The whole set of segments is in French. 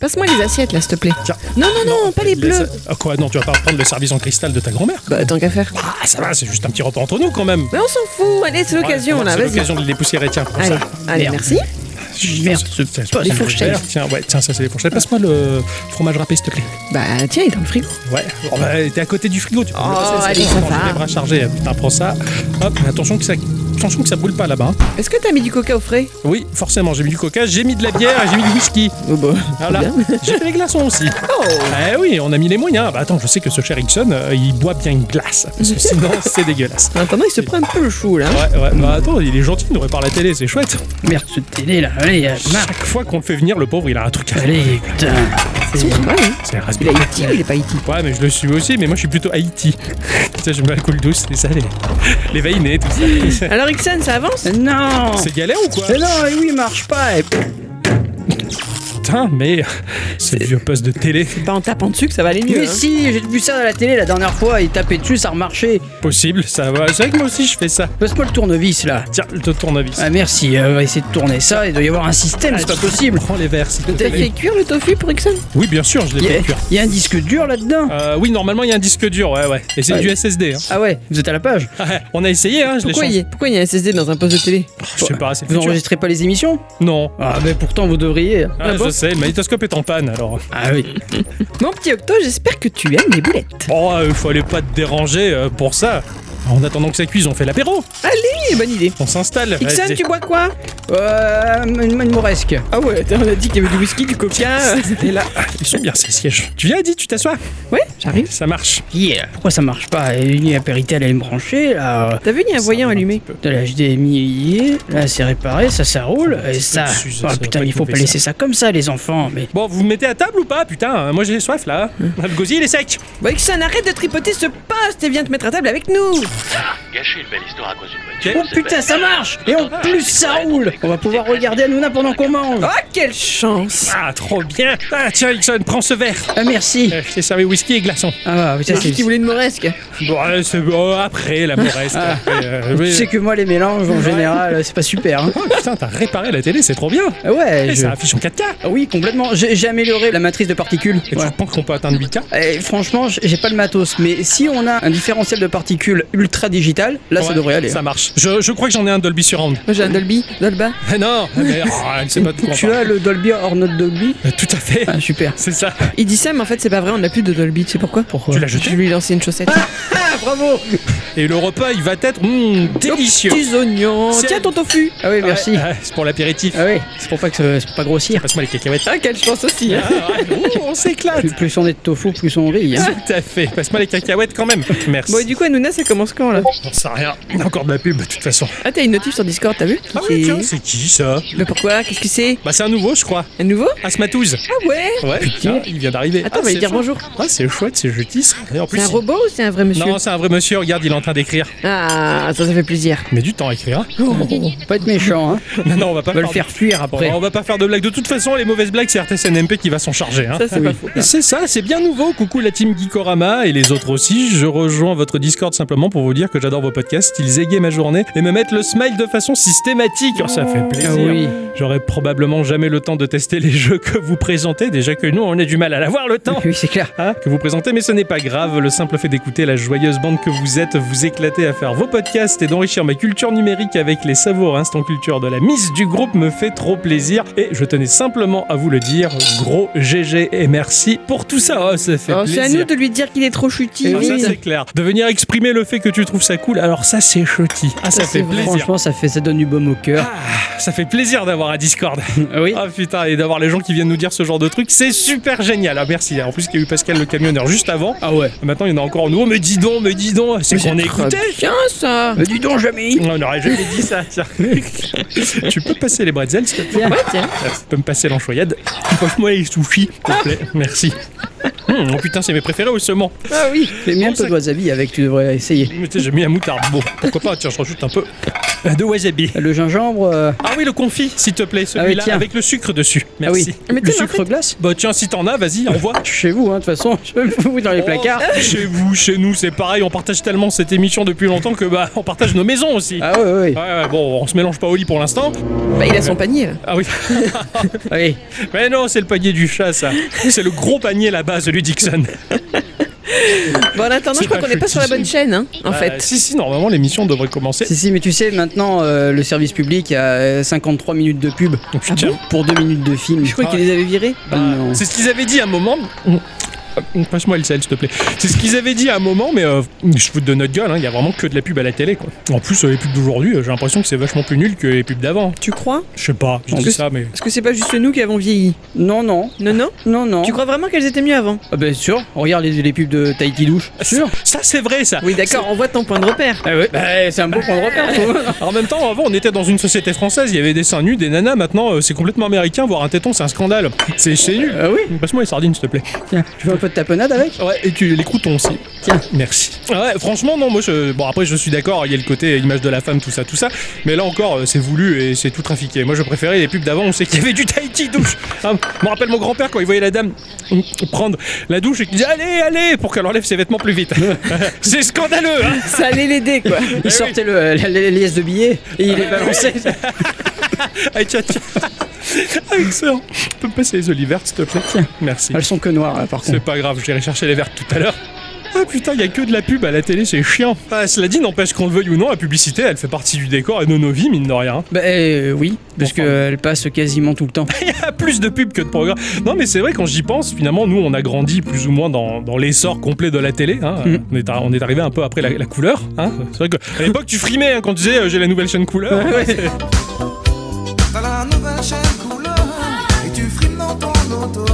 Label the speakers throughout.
Speaker 1: Passe-moi les assiettes là, s'il te plaît.
Speaker 2: Tiens.
Speaker 1: Non, non, non, pas les bleus.
Speaker 2: Ah, quoi Non, tu vas pas reprendre le service en cristal de ta grand-mère
Speaker 1: Bah, tant qu'à faire.
Speaker 2: Ah, ça va, c'est juste un petit repas entre nous quand même.
Speaker 1: Mais on s'en fout, allez, c'est l'occasion
Speaker 2: Ouais,
Speaker 1: là,
Speaker 2: C'est
Speaker 1: vas-y.
Speaker 2: l'occasion de les poussiérer, tiens. prends
Speaker 1: Allez,
Speaker 2: ça.
Speaker 1: allez,
Speaker 2: Merde.
Speaker 1: merci.
Speaker 2: Merde, ce- ce- ce-
Speaker 1: les
Speaker 2: ce-
Speaker 1: fourchettes.
Speaker 2: Tiens, ouais, tiens, ça c'est les fourchettes. Passe-moi le fromage râpé, s'il te plaît.
Speaker 1: Bah, tiens, il est dans le frigo.
Speaker 2: Ouais, oh, bah, t'es à côté du frigo, tu peux
Speaker 1: Oh,
Speaker 2: le passer, c'est
Speaker 1: allez,
Speaker 2: bon,
Speaker 1: ça
Speaker 2: attends,
Speaker 1: va.
Speaker 2: j'ai les bras chargés. Putain, prends ça. Hop, mais attention que ça, attention que ça brûle pas là-bas. hein.
Speaker 1: Est-ce que t'as mis du coca au frais
Speaker 2: Oui, forcément, j'ai mis du coca, j'ai mis de la bière et j'ai mis du whisky.
Speaker 1: Oh, bah.
Speaker 2: Voilà,
Speaker 1: bien.
Speaker 2: j'ai fait les glaçons aussi.
Speaker 1: Oh
Speaker 2: Eh oui, on a mis les moyens. Bah attends, je sais que ce cher Ixon, euh, il boit bien une glace. Parce que sinon, c'est dégueulasse.
Speaker 1: En attendant, il se prend un peu le chou là.
Speaker 2: Ouais, ouais, bah attends, il est gentil, il nous répare la télé, c'est chouette.
Speaker 3: Merde, cette télé là, allez, euh, marre.
Speaker 2: Chaque fois qu'on le fait venir, le pauvre, il a un truc à faire.
Speaker 3: Allez, putain.
Speaker 1: C'est pas mal, hein.
Speaker 2: C'est un
Speaker 1: Il
Speaker 2: raspberry.
Speaker 1: est Haïti ou il est pas Haïti
Speaker 2: Ouais, mais je le suis aussi, mais moi je suis plutôt Haïti. Putain, je me la coule douce, c'est ça, les, les vainés, tout ça.
Speaker 1: Alors, Ixon, ça avance
Speaker 3: Non
Speaker 2: C'est galère ou quoi
Speaker 3: Mais non, et oui, il marche pas. et-
Speaker 2: Putain, mais euh, ce vieux poste de télé,
Speaker 1: Pas Bah, en tapant dessus que ça va aller mieux.
Speaker 3: Mais
Speaker 1: hein.
Speaker 3: si, j'ai vu ça à la télé la dernière fois, il tapait dessus, ça remarchait.
Speaker 2: possible, ça va. C'est vrai que moi aussi je fais ça.
Speaker 3: Passe-moi le tournevis là.
Speaker 2: Tiens, le tournevis.
Speaker 3: Ah merci, euh, on va essayer de tourner ça, il doit y avoir un système, c'est pas possible.
Speaker 2: Prends les verres, s'il te
Speaker 1: T'as fait
Speaker 2: plaît.
Speaker 1: cuire le tofu pour Ixon
Speaker 2: Oui, bien sûr, je l'ai
Speaker 3: Il y,
Speaker 2: fait
Speaker 3: a-
Speaker 2: cuire.
Speaker 3: il y a un disque dur là-dedans
Speaker 2: Euh, oui, normalement il y a un disque dur, ouais, ouais. Et c'est
Speaker 3: Ouais.
Speaker 2: du SSD. Hein.
Speaker 3: Ah ouais, vous êtes à la page
Speaker 2: Ouais, On a essayé, hein, je l'ai
Speaker 1: pourquoi il, y a, pourquoi il y a un SSD dans un poste de télé
Speaker 2: changé. Je sais pas, c'est le
Speaker 3: Vous
Speaker 2: futur.
Speaker 3: enregistrez pas les émissions
Speaker 2: Non.
Speaker 3: Ah mais pourtant vous devriez.
Speaker 2: Ah, je sais, le magnétoscope est en panne alors.
Speaker 3: Ah oui.
Speaker 1: Mon petit Octo, j'espère que tu aimes les boulettes.
Speaker 2: Oh, il fallait pas te déranger euh, pour ça. En attendant que ça cuise, on fait l'apéro.
Speaker 1: Allez, bonne idée.
Speaker 2: On s'installe.
Speaker 1: Ixon,
Speaker 2: Vas-y.
Speaker 1: tu bois quoi
Speaker 3: Euh, une, une mauresque.
Speaker 1: Ah ouais, attends, on a dit qu'il y avait du whisky, du coca.
Speaker 2: Et là, ah, ils sont bien ces sièges. Tu viens, Edith, tu t'assois
Speaker 1: ouais, j'arrive.
Speaker 2: Ça marche.
Speaker 3: Yeah. Pourquoi ça marche pas Il y a un péritel à me brancher là.
Speaker 1: T'as vu, il y a un voyant allumé.
Speaker 3: De la HDMI y est, là c'est réparé, ça ça roule, et ça.
Speaker 2: dessus, Oh, ça,
Speaker 3: Ah
Speaker 2: ça
Speaker 3: putain,
Speaker 2: va pas
Speaker 3: il faut
Speaker 2: couper
Speaker 3: pas laisser ça comme ça les enfants, mais.
Speaker 2: Bon, vous vous mettez à table ou pas Putain, euh, moi j'ai soif là.
Speaker 3: Hein.
Speaker 2: Ah, Le gosier il est sec.
Speaker 1: Bon, Ixon, arrête de tripoter ce poste et viens te mettre à table avec nous.
Speaker 4: Gâcher Ah, une belle histoire à cause d'une voiture.
Speaker 3: Oh putain, ça marche Et en plus ça roule On va pouvoir regarder Hanouna pendant qu'on mange
Speaker 1: Oh, quelle chance
Speaker 2: Ah, trop bien. Ah, tiens, Ixon, prends ce verre.
Speaker 3: Ah merci
Speaker 2: Euh, Je t'ai servi whisky et glaçon.
Speaker 3: Ah putain,
Speaker 1: T'as
Speaker 3: c'est.
Speaker 1: dit qu'il voulait une moresque.
Speaker 2: Bon, euh, c'est bon, après la moresque.
Speaker 3: Ah.
Speaker 2: après, euh,
Speaker 3: Tu
Speaker 2: oui.
Speaker 3: sais que moi les mélanges en général c'est pas super hein.
Speaker 2: Oh, putain, t'as réparé la télé, c'est trop bien.
Speaker 3: Ah Ouais,
Speaker 2: Et
Speaker 3: je-
Speaker 2: ça affiche en 4K.
Speaker 3: Ah oui complètement, j'ai j'ai amélioré la matrice de particules.
Speaker 2: Et
Speaker 3: Ouais.
Speaker 2: tu penses qu'on peut atteindre 8K
Speaker 3: Eh, franchement, j- j'ai pas le matos, mais si on a un différentiel de particules ultra digital, là ça
Speaker 2: Ouais,
Speaker 3: devrait aller. hein.
Speaker 2: Ça marche. Je, je crois que j'en ai un Dolby Surround.
Speaker 1: Moi, j'ai un Dolby, Dolba.
Speaker 2: Ah non, mais oh, elle sait pas de quoi on
Speaker 3: hein. Tu
Speaker 2: parle.
Speaker 3: as le Dolby hors note Dolby
Speaker 2: Euh, Tout à fait.
Speaker 3: Ah super.
Speaker 2: C'est ça.
Speaker 1: Il dit ça, mais en fait, c'est pas vrai, on n'a plus de Dolby. Tu sais pourquoi
Speaker 3: Pourquoi
Speaker 2: Tu l'as jeté
Speaker 1: Je lui ai lancé une chaussette.
Speaker 3: Ah bravo
Speaker 2: Et le repas, il va être mm, délicieux.
Speaker 1: Petits oignons.
Speaker 2: C'est-
Speaker 1: Tiens ton tofu.
Speaker 3: Ah oui merci.
Speaker 2: Ah, c'est pour l'apéritif.
Speaker 3: Ah oui, c'est pour pas que ça- c'est pour pas grossir.
Speaker 2: Passe-moi les cacahuètes.
Speaker 1: Ah, quelle chance aussi. hein.
Speaker 2: Ah, ouais. Ouh, on s'éclate.
Speaker 3: Plus, plus on est de tofu, plus on rit. Hein.
Speaker 2: Tout à fait. Passe-moi les cacahuètes quand même. Merci.
Speaker 1: Bon, et du coup, Hanouna, ça commence quand là
Speaker 2: On sait rien. Encore de la pub, de toute façon.
Speaker 1: Ah, t'as une notif sur Discord, t'as vu
Speaker 2: Ah oui, tiens, c'est qui ça
Speaker 1: Mais pourquoi Qu'est-ce que c'est
Speaker 2: Bah, c'est un nouveau, je crois.
Speaker 1: Un nouveau
Speaker 2: Asmatouze.
Speaker 1: Ah ouais
Speaker 2: Ouais, putain, il vient d'arriver.
Speaker 1: Attends, on va
Speaker 2: c'est
Speaker 1: lui dire
Speaker 2: chouette.
Speaker 1: bonjour.
Speaker 2: Ah, c'est chouette, c'est jeudi ça. Et en plus,
Speaker 1: C'est un
Speaker 2: il-
Speaker 1: robot ou c'est un vrai monsieur
Speaker 2: Non, c'est un vrai monsieur, regarde, il est en train d'écrire.
Speaker 1: Ah, ça, ça fait plaisir.
Speaker 2: Mais du temps à écrire. hein.
Speaker 3: Faut Pas être méchant. Hein.
Speaker 2: Non, non, on va pas
Speaker 3: On va le
Speaker 2: de-
Speaker 3: faire fuir après. Ah
Speaker 2: on va pas faire de blagues. De toute façon, les mauvaises blagues, c'est RTSNMP qui va s'en charger. hein.
Speaker 1: Ça, c'est
Speaker 3: Ah
Speaker 1: pas
Speaker 3: oui.
Speaker 1: faux. Oh,
Speaker 2: Et C'est ça, c'est bien nouveau. Coucou la team Geekorama et les autres aussi. Je rejoins votre Discord simplement pour vous dire que j'adore vos podcasts. Ils égayent ma journée et me mettent le smile de façon systématique. Oh, ça fait plaisir.
Speaker 3: Ah oui.
Speaker 2: J'aurai probablement jamais le temps de tester les jeux que vous présentez. Déjà que nous, on a du mal à l'avoir le temps.
Speaker 3: Oui, c'est clair.
Speaker 2: hein, que vous présentez, mais ce n'est pas grave. Le simple fait d'écouter la joyeuse bande que vous êtes, vous éclatez à faire vos podcasts et d'enrichir ma culture numérique avec les savoirs instant culture de la mise du groupe me fait trop plaisir. Et je tenais simplement à vous le dire, gros GG et merci pour tout ça. Oh, ça fait
Speaker 1: Oh, c'est
Speaker 2: plaisir.
Speaker 1: à nous de lui dire qu'il est trop chutis.
Speaker 2: Ah, ça c'est clair. De venir exprimer le fait que tu trouves ça cool, alors ça c'est chouti. Ah
Speaker 1: Ça,
Speaker 2: ça, fait
Speaker 1: c'est vrai.
Speaker 2: plaisir.
Speaker 3: Franchement, ça fait ça donne du baume au cœur.
Speaker 2: Ah, ça fait plaisir d'avoir un Discord.
Speaker 3: oui.
Speaker 2: Ah putain, et d'avoir les gens qui viennent nous dire ce genre de truc, c'est super génial. Ah merci. En plus, il y a eu Pascal le camionneur juste avant.
Speaker 3: Ah ouais.
Speaker 2: Maintenant, il y en a encore nouveau. Mais dis donc, mais dis donc, c'est
Speaker 1: Mais
Speaker 2: qu'on
Speaker 1: c'est trop
Speaker 2: écoutait.
Speaker 1: bien ça
Speaker 3: Mais dis donc, jamais.
Speaker 2: On n'aurait jamais dit ça. tiens. tu peux passer les bretzels, s'il te plaît Ah,
Speaker 1: Ouais, tiens.
Speaker 2: Tu peux me passer l'enchoyade Passe-moi les sushis, s'il te plaît. Merci. Hum, oh putain, c'est mes préférés au saumon.
Speaker 3: Ah oui. Fais bien un
Speaker 2: ça-
Speaker 3: peu de wasabi avec, tu devrais essayer.
Speaker 2: Mais tu sais, J'ai mis la moutarde. Bon, pourquoi pas Tiens, je rajoute un peu. Euh, De wasabi.
Speaker 3: Le gingembre. euh,
Speaker 2: Ah oui, le confit, s'il te plaît,
Speaker 3: Ah oui,
Speaker 2: celui-là
Speaker 3: tiens.
Speaker 2: avec le sucre dessus.
Speaker 3: Ah
Speaker 2: Merci.
Speaker 3: oui.
Speaker 1: Mais
Speaker 3: le
Speaker 1: tu sais, mais en
Speaker 3: sucre glace
Speaker 2: Bah tiens, si t'en as, vas-y, envoie.
Speaker 3: Chez vous, hein, de toute façon, je vais vous dans les
Speaker 2: Oh,
Speaker 3: placards.
Speaker 2: chez vous, chez nous, c'est pareil, on partage tellement cette émission depuis longtemps que bah on partage nos maisons aussi.
Speaker 3: Ah ouais, ouais,
Speaker 2: Ouais, ouais, bon, on se mélange pas au lit pour l'instant.
Speaker 1: Bah, il a son panier. là.
Speaker 2: Ah oui.
Speaker 3: ouais.
Speaker 2: Mais non, c'est le panier du chat, ça. C'est le gros panier là-bas, celui Dixon.
Speaker 1: Bon, en attendant,
Speaker 2: C'est
Speaker 1: je crois
Speaker 2: pas
Speaker 1: qu'on n'est pas sur la bonne
Speaker 2: fructifié.
Speaker 1: chaîne, hein, en
Speaker 2: Euh,
Speaker 1: fait.
Speaker 2: Si, si, normalement, l'émission devrait commencer.
Speaker 3: Si, si, mais tu sais, maintenant, euh, le service public a euh, 53 minutes de pub
Speaker 2: Oh, putain.
Speaker 3: pour 2 minutes de film.
Speaker 1: Je crois
Speaker 2: Ah
Speaker 1: qu'ils les avaient virés.
Speaker 2: Bah,
Speaker 3: Ah Oh non.
Speaker 2: c'est ce qu'ils avaient dit à un moment. Mm. Euh, Passe-moi le sel, s'il te plaît. C'est ce qu'ils avaient dit à un moment, mais euh, je vous de notre gueule, hein, il y a vraiment que de la pub à la télé. Quoi. En plus, euh, les pubs d'aujourd'hui, euh, j'ai l'impression que c'est vachement plus nul que les pubs d'avant.
Speaker 1: Tu crois
Speaker 2: Je sais pas, je
Speaker 3: En
Speaker 2: dis
Speaker 3: plus-
Speaker 2: ça, mais.
Speaker 1: Parce que c'est pas juste nous qui avons vieilli.
Speaker 3: Non, non,
Speaker 1: Non, non
Speaker 3: non, non.
Speaker 1: Tu crois vraiment qu'elles étaient mieux avant
Speaker 3: Ah, Bien sûr, regarde les, les pubs de Tahiti Douche. Sûr
Speaker 2: Ça, c'est vrai, ça.
Speaker 1: Oui, d'accord, on voit ton point de repère.
Speaker 3: Ah ouais, bah, c'est un bon point de repère, toi.
Speaker 2: En même temps, avant, on était dans une société française, il y avait des seins nus, des nanas. Maintenant, euh, c'est complètement américain. Voir un téton, c'est un scandale. C'est c'est nul.
Speaker 3: Ah oui
Speaker 2: Passe-moi les sardines, s'il te plaît.
Speaker 3: Tiens, tu veux un peu de tapenade avec
Speaker 2: Ouais, et tu les croutons aussi.
Speaker 3: Tiens.
Speaker 2: Merci. Ouais, franchement, non, moi, je... bon, après, je suis d'accord, il y a le côté image de la femme, tout ça, tout ça. Mais là encore, euh, c'est voulu et c'est tout trafiqué. Moi, je préférais les pubs d'avant, on sait qu'il y avait du Tahiti douche. Hein, je me rappelle mon grand-père quand il voyait la dame mm, prendre la douche et qu'il disait Allez, allez, pour qu'elle enlève ses vêtements plus vite. c'est scandaleux, hein
Speaker 1: Ça allait l'aider, quoi.
Speaker 3: Il sortait le, euh, la- la- la liesse de billets et il les balançait.
Speaker 2: Ah, tiens, tiens. Ah, excellent. Tu peux me passer les olives vertes, s'il te plaît
Speaker 3: Tiens.
Speaker 2: Merci.
Speaker 3: Elles sont que noires, là, par
Speaker 2: C'est
Speaker 3: contre.
Speaker 2: pas grave, j'ai recherché les vertes tout à l'heure. Ah putain, y a que de la pub à la télé, c'est chiant. Ah, cela dit, n'empêche qu'on le veuille ou non, la publicité, elle fait partie du décor et de nos vies, mine de rien.
Speaker 3: Bah, euh, oui, parce
Speaker 2: Enfin.
Speaker 3: qu'elles passent quasiment tout le temps.
Speaker 2: Il y a plus de pubs que de programmes. Non, mais c'est vrai, quand j'y pense, finalement, nous, on a grandi plus ou moins dans, dans l'essor complet de la télé. hein.
Speaker 3: Mm.
Speaker 2: On, est, ar- on est arrivé un peu après la, la couleur. hein. C'est vrai qu'à l'époque, tu frimais hein, quand tu disais euh, j'ai la nouvelle chaîne couleur.
Speaker 5: T'as la nouvelle chaîne couleur Et tu frimes dans ton auto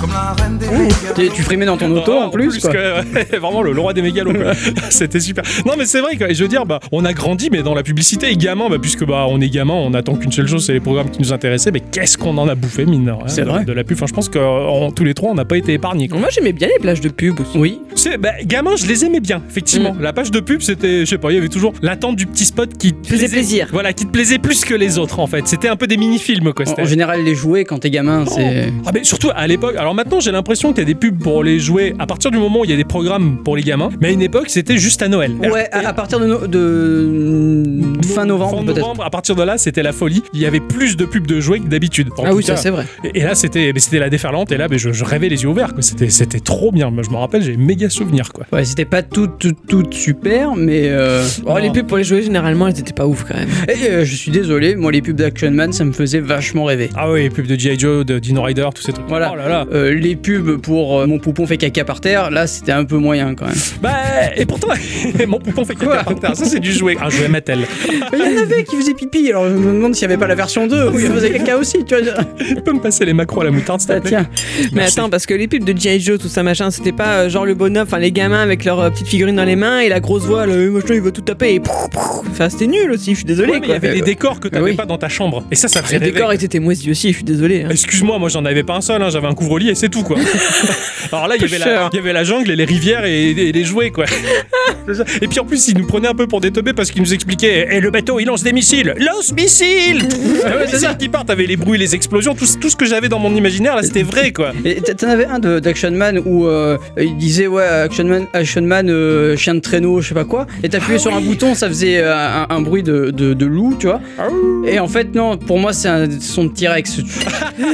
Speaker 5: Comme la reine des
Speaker 6: Mmh.
Speaker 5: mégas.
Speaker 3: Tu, tu frimais dans ton auto
Speaker 2: Ah,
Speaker 3: en plus, quoi.
Speaker 2: que- vraiment le, le roi des mégalos. quoi. C'était super. Non, mais c'est vrai. Quoi. Et Je veux dire, bah, on a grandi, mais dans la publicité, et gamin, bah, puisque bah, on est gamin, on attend qu'une seule chose, c'est les programmes qui nous intéressaient. Mais qu'est-ce qu'on en a bouffé, mine de rien,
Speaker 3: C'est
Speaker 2: de-
Speaker 3: vrai.
Speaker 2: De la pub. Enfin, je pense que euh, en- tous les trois, on n'a pas été épargnés. quoi.
Speaker 1: Moi, j'aimais bien les plages de pub aussi.
Speaker 3: Oui,
Speaker 2: C'est- bah, gamin, je les aimais bien, effectivement.
Speaker 3: Mm.
Speaker 2: La page de pub, c'était, je sais pas, il y avait toujours l'attente du petit spot qui te
Speaker 1: Faisait plaisir.
Speaker 2: Voilà, qui te plaisait plus que les autres, en fait. C'était un peu des mini-films, quoi.
Speaker 3: en,
Speaker 2: C'était-
Speaker 3: en général, les jouets quand t'es gamin, c'est.
Speaker 2: ah mais surtout à l'époque, alors maintenant j'ai l'impression qu'il y a des pubs pour les jouets à partir du moment où il y a des programmes pour les gamins, mais à une époque c'était juste à Noël. Alors,
Speaker 3: Ouais, à, à partir de, no- de- fin novembre, peut-être.
Speaker 2: à partir de là c'était la folie, il y avait plus de pubs de jouets que d'habitude. En
Speaker 1: Ah
Speaker 2: tout
Speaker 1: oui, ça
Speaker 2: cas.
Speaker 1: c'est vrai.
Speaker 2: Et, et là c'était mais c'était la déferlante et là mais je, je rêvais les yeux ouverts quoi, c'était c'était trop bien, Moi, je me rappelle j'ai méga souvenir quoi.
Speaker 3: Ouais, c'était pas tout, tout, tout super, mais. euh,
Speaker 1: Oh,
Speaker 2: Non.
Speaker 1: les pubs pour les jouets, généralement, elles étaient pas ouf quand même.
Speaker 3: et, euh, je suis désolé, moi les pubs d'Action Man, ça me faisait vachement rêver.
Speaker 2: Ah oui, les pubs de G.I. Joe, de Dino Rider, tous ces trucs.
Speaker 3: Voilà.
Speaker 2: Oh là là.
Speaker 3: Euh, les pubs pour euh, mon poupon fait caca par terre, là c'était un peu moyen quand même.
Speaker 2: Bah, et pourtant, mon poupon fait quoi Ça, c'est du jouet. Un jouet Mattel.
Speaker 3: Il y en avait qui faisaient pipi, alors je me demande s'il y avait pas la version 2 où il faisait caca aussi, tu vois.
Speaker 2: Tu peux me passer les macros à la moutarde, s'il te
Speaker 3: Ah,
Speaker 2: plaît
Speaker 3: tiens,
Speaker 1: Mais
Speaker 2: Merci.
Speaker 1: attends, parce que les pubs de G.I. Joe, tout ça machin, c'était pas euh, genre le bonhomme, enfin les gamins avec leurs euh, petites figurines dans les mains et la grosse voix, le euh, machin il veut tout taper et prou, prou. Enfin, c'était nul aussi, je suis désolé
Speaker 2: Ouais, mais il y
Speaker 1: quoi.
Speaker 2: avait des décors que t'avais
Speaker 3: Eh bah. oui.
Speaker 2: pas dans ta chambre. Et ça, ça fait
Speaker 1: Les
Speaker 2: rêver.
Speaker 1: décors étaient moisis aussi, je suis désolé. hein.
Speaker 2: Excuse-moi, moi j'en avais pas un seul, hein, j'avais un couvre-lit et c'est tout quoi. Alors là, il y, avait la,
Speaker 1: Pusher.
Speaker 2: il y avait la jungle et les rivières et, et les jouets quoi. C'est ça. et puis en plus, ils nous prenaient un peu pour des teubés parce qu'ils nous expliquaient Et le bateau il lance des missiles Lance missiles Ah Les missiles qui partent, t'avais les bruits, les explosions, tout, tout ce que j'avais dans mon imaginaire là, c'était vrai quoi.
Speaker 3: Et t- t'en avais un de- d'Action Man où euh, il disait ouais Action Man, Action Man euh, chien de traîneau, je sais pas quoi. Et t'appuyais sur un bouton, ça faisait euh, un, un bruit de, de- de loup, tu vois. Et en fait non, pour moi c'est un son de T-Rex.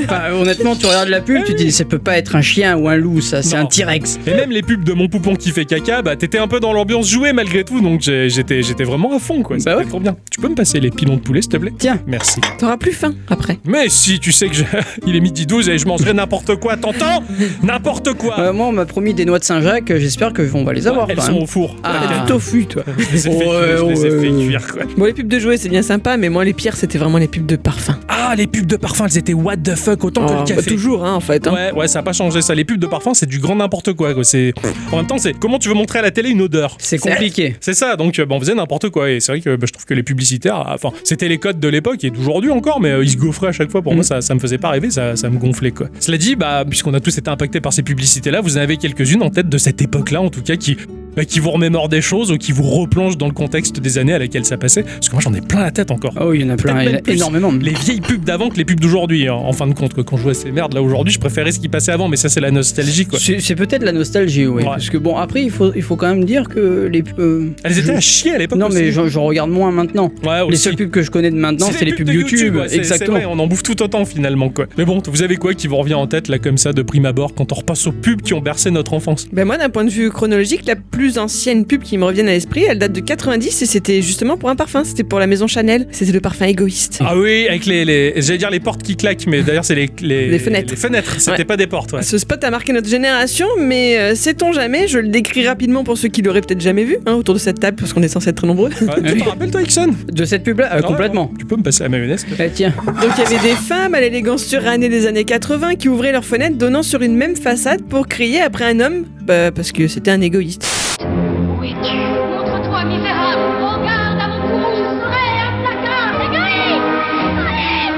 Speaker 3: Enfin, honnêtement, tu regardes la pub, tu dis ça peut pas être un chien ou un loup, ça c'est
Speaker 2: Non.
Speaker 3: un T-Rex.
Speaker 2: Et même les pubs de mon poupon qui fait caca, bah t'étais un peu dans l'ambiance jouée malgré tout, donc j'ai- j'étais j'étais vraiment à fond quoi.
Speaker 3: Bah
Speaker 2: C'était
Speaker 3: ouais.
Speaker 2: trop bien. Tu peux me passer les pilons de poulet s'il te plaît
Speaker 3: Tiens.
Speaker 2: Merci.
Speaker 1: T'auras plus faim après.
Speaker 2: Mais si tu sais que je- il est midi 12 et je mangerai n'importe quoi, t'entends N'importe quoi.
Speaker 3: Euh, moi on m'a promis des noix de Saint-Jacques, euh, j'espère que on va les avoir.
Speaker 2: Elles
Speaker 3: quand
Speaker 2: sont
Speaker 3: même.
Speaker 2: au four.
Speaker 3: Ah.
Speaker 1: T'as du tofu toi.
Speaker 2: Je les ai fait,
Speaker 3: Ouais,
Speaker 2: cuire, je les ai
Speaker 3: ouais,
Speaker 2: fait
Speaker 3: ouais.
Speaker 2: cuire, quoi.
Speaker 1: Bon, les pubs de jouets, c'est bien sympa, mais moi, les pires, c'était vraiment les pubs de parfum.
Speaker 2: Ah, les pubs de parfum, elles étaient what the fuck autant que
Speaker 3: Ah,
Speaker 1: Oh,
Speaker 2: le
Speaker 1: bah,
Speaker 2: café.
Speaker 1: toujours, hein, en fait. hein.
Speaker 2: Ouais, ouais, ça a pas changé ça. Les pubs de parfum, c'est du grand n'importe quoi. quoi. C'est en même temps, c'est comment tu veux montrer à la télé une odeur.
Speaker 3: C'est compliqué.
Speaker 2: C'est ça, donc euh, bah, on faisait n'importe quoi. Et c'est vrai que bah, je trouve que les publicitaires, ah, enfin, c'était les codes de l'époque et d'aujourd'hui encore, mais euh, ils se gaufraient à chaque fois. Pour
Speaker 3: Mm.
Speaker 2: moi, ça, ça me faisait pas rêver, ça, ça me gonflait quoi. Cela dit, bah, puisqu'on a tous été impactés par ces publicités-là, vous en avez quelques-unes en tête de cette époque-là, en tout cas, qui bah, qui vous remémore des choses ou qui vous replonge dans le contexte des années à laquelle ça passait. Parce que moi, j'en ai plein la tête encore.
Speaker 3: Oh, il y en a plein,
Speaker 2: Peut-être
Speaker 3: il y en
Speaker 2: même
Speaker 3: a
Speaker 2: plus.
Speaker 3: énormément.
Speaker 2: Les vieilles pubs d'avant que les pubs d'aujourd'hui. hein. En fin de compte, que quand je vois ces merdes là aujourd'hui, je préférais ce qui passait avant, mais ça, c'est la nostalgie quoi.
Speaker 3: C'est c'est peut-être la nostalgie, oui.
Speaker 2: Ouais.
Speaker 3: Parce que bon, après, il faut, il faut quand même dire que les. euh,
Speaker 2: Elles étaient
Speaker 3: je-
Speaker 2: à chier à l'époque.
Speaker 3: Non,
Speaker 2: aussi.
Speaker 3: mais j'en j'en regarde moins maintenant.
Speaker 2: Ouais,
Speaker 3: Les
Speaker 2: Ah, aussi.
Speaker 3: seules pubs que je connais de maintenant, c'est les pubs
Speaker 2: de
Speaker 3: YouTube.
Speaker 2: ouais, c'est- C'est vrai,
Speaker 3: exactement.
Speaker 2: on en bouffe tout autant finalement quoi. Mais bon, vous avez quoi qui vous revient en tête là comme ça de prime abord quand on repasse aux pubs qui ont bercé notre enfance
Speaker 1: Ben moi, d'un point de vue chronologique, la plus ancienne pub qui me revienne à l'esprit, elle date de 90 et c'était justement pour un parfum. C'était pour la maison Chanel. C'était le parfum égoïste.
Speaker 2: Ah oui, avec les, les- j'allais dire les portes qui claquent, mais d'ailleurs c'est les,
Speaker 1: Les fenêtres.
Speaker 2: Les fenêtres, c'était
Speaker 1: Ouais.
Speaker 2: pas des portes. Ouais.
Speaker 1: Ce spot a marqué notre génération, mais euh, sait-on jamais Je le décris rapidement pour ceux qui l'auraient peut-être jamais vu hein, autour de cette table, parce qu'on est censé être très nombreux.
Speaker 2: Ouais, Ah, tu te rappelles toi, Ixon
Speaker 3: De cette pub-là, euh,
Speaker 2: Ah Ouais, Ah
Speaker 3: complètement.
Speaker 2: Tu peux me passer la mayonnaise
Speaker 3: Eh, tiens,
Speaker 1: Donc il y avait des femmes à l'élégance surannée des années 80 qui ouvraient leurs fenêtres donnant sur une même façade pour crier après un homme, bah, parce que c'était un égoïste.
Speaker 7: Où es-tu Montre-toi, misérable Regarde à mon cou, je serai implacable Égoïste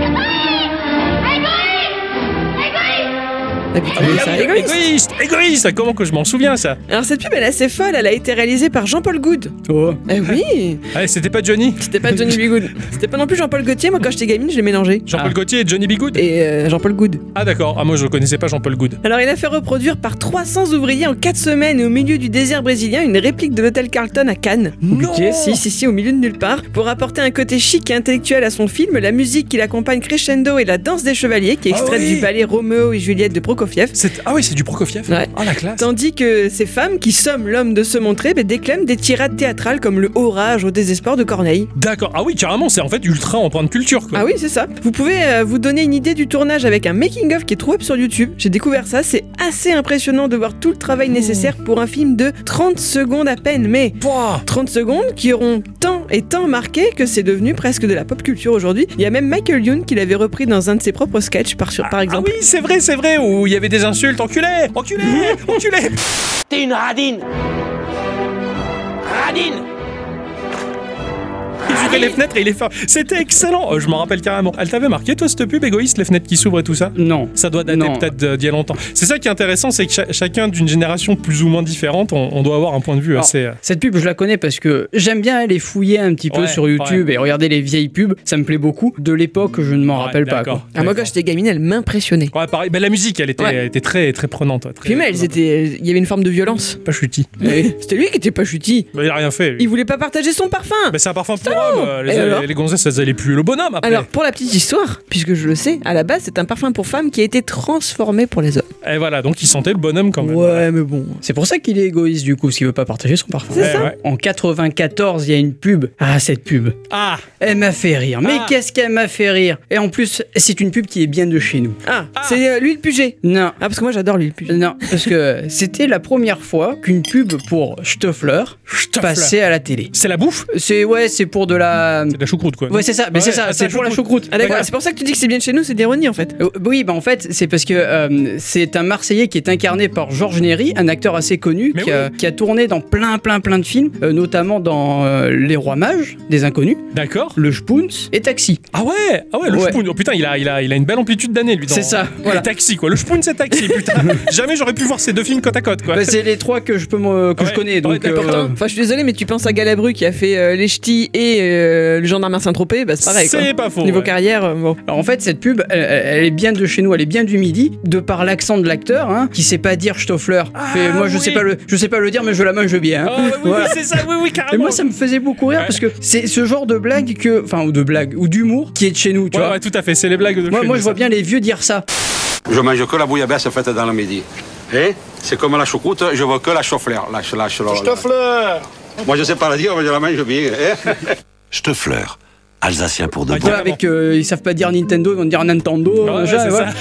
Speaker 7: Égoïste Égoïste Égoïste
Speaker 1: Ah, putain, mais c'est un égoïste.
Speaker 2: égoïste, égoïste. Ah, Comment que je m'en souviens ça
Speaker 1: Alors cette pub elle est assez folle, elle a été réalisée par Jean-Paul Good.
Speaker 3: Oh.
Speaker 1: Eh oui
Speaker 2: Allez, c'était pas Johnny,
Speaker 1: C'était pas Johnny B. Good. C'était pas non plus Jean-Paul Gaultier, moi quand j'étais gamine je l'ai mélangé.
Speaker 2: Jean-Paul
Speaker 3: Ah.
Speaker 2: Gaultier et Johnny Bigood.
Speaker 1: Et euh, Jean-Paul Good.
Speaker 2: Ah d'accord. Ah moi je connaissais pas Jean-Paul Good.
Speaker 1: Alors il a fait reproduire par 300 ouvriers en 4 semaines et au milieu du désert brésilien une réplique de l'hôtel Carlton à Cannes.
Speaker 2: Non.
Speaker 1: Ok, si, si, si, au milieu de nulle part. Pour apporter un côté chic et intellectuel à son film, la musique qui l'accompagne crescendo et la danse des chevaliers, qui est
Speaker 2: Ah
Speaker 1: extraite
Speaker 2: oui.
Speaker 1: du ballet Roméo et Juliette de Prokofiev.
Speaker 2: C'est- Ah oui, c'est du Prokofiev.
Speaker 1: Ouais.
Speaker 2: Ah la classe.
Speaker 1: Tandis que ces femmes, qui somment l'homme de se montrer, bah, déclament des tirades théâtrales comme le orage au désespoir de Corneille.
Speaker 2: D'accord. Ah oui, carrément, c'est en fait ultra empreinte culture quoi.
Speaker 1: Ah oui, c'est ça. Vous pouvez euh, vous donner une idée du tournage avec un making-of qui est trouvable sur YouTube. J'ai découvert ça, c'est assez impressionnant de voir tout le travail
Speaker 2: Oh.
Speaker 1: nécessaire pour un film de 30 secondes à peine, mais
Speaker 2: Pouah.
Speaker 1: 30 secondes qui auront tant et tant marqué que c'est devenu presque de la pop culture aujourd'hui. Il y a même Michael Youn qui l'avait repris dans un de ses propres sketchs, par, sur- par
Speaker 2: Ah
Speaker 1: exemple.
Speaker 2: oui, c'est vrai, c'est vrai, où il y avait des insultes, enculé, enculé, enculé.
Speaker 8: T'es une radine Radine
Speaker 2: Il ouvrait les fenêtres et il est fort. C'était excellent, Euh, je m'en rappelle carrément. Elle t'avait marqué, toi, cette pub égoïste, les fenêtres qui s'ouvrent et tout ça
Speaker 3: non.
Speaker 2: ça doit dater
Speaker 3: Non.
Speaker 2: peut-être de- d'il y a longtemps. C'est ça qui est intéressant, c'est que cha- chacun d'une génération plus ou moins différente, on, on doit avoir un point de vue
Speaker 3: Alors,
Speaker 2: assez. euh,
Speaker 3: Cette pub, je la connais parce que j'aime bien aller fouiller un petit peu
Speaker 2: Ouais,
Speaker 3: sur YouTube et regarder les vieilles pubs. Ça me plaît beaucoup. De l'époque, je ne m'en
Speaker 2: ouais,
Speaker 3: rappelle pas.
Speaker 2: d'accord,
Speaker 3: quoi.
Speaker 1: Ah, moi, quand
Speaker 2: d'accord.
Speaker 1: j'étais gamine, elle m'impressionnait.
Speaker 2: Ouais, pareil. Ben, la musique, elle était,
Speaker 1: Ouais.
Speaker 2: elle était très, très prenante. ouais, très-
Speaker 1: Puis même, elles étaient- il y avait une forme de violence.
Speaker 2: Pas chutis.
Speaker 1: C'était lui qui était pas chuti.
Speaker 2: Ben, il a rien fait. lui.
Speaker 1: Il voulait pas partager son parfum.
Speaker 2: Ah, Mais c'est un parfum pour homme. euh,
Speaker 1: Et
Speaker 2: Les,
Speaker 1: alors
Speaker 2: les gonzesses, elles allaient plus le bonhomme après.
Speaker 1: Alors, pour la petite histoire, puisque je le sais, à la base, c'est un parfum pour femmes qui a été transformé pour les hommes.
Speaker 2: Et Eh, voilà, donc ils sentaient le bonhomme quand même.
Speaker 1: mais bon.
Speaker 3: C'est pour ça qu'il est égoïste du coup, parce qu'il veut pas partager son parfum.
Speaker 1: C'est
Speaker 2: Ouais,
Speaker 1: ça.
Speaker 2: ouais.
Speaker 3: En 94, il y a une pub. Ah, cette pub.
Speaker 2: Ah,
Speaker 3: Elle m'a fait rire. Mais
Speaker 2: Ah.
Speaker 3: qu'est-ce qu'elle m'a fait rire Et en plus, c'est une pub qui est bien de chez nous.
Speaker 1: Ah, c'est euh, l'huile Puget.
Speaker 3: Non.
Speaker 1: Ah, parce que moi, j'adore l'huile Puget.
Speaker 3: Non, parce que c'était la première fois qu'une pub pour Stoffler
Speaker 2: Stoffler.
Speaker 3: passait à la télé.
Speaker 2: c'est la bouffe
Speaker 3: C'est ouais, c'est pour de la.
Speaker 2: C'est de la choucroute quoi.
Speaker 3: Ouais, c'est ça. Mais
Speaker 2: Ouais,
Speaker 3: c'est ça.
Speaker 2: ah,
Speaker 3: C'est pour la choucroute.
Speaker 1: Ah, d'accord.
Speaker 3: Ouais.
Speaker 1: C'est pour ça que tu dis que c'est bien de chez nous, c'est de l'ironie en fait.
Speaker 3: Euh, Oui, bah en fait, c'est parce que euh, c'est un Marseillais qui est incarné par Georges Néry, un acteur assez connu
Speaker 2: Mais
Speaker 3: qui a, qui a tourné dans plein, plein, plein de films, euh, notamment dans euh, Les Rois Mages, des Inconnus,
Speaker 2: D'accord.
Speaker 3: Le Spoons et Taxi.
Speaker 2: Ah ouais, ah ouais, le
Speaker 3: Ouais.
Speaker 2: Spoon. Oh putain, il a, il a, il a une belle amplitude d'années lui. dans-
Speaker 3: C'est ça,
Speaker 2: Les
Speaker 3: voilà.
Speaker 2: Taxi quoi. Le Spoon c'est taxi. Putain, jamais j'aurais pu voir ces deux films côte à côte quoi.
Speaker 3: Bah, c'est les trois que je peux me- que
Speaker 2: Ouais,
Speaker 3: je connais, donc.
Speaker 2: ouais,
Speaker 3: euh,
Speaker 1: Enfin, je suis désolé, mais tu penses à Galabru qui a fait euh, les ch'tis et euh, le gendarme à Saint-Tropez, bah c'est pareil quoi.
Speaker 2: C'est pas faux.
Speaker 1: Niveau
Speaker 2: ouais.
Speaker 1: carrière, euh, bon.
Speaker 3: alors en fait, cette pub, elle, elle- elle est bien de chez nous, elle est bien du midi, de par l'accent de l'acteur, hein, qui sait pas dire Stoffler. Fait, moi, je
Speaker 2: Ah, oui.
Speaker 3: sais pas le, je sais pas le dire, mais je la mange bien. hein.
Speaker 2: Ah ouais, oui, oui,
Speaker 3: Voilà.
Speaker 2: c'est ça, oui, oui, carrément.
Speaker 3: Et moi, ça me faisait beaucoup rire
Speaker 2: Ouais.
Speaker 3: parce que c'est ce genre de blague que, enfin, ou de blague, ou d'humour qui est de chez nous, tu
Speaker 2: Ouais,
Speaker 3: vois.
Speaker 2: ouais, tout à fait, c'est les blagues de
Speaker 3: Moi,
Speaker 2: chez
Speaker 3: moi,
Speaker 2: nous,
Speaker 3: je vois
Speaker 2: ça.
Speaker 3: bien les vieux dire ça.
Speaker 9: Je mange que la bouillabaisse faite dans le midi. Et c'est comme la choucroute, je veux que la chauffleur. La, ch- la, ch- la- Moi, je sais pas la dire, mais je la mange bien. hein.
Speaker 10: Stoeffler, Alsacien pour de
Speaker 2: Ah,
Speaker 10: bon.
Speaker 3: Tu vois,
Speaker 2: Carrément.
Speaker 3: avec euh, ils savent pas dire Nintendo, ils vont dire Nintendo.
Speaker 2: Ouais, ouais,
Speaker 3: machin,
Speaker 2: c'est
Speaker 3: et, voilà.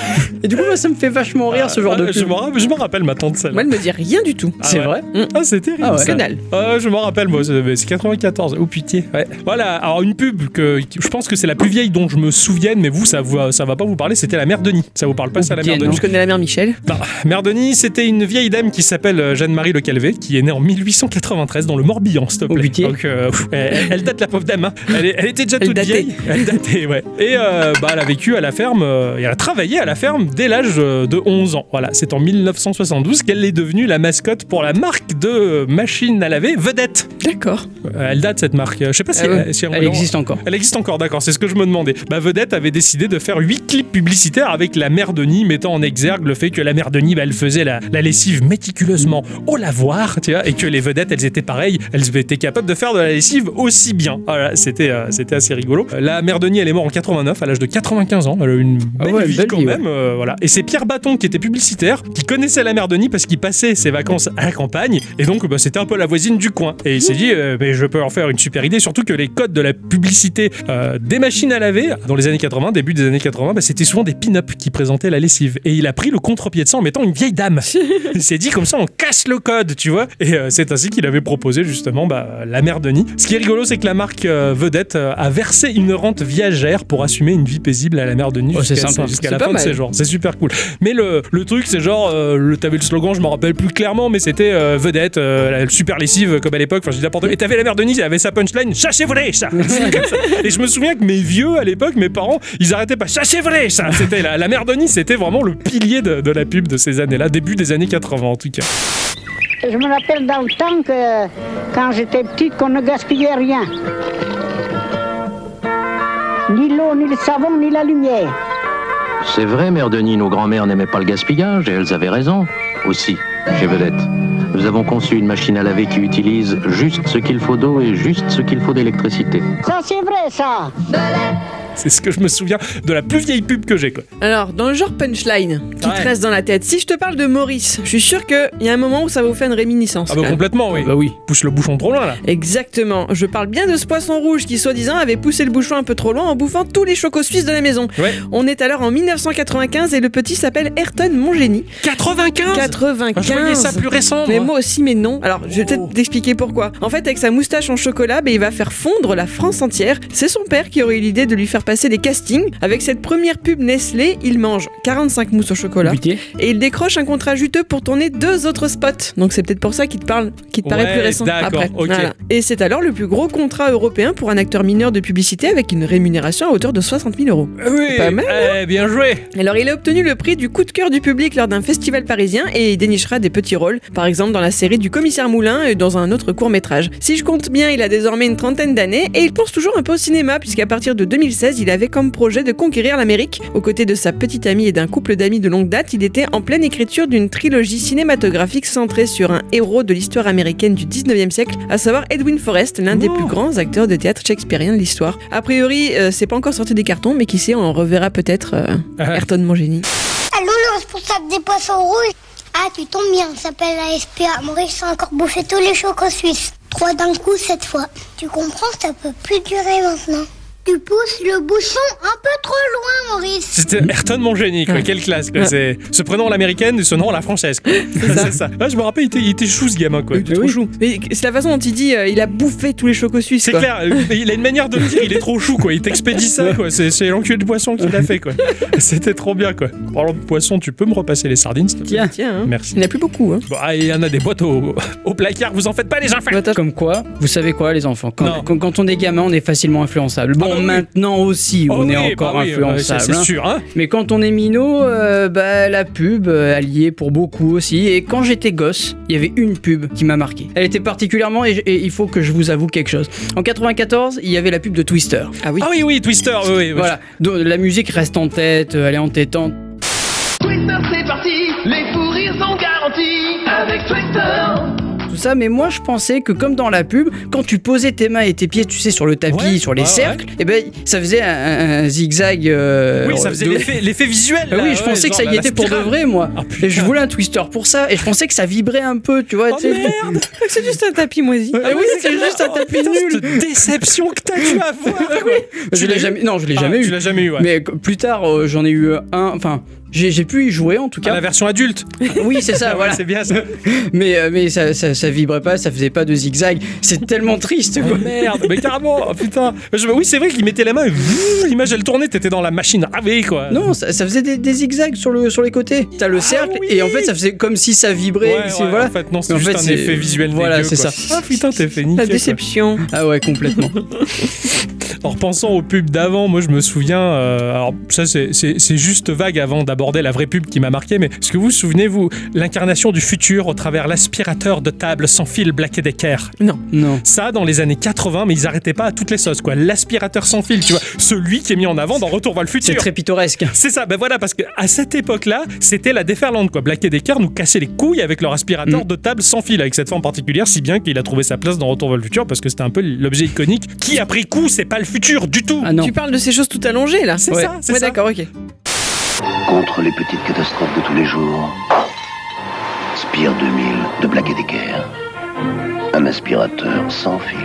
Speaker 3: Et du coup, moi, ça me fait vachement rire ce genre de
Speaker 2: Ah, Je
Speaker 3: pub.
Speaker 2: m'en rappelle, je m'en rappelle ma tante celle.
Speaker 1: Moi, elle me dit rien du tout.
Speaker 3: C'est
Speaker 2: ouais.
Speaker 3: vrai.
Speaker 2: Ah, c'est terrible.
Speaker 3: Ah ouais.
Speaker 2: ça.
Speaker 1: Que dalle.
Speaker 2: Ah, je m'en rappelle, moi, c'est mais c'est 94. Oh putain. Ouais. Voilà, alors une pub que je pense que c'est la plus vieille dont je me souvienne, mais vous, ça, vous, ça va pas vous parler, c'était la mère Denis. Ça vous parle pas, ça, la
Speaker 3: putain,
Speaker 2: mère Denis
Speaker 3: non.
Speaker 1: Je connais la mère Michel.
Speaker 2: Bah, Mère Denis, c'était une vieille dame qui s'appelle euh, Jeanne-Marie Le Calvé, qui est née en 1893 dans le Morbihan, s'il te
Speaker 3: Au
Speaker 2: plaît.
Speaker 3: Butier.
Speaker 2: Donc, euh, pff, elle, elle date la pauvre dame. hein. Elle, est- elle était déjà
Speaker 1: Elle
Speaker 2: toute
Speaker 1: datée.
Speaker 2: vieille. Elle est datée, ouais. Et euh, bah, elle a vécu à la ferme, euh, et elle a travaillé à la ferme dès l'âge euh, de 11 ans. Voilà, c'est en 1972 qu'elle est devenue la mascotte pour la marque de euh, machines à laver Vedette.
Speaker 1: D'accord.
Speaker 2: Euh, Elle date cette marque. Euh, Je sais pas si,
Speaker 3: Ah ouais.
Speaker 2: euh, si on-
Speaker 3: Elle existe encore.
Speaker 2: Elle existe encore, d'accord, c'est ce que je me demandais. Bah, Vedette avait décidé de faire 8 clips publicitaires avec la mère Denis, mettant en exergue le fait que la mère Denis, bah, elle faisait la, la lessive méticuleusement au lavoir, tu vois, et que les vedettes, elles étaient pareilles, elles étaient capables de faire de la lessive aussi bien. Voilà, c'était euh, c'était assez rigolo. Euh, La mère Denis, elle est morte en 89, à l'âge de 95 ans, elle a eu une
Speaker 3: Ah
Speaker 2: belle
Speaker 3: ouais,
Speaker 2: vie
Speaker 3: belle
Speaker 2: quand
Speaker 3: vie, ouais.
Speaker 2: même. euh, voilà. Et c'est Pierre Bâton qui était publicitaire, qui connaissait la mère Denis parce qu'il passait ses vacances à la campagne, et donc bah, c'était un peu la voisine du coin. Et il s'est dit, euh, mais je peux en faire une super idée, surtout que les codes de la publicité euh, des machines à laver dans les années 80, début des années 80, bah, c'était souvent des pin-up qui présentaient la lessive. Et il a pris le contre-pied de ça en mettant une vieille dame. il s'est dit, comme ça on casse le code, tu vois. Et euh, c'est ainsi qu'il avait proposé justement bah, la mère Denis. Ce qui est rigolo, c'est que la marque euh, vedette euh, a versé une rente viagère pour assumer une vie paisible à la mère Denis
Speaker 3: Oh, c'est
Speaker 2: jusqu'à
Speaker 3: sympa.
Speaker 2: jusqu'à
Speaker 3: C'est
Speaker 2: la
Speaker 3: pas
Speaker 2: fin de
Speaker 3: mal.
Speaker 2: ses jours. C'est super cool. Mais le, le truc, c'est genre, euh, le- t'avais le slogan, je m'en rappelle plus clairement, mais c'était euh, vedette, euh, la super lessive comme à l'époque. Enfin, je dis n'importe quoi. Et t'avais la mère Denise, elle avait sa punchline, ça c'est vrai ça. C'est comme ça. Et je me souviens que mes vieux à l'époque, mes parents, ils arrêtaient pas, ça c'est vrai ça. C'était la, la mère Denise, c'était vraiment le pilier de, de la pub de ces années-là, début des années 80 en tout cas.
Speaker 8: Je me rappelle dans le temps que quand j'étais petite qu'on ne gaspillait rien. Ni l'eau, ni le savon, ni la lumière.
Speaker 11: C'est vrai, Mère Denis, nos grands-mères n'aimaient pas le gaspillage et elles avaient raison. Aussi, chez Vedette, nous avons conçu une machine à laver qui utilise juste ce qu'il faut d'eau et juste ce qu'il faut d'électricité.
Speaker 8: Ça c'est vrai ça.
Speaker 2: C'est ce que je me souviens de la plus vieille pub que j'ai. quoi.
Speaker 1: Alors, dans le genre punchline qui
Speaker 2: Ouais.
Speaker 1: te reste dans la tête, si je te parle de Maurice, je suis sûr qu'il y a un moment où ça va vous faire une réminiscence.
Speaker 2: Ah bah
Speaker 1: quand même.
Speaker 2: complètement, oui.
Speaker 3: Bah oui.
Speaker 2: Pousse le bouchon trop loin là.
Speaker 1: Exactement, je parle bien de ce poisson rouge qui soi-disant avait poussé le bouchon un peu trop loin en bouffant tous les chocos suisses de la maison.
Speaker 2: Ouais.
Speaker 1: On est alors en 1995 et le petit s'appelle Ayrton Mongénie.
Speaker 2: 95 Ah,
Speaker 1: 95
Speaker 2: Je voyais ça plus récent.
Speaker 1: mais
Speaker 2: moi. Oh.
Speaker 1: moi aussi, mais non. Alors, je vais peut-être t'expliquer pourquoi. En fait, avec sa moustache en chocolat, ben, il va faire fondre la France entière. C'est son père qui aurait eu l'idée de lui faire passer des castings. Avec cette première pub Nestlé, il mange 45 mousses au chocolat
Speaker 3: Buté.
Speaker 1: et il décroche un contrat juteux pour tourner deux autres spots. Donc c'est peut-être pour ça qu'il te parle, qu'il te paraît
Speaker 2: Ouais,
Speaker 1: plus récent.
Speaker 2: d'accord,
Speaker 1: après.
Speaker 2: ok.
Speaker 1: Et c'est alors le plus gros contrat européen pour un acteur mineur de publicité avec une rémunération à hauteur de 60 000 euros.
Speaker 2: Oui,
Speaker 1: Pas mal,
Speaker 2: eh, bien joué.
Speaker 1: Alors il a obtenu le prix du coup de cœur du public lors d'un festival parisien et il dénichera des petits rôles, par exemple dans la série du commissaire Moulin et dans un autre court métrage. Si je compte bien, il a désormais une trentaine d'années et il pense toujours un peu au cinéma puisqu'à partir de 2016, il avait comme projet de conquérir l'Amérique. Aux côtés de sa petite amie et d'un couple d'amis de longue date, il était en pleine écriture d'une trilogie cinématographique centrée sur un héros de l'histoire américaine du 19e siècle, à savoir Edwin Forrest, l'un des
Speaker 2: Oh.
Speaker 1: plus grands acteurs de théâtre shakespearien de l'histoire. A priori, euh, c'est pas encore sorti des cartons, mais qui sait, on en reverra peut-être euh,
Speaker 2: Ah.
Speaker 1: Ayrton Mongénie.
Speaker 7: Allô, le responsable des poissons rouges Ah, tu tombes bien, ça s'appelle la SPA. Maurice a encore bouffé tous les chocos suisses. Trois d'un coup cette fois. Tu comprends, ça peut plus durer maintenant. Tu pousses le bouchon un peu trop loin, Maurice.
Speaker 2: C'était Ayrton Mongénie, quoi.
Speaker 1: Ouais.
Speaker 2: Quelle classe, quoi.
Speaker 1: Ouais.
Speaker 2: C'est ce prénom à l'américaine et ce nom à la française, quoi. C'est ça. Ah, je me rappelle, il était, il était chou, ce gamin, quoi. Il était
Speaker 1: Mais
Speaker 2: trop
Speaker 1: oui.
Speaker 2: chou.
Speaker 1: Mais c'est la façon dont il dit euh, il a bouffé tous les chocos suisses.
Speaker 2: C'est
Speaker 1: quoi.
Speaker 2: clair, euh, il a une manière de le dire, il est trop chou, quoi. Il t'expédie ça, quoi. C'est c'est l'enculé de poisson qui l'a fait, quoi. C'était trop bien, quoi. Parlant de poisson, tu peux me repasser les sardines, s'il te plaît
Speaker 3: Tiens.
Speaker 1: Tiens, hein.
Speaker 2: Merci.
Speaker 1: il n'y en a plus beaucoup. Hein.
Speaker 2: Bon, ah, il y en a des boîtes au, au placard, vous en faites pas, les enfants
Speaker 1: Attends,
Speaker 3: Comme quoi, vous savez quoi, les enfants
Speaker 2: Non.
Speaker 3: quand, quand, quand on est gamin, on est facilement influençable. Bon,
Speaker 2: bah oui.
Speaker 3: maintenant aussi,
Speaker 2: Oh
Speaker 3: on est
Speaker 2: oui,
Speaker 3: encore
Speaker 2: bah oui, euh, c'est-
Speaker 3: influençable.
Speaker 2: C'est
Speaker 3: hein.
Speaker 2: sûr, hein.
Speaker 3: Mais quand on est minot, euh, bah, la pub, euh, elle y est pour beaucoup aussi. Et quand j'étais gosse, il y avait une pub qui m'a marqué. Elle était particulièrement, et, je- et il faut que je vous avoue quelque chose. En 94, il y avait la pub de Twister.
Speaker 1: Ah oui.
Speaker 2: Ah oui, oui, Twister, oui, oui. oui.
Speaker 3: Voilà, Donc, la musique reste en tête, euh, elle est entêtante. Tout ça, mais moi je pensais que comme dans la pub, quand tu posais tes mains et tes pieds, tu sais, sur le tapis,
Speaker 2: Ouais,
Speaker 3: sur les
Speaker 2: ouais,
Speaker 3: cercles, et ben ça faisait un, un- un zigzag. euh,
Speaker 2: Oui, ça faisait
Speaker 3: de-
Speaker 2: l'effet l'effet visuel.
Speaker 3: Ah
Speaker 2: là,
Speaker 3: oui, je
Speaker 2: Bah ouais,
Speaker 3: pensais que ça
Speaker 2: genre
Speaker 3: y
Speaker 2: la- la
Speaker 3: était pour de
Speaker 2: spirale.
Speaker 3: vrai, moi.
Speaker 2: Ah,
Speaker 3: et je
Speaker 2: putain.
Speaker 3: voulais un twister pour ça, et je pensais que ça vibrait un peu, tu vois.
Speaker 2: Oh,
Speaker 3: tu sais.
Speaker 2: merde.
Speaker 1: C'est juste un tapis moisi.
Speaker 3: Ah oui, c'est
Speaker 2: clair.
Speaker 3: juste un
Speaker 2: Oh,
Speaker 3: tapis
Speaker 2: putain,
Speaker 3: nul. Ah
Speaker 2: cette déception que t'as dû avoir. quoi.
Speaker 3: Je
Speaker 2: Tu l'as
Speaker 3: l'ai
Speaker 2: eu
Speaker 3: jamais. Non, je l'ai
Speaker 2: Ah,
Speaker 3: jamais
Speaker 2: Tu
Speaker 3: eu.
Speaker 2: l'as jamais eu, ouais.
Speaker 3: Mais euh, plus tard, euh, j'en ai eu euh, un. Enfin, J'ai j'ai pu y jouer en tout cas.
Speaker 2: la version adulte.
Speaker 3: Oui, c'est ça, voilà.
Speaker 2: Ah, C'est bien ça.
Speaker 3: Mais, euh, mais ça, ça, ça vibrait pas, ça faisait pas de zigzag. C'est tellement triste,
Speaker 2: Oh
Speaker 3: quoi.
Speaker 2: merde, mais carrément, oh, putain. Je- oui, c'est vrai qu'il mettait la main et vroom, l'image elle tournait, t'étais dans la machine à AV quoi.
Speaker 3: Non, ça, ça faisait des, des zigzags sur, le, sur les côtés. T'as le cercle
Speaker 2: Ah oui
Speaker 3: et en fait, ça faisait comme si ça vibrait.
Speaker 2: Ouais,
Speaker 3: c'est-
Speaker 2: ouais,
Speaker 3: voilà.
Speaker 2: En fait, non, c'est
Speaker 3: Mais en
Speaker 2: juste
Speaker 3: fait,
Speaker 2: un
Speaker 3: c'est-
Speaker 2: effet visuel.
Speaker 3: voilà,
Speaker 2: dégueu,
Speaker 3: c'est
Speaker 2: quoi.
Speaker 3: ça.
Speaker 2: Ah putain, t'es fait niquer.
Speaker 1: La
Speaker 2: quoi.
Speaker 1: déception.
Speaker 3: Ah ouais, complètement.
Speaker 2: En repensant aux pubs d'avant, moi je me souviens, euh, alors ça c'est- c'est c'est juste vague avant d'aborder la vraie pub qui m'a marqué, mais est-ce que vous vous souvenez, vous, l'incarnation du futur au travers l'aspirateur de table sans fil Black Decker
Speaker 3: non.
Speaker 2: Ça, dans les années 80, mais ils arrêtaient pas à toutes les sauces, quoi. L'aspirateur sans fil, tu vois, celui qui est mis en avant dans Retour vers le
Speaker 3: C'est
Speaker 2: futur.
Speaker 3: très pittoresque.
Speaker 2: C'est ça, ben voilà, parce que à cette époque-là, c'était la déferlante, quoi. Black Decker nous cassait les couilles avec leur aspirateur
Speaker 3: Mm.
Speaker 2: de table sans fil, avec cette forme particulière, si bien qu'il a trouvé sa place dans Retour vers le futur, parce que c'était un peu l'objet iconique qui, après coup, c'est pas le futur du tout.
Speaker 3: Ah non. Ah,
Speaker 1: Tu parles de ces choses tout allongées là
Speaker 2: C'est
Speaker 1: Ouais.
Speaker 2: ça, c'est
Speaker 1: Ouais,
Speaker 2: ça.
Speaker 1: d'accord, ok.
Speaker 11: Contre les petites catastrophes de tous les jours, Spire 2000 de Black Decker. Un aspirateur sans fil.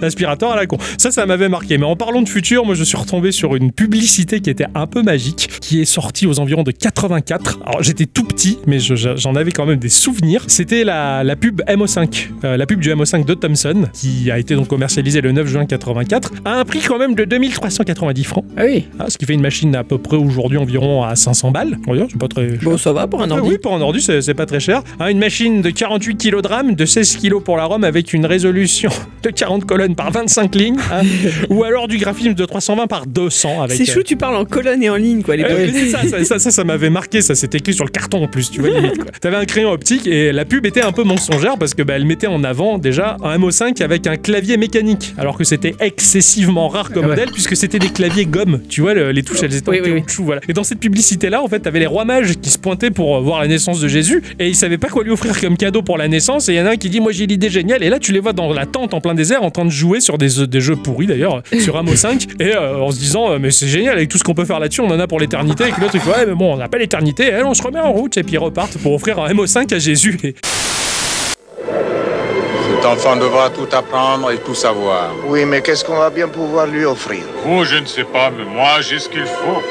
Speaker 2: L'aspirateur à la con. Ça, ça m'avait marqué. Mais en parlant de futur, moi, je suis retombé sur une publicité qui était un peu magique, qui est sortie aux environs de 84. Alors, j'étais tout petit, mais je- je- j'en avais quand même des souvenirs. C'était la, la pub MO5, euh, la pub du MO5 de Thomson, qui a été donc commercialisée le 9 juin 84, à un prix quand même de 2390 francs,
Speaker 3: Ah oui.
Speaker 2: hein, ce qui fait une machine à peu près aujourd'hui environ à 500 balles. On va dire, c'est pas très
Speaker 1: Bon, ça va pour un
Speaker 2: ah
Speaker 1: ordi.
Speaker 2: oui, pour un ordi, c'est c'est pas très cher. Hein, une machine de 48 kg de RAM, de 16 kg pour la ROM, avec une résolution de 40 colonnes par 25 lignes. hein. ou alors du graphisme de 320 par 200. avec,
Speaker 1: C'est
Speaker 2: euh,
Speaker 1: chou, tu parles en colonne et en ligne quoi. Les
Speaker 2: euh,
Speaker 3: Eh
Speaker 1: trucs.
Speaker 2: mais c'est ça, ça, ça, ça, ça m'avait marqué, ça c'était écrit sur le carton en plus, tu vois, limite. quoi. T'avais un crayon optique et la pub était un peu mensongère parce que bah, elle mettait en avant déjà un MO5 avec un clavier mécanique, alors que c'était excessivement rare comme
Speaker 3: Ah ouais.
Speaker 2: modèle puisque c'était des claviers gomme, tu vois, le- les touches elles étaient
Speaker 3: Oui,
Speaker 2: en
Speaker 3: oui, oui.
Speaker 2: caoutchouc, voilà. Et dans cette publicité là, en fait, t'avais les rois mages qui se pointaient pour euh, voir la naissance de Jésus et ils savaient pas quoi lui offrir comme cadeau pour la naissance et il y en a un qui dit moi j'ai l'idée géniale et là tu les vois dans la tente en plein désert en train de jouer sur des, des jeux pourris d'ailleurs euh, sur un MO5 et euh, en se disant euh, mais c'est génial avec tout ce qu'on peut faire là-dessus on en a pour l'éternité et que l'autre il fait ouais mais bon on n'a pas l'éternité elle on se remet en route et puis ils repartent pour offrir un MO5 à Jésus et
Speaker 12: Cet enfant devra tout apprendre et tout savoir.
Speaker 6: Oui, mais qu'est-ce qu'on va bien pouvoir lui offrir
Speaker 12: Oh, je ne sais pas, mais moi, j'ai ce qu'il faut.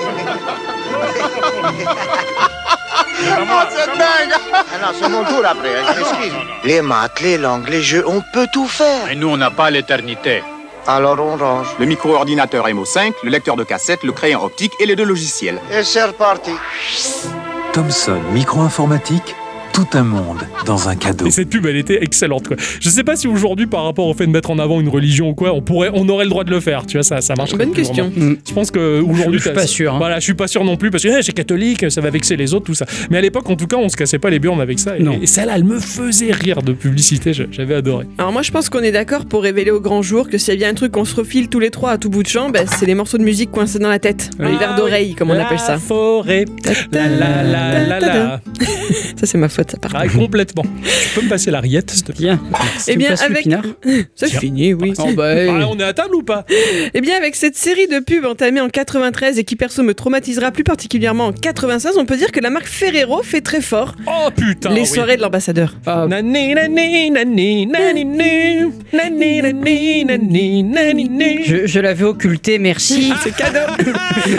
Speaker 6: C'est dingue Alors, c'est mon tour après, hein, je m'excuse. Les maths, les langues, les jeux, on peut tout faire.
Speaker 12: Mais nous, on n'a pas l'éternité.
Speaker 6: Alors, on range.
Speaker 13: Le micro-ordinateur MO5, le lecteur de cassette, le crayon optique et les deux logiciels.
Speaker 6: Et c'est reparti.
Speaker 14: Thomson Micro-informatique, tout un monde dans un cadeau.
Speaker 2: Et cette pub, elle était excellente, quoi. Je sais pas si aujourd'hui, par rapport au fait de mettre en avant une religion ou quoi, on pourrait, on aurait le droit de le faire. Tu vois, ça, ça marche.
Speaker 1: Bonne question.
Speaker 3: Mm.
Speaker 2: Je pense que aujourd'hui,
Speaker 3: Je suis
Speaker 2: t'as-
Speaker 3: pas sûr, hein.
Speaker 2: Voilà, je suis pas sûr non plus parce que eh, j'ai catholique, ça va vexer les autres, tout ça. Mais à l'époque, en tout cas, on se cassait pas les burnes avec ça. Et,
Speaker 3: Non.
Speaker 2: et celle-là, elle me faisait rire de publicité. je- J'avais adoré.
Speaker 1: Alors moi je pense qu'on est d'accord pour révéler au grand jour que s'il y a bien un truc qu'on se refile tous les trois à tout bout de champ, bah, c'est les morceaux de musique coincés dans la tête.
Speaker 2: Ah
Speaker 1: Les verres d'oreille comme on
Speaker 2: La
Speaker 1: appelle ça.
Speaker 2: Forêt. La la la la la.
Speaker 1: Ça c'est ma faute ça part.
Speaker 2: Ah, complètement. tu peux me passer la rillette, s'il te plaît.
Speaker 3: Bien.
Speaker 1: Eh
Speaker 3: Tu
Speaker 1: bien,
Speaker 3: passes le
Speaker 1: avec-
Speaker 3: pinard
Speaker 1: C'est
Speaker 2: Tiens.
Speaker 1: fini, oui.
Speaker 3: Oh, bah,
Speaker 2: Ah, on est à table ou pas
Speaker 1: Eh bien, avec cette série de pubs entamée en 93 et qui perso me traumatisera plus particulièrement en 96, on peut dire que la marque Ferrero fait très fort
Speaker 2: Oh putain.
Speaker 1: les
Speaker 2: oui.
Speaker 1: soirées de l'ambassadeur.
Speaker 3: ah,
Speaker 2: Nani, nani, nani, nani, nani, nani, nani, nani, nani, nani.
Speaker 3: je je l'avais occulté, merci.
Speaker 1: Ah, C'est cadeau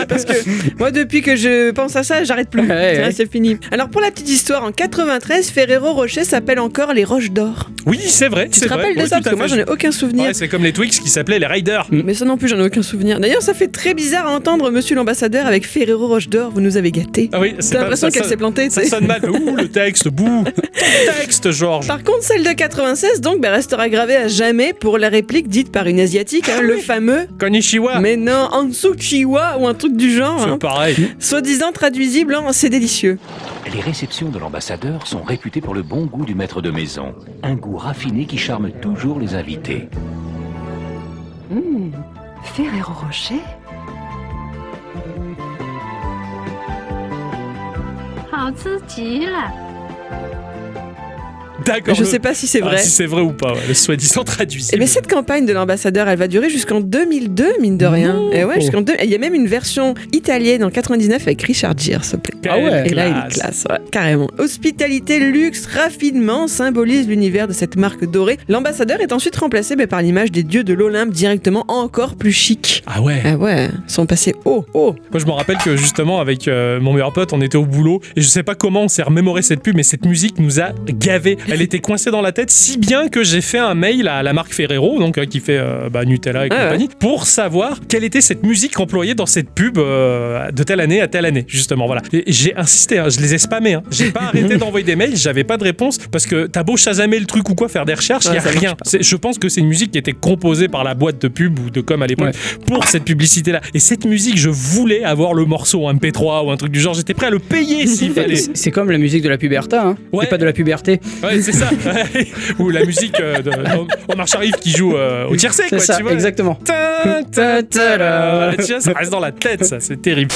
Speaker 1: Parce que moi, depuis que je pense à ça, j'arrête plus.
Speaker 3: Ouais,
Speaker 1: Tu vois,
Speaker 3: ouais.
Speaker 1: C'est fini. Alors, pour la petite histoire, en 93, Ferrero Rocher s'appelle encore les Roches d'Or.
Speaker 2: Oui, c'est vrai.
Speaker 1: Tu
Speaker 2: c'est
Speaker 1: te
Speaker 2: vrai.
Speaker 1: rappelles de
Speaker 2: Oui,
Speaker 1: ça
Speaker 2: tout à
Speaker 1: Parce que moi,
Speaker 2: fait.
Speaker 1: j'en ai aucun souvenir.
Speaker 2: Ouais, c'est comme les Twix qui s'appelaient les Raiders.
Speaker 1: Mais ça non plus, j'en ai aucun souvenir. D'ailleurs, ça fait très bizarre à entendre Monsieur l'ambassadeur avec Ferrero Roche d'Or, vous nous avez gâtés.
Speaker 2: Ah oui, c'est
Speaker 1: T'as
Speaker 2: pas-
Speaker 1: l'impression
Speaker 2: ça
Speaker 1: qu'elle
Speaker 2: sonne-
Speaker 1: s'est plantée, tu
Speaker 2: Ça
Speaker 1: sais.
Speaker 2: sonne mal. Ouh, le texte, bouh. Ton texte, Georges.
Speaker 1: Par contre, celle de 96, donc, bah, restera gravée à jamais pour la réplique dite par une asiatique,
Speaker 2: Ah
Speaker 1: hein, le fameux
Speaker 2: Konnichiwa.
Speaker 1: mais non, Ansu Chiwa ou un truc du genre, hein.
Speaker 2: C'est pareil.
Speaker 1: soi-disant traduisible en c'est délicieux.
Speaker 11: Les réceptions de l'ambassadeur sont réputées pour le bon goût du maître de maison. Un goût raffiné qui charme toujours les invités.
Speaker 15: Ferrero Rocher
Speaker 2: D'accord.
Speaker 1: Je
Speaker 2: le-
Speaker 1: sais pas si c'est
Speaker 2: Ah,
Speaker 1: vrai.
Speaker 2: si c'est vrai ou pas, ouais, le soi-disant
Speaker 1: Eh
Speaker 2: traduisible.
Speaker 1: bien, cette campagne de l'ambassadeur, elle va durer jusqu'en 2002, mine de rien. Et ouais, jusqu'en deux- et Il y a même une version italienne en 99 avec Richard Gere, s'il te plaît.
Speaker 2: Ah ouais.
Speaker 1: Et là, il est
Speaker 2: Classe.
Speaker 1: classe, ouais, carrément. Hospitalité, luxe, raffinement symbolise l'univers de cette marque dorée. L'ambassadeur est ensuite remplacé bah, par l'image des dieux de l'Olympe, directement encore plus chic.
Speaker 2: Ah ouais.
Speaker 1: Ah ouais, sont passés haut, haut.
Speaker 2: Moi, je me rappelle que justement, avec euh, mon meilleur pote, on était au boulot et je sais pas comment on s'est remémoré cette pub, mais cette musique nous a gavé. Elle était coincée dans la tête si bien que j'ai fait un mail à la marque Ferrero, donc euh, qui fait euh, bah, Nutella et
Speaker 1: Ah ouais.
Speaker 2: compagnie, pour savoir quelle était cette musique employée dans cette pub euh, de telle année à telle année, justement. Voilà. Et j'ai insisté, hein, je les ai spammés. hein. J'ai pas arrêté d'envoyer des mails, j'avais pas de réponse parce que t'as beau chasamer le truc ou quoi, faire des recherches,
Speaker 1: Ouais,
Speaker 2: y a
Speaker 1: ça marche
Speaker 2: rien.
Speaker 1: pas.
Speaker 2: C'est- Je pense que c'est une musique qui était composée par la boîte de pub ou de com à l'époque pour cette publicité-là. Et cette musique, je voulais avoir le morceau, un MP3 ou un truc du genre. J'étais prêt à le payer s'il fallait.
Speaker 3: C'est c'est comme la musique de la puberté, hein.
Speaker 2: Ouais.
Speaker 3: C'est pas de la puberté.
Speaker 2: Ouais, c'est ça. Ouais. Ou la musique euh, de Omar Sharif qui joue euh, au tiercé,
Speaker 3: C'est
Speaker 2: quoi,
Speaker 3: ça,
Speaker 2: tu vois.
Speaker 3: exactement.
Speaker 2: Tin, tin, tin, là. Tu vois, ça reste dans la tête, ça, c'est terrible.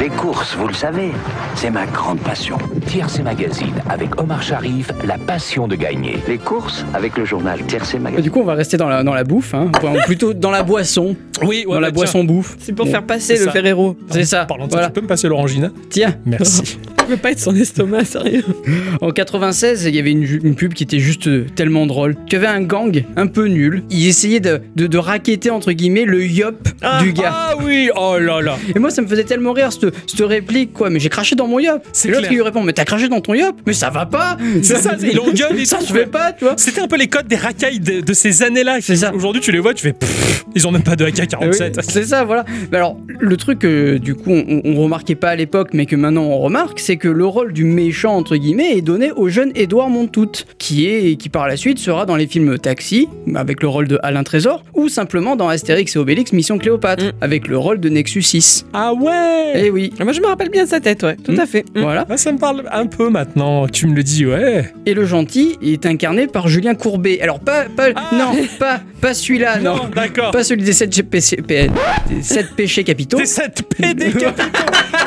Speaker 16: Les courses, vous le savez, c'est ma grande passion. Tiercé Magazine avec Omar Sharif, la passion de gagner. Les courses avec le journal Tiercé Magazine.
Speaker 3: Du coup, on va rester dans la, dans la bouffe, hein. Enfin, ou plutôt dans la boisson.
Speaker 2: Oui, ouais,
Speaker 3: dans la
Speaker 2: bah,
Speaker 3: boisson
Speaker 2: tiens.
Speaker 3: bouffe.
Speaker 1: C'est pour
Speaker 3: Bon.
Speaker 1: faire passer
Speaker 2: c'est
Speaker 1: le
Speaker 2: ça.
Speaker 1: Ferrero.
Speaker 3: C'est ça.
Speaker 2: Parlant de ça,
Speaker 3: Voilà.
Speaker 2: tu peux me passer l'orangina
Speaker 3: Tiens.
Speaker 2: Merci.
Speaker 1: Je veux pas être son estomac, sérieux.
Speaker 3: En 96, il y avait une, ju- une pub qui était juste euh, tellement drôle. Tu avais un gang un peu nul. Ils essayaient de, de, de raqueter, entre guillemets, le yop du gars.
Speaker 2: Ah oui, oh là là.
Speaker 3: Et moi, ça me faisait tellement rire, cette, cette réplique, quoi. Mais j'ai craché dans mon yop.
Speaker 2: C'est
Speaker 3: Et l'autre
Speaker 2: clair.
Speaker 3: qui lui répond, mais t'as craché dans ton yop Mais ça va pas
Speaker 2: C'est ça, c'est- ils ont gueule, ils
Speaker 3: Ça,
Speaker 2: sont-
Speaker 3: je vais pas, tu vois.
Speaker 2: C'était un peu les codes des racailles de, de ces années-là.
Speaker 3: C'est ça.
Speaker 2: Aujourd'hui, tu les vois, tu fais. pff, ils ont même pas de
Speaker 3: Ah oui,
Speaker 2: AK-47.
Speaker 3: c'est ça, voilà. Mais alors, le truc que du coup on, on remarquait pas à l'époque, mais que maintenant on remarque, c'est que le rôle du méchant entre guillemets est donné au jeune Édouard Montout, qui est qui par la suite sera dans les films Taxi avec le rôle de Alain Trésor, ou simplement dans Astérix et Obélix Mission Cléopâtre
Speaker 2: Mm.
Speaker 3: avec le rôle de Nexus 6.
Speaker 2: Ah ouais
Speaker 3: Eh oui.
Speaker 1: Ah, Moi, je me rappelle bien de sa tête, ouais, tout à fait. Mm.
Speaker 3: Voilà.
Speaker 2: Ah, ça me parle un peu maintenant, tu me le dis, ouais.
Speaker 3: Et le gentil est incarné par Julien Courbet. Alors pas, pas non, pas, pas celui-là, non.
Speaker 2: Ah. Non, d'accord.
Speaker 3: Pas celui des 7 PC, P- des sept péchés capitaux.
Speaker 2: T'es cette PD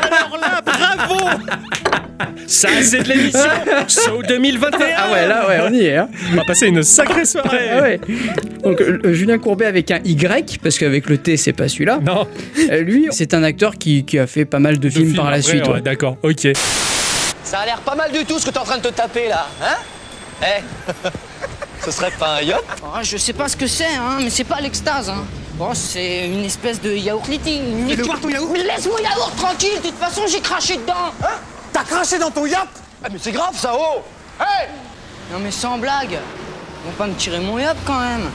Speaker 2: Alors là, bravo Ça, c'est de l'émission Show 2021
Speaker 3: Ah ouais, là, ouais, on y est. hein.
Speaker 2: On va passer une sacrée soirée
Speaker 3: Ah ouais. Donc euh, Julien Courbet avec un Y, parce qu'avec le T c'est pas celui-là.
Speaker 2: Non,
Speaker 3: Euh, Lui, c'est un acteur qui, qui a fait pas mal de films
Speaker 2: film
Speaker 3: par la
Speaker 2: après,
Speaker 3: suite.
Speaker 2: ouais,
Speaker 3: ouais.
Speaker 2: D'accord, ok.
Speaker 17: Ça a l'air pas mal du tout ce que t'es en train de te taper là, hein Eh Ce serait pas un yacht
Speaker 18: je sais pas ce que c'est, hein, mais c'est pas l'extase. Hein. Bon, c'est une espèce de yaourt liting.
Speaker 17: le voir, ton yaourt
Speaker 18: Mais laisse mon yaourt tranquille, de toute façon j'ai craché dedans.
Speaker 17: Hein T'as craché dans ton yacht Ah, Mais c'est grave ça, oh Hey
Speaker 18: Non mais sans blague, ils vont pas me tirer mon yaourt quand même.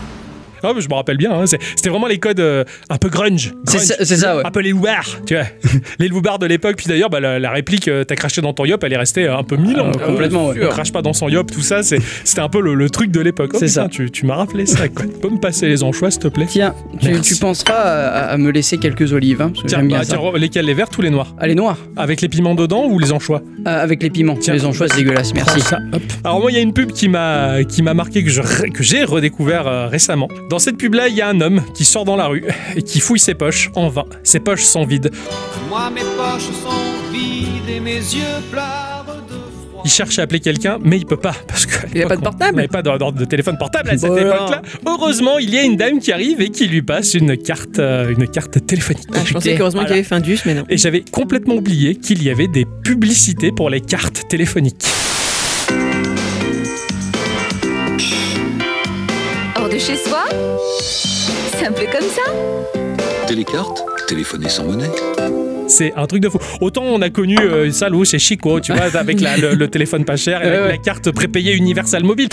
Speaker 2: Ah, mais je me rappelle bien, hein, c'est- c'était vraiment les codes euh, un peu grunge.
Speaker 3: C'est
Speaker 2: Grunge.
Speaker 3: ça- c'est ça, ouais.
Speaker 2: Un peu les loubards, tu vois. les loubards de l'époque, puis d'ailleurs, bah, la, la réplique euh, T'as craché dans ton yop, elle est restée euh, un peu mille ans.
Speaker 3: Ah, complètement, ouais.
Speaker 2: On crache pas dans son yop, tout ça, c'est- c'était un peu le, le truc de l'époque. Oh,
Speaker 3: C'est
Speaker 2: putain,
Speaker 3: ça.
Speaker 2: Tu, tu m'as rappelé ça, quoi. Tu peux me passer les anchois, s'il te plaît
Speaker 3: Tiens, tu,
Speaker 2: Merci.
Speaker 3: tu penseras à, à me laisser quelques olives, hein, parce que
Speaker 2: Tiens,
Speaker 3: j'aime bien
Speaker 2: bah,
Speaker 3: ça.
Speaker 2: tiens, lesquels, les verts ou les noirs
Speaker 3: Ah, les noirs,
Speaker 2: Avec les piments dedans ou les anchois
Speaker 3: euh, avec les piments.
Speaker 2: Tiens.
Speaker 3: Les anchois, c'est dégueulasse, merci.
Speaker 2: Prends ça, hop. Alors moi, il y a une pub qui m'a qui m'a marqué que je ré- que j'ai redécouvert euh, récemment. Dans cette pub là, il y a un homme qui sort dans la rue et qui fouille ses poches en vain. Ses poches sont vides.
Speaker 5: Moi, mes poches sont vides et mes yeux pleurent de froid.
Speaker 2: Il cherche à appeler quelqu'un, mais il peut pas parce que
Speaker 1: Il y a pas de portable. Bah.
Speaker 2: Il n'y avait pas d'ordre de téléphone portable à cette
Speaker 3: Voilà.
Speaker 2: époque-là. Heureusement, il y a une dame qui arrive et qui lui passe une carte euh, une carte téléphonique.
Speaker 1: Ah, je pensais
Speaker 3: Putain.
Speaker 1: qu'heureusement qu'il
Speaker 2: Voilà.
Speaker 1: y avait Findus, mais non.
Speaker 2: Et j'avais complètement oublié qu'il y avait des publicités pour les cartes téléphoniques.
Speaker 15: Hors de chez soi Simple comme ça
Speaker 10: Télécarte, téléphoner sans monnaie.
Speaker 2: C'est un truc de fou. Autant on a connu euh, ça, Lou, chez Chico, tu vois, avec la- le, le téléphone pas cher et avec
Speaker 3: Ouais, ouais.
Speaker 2: la carte prépayée Universal Mobile.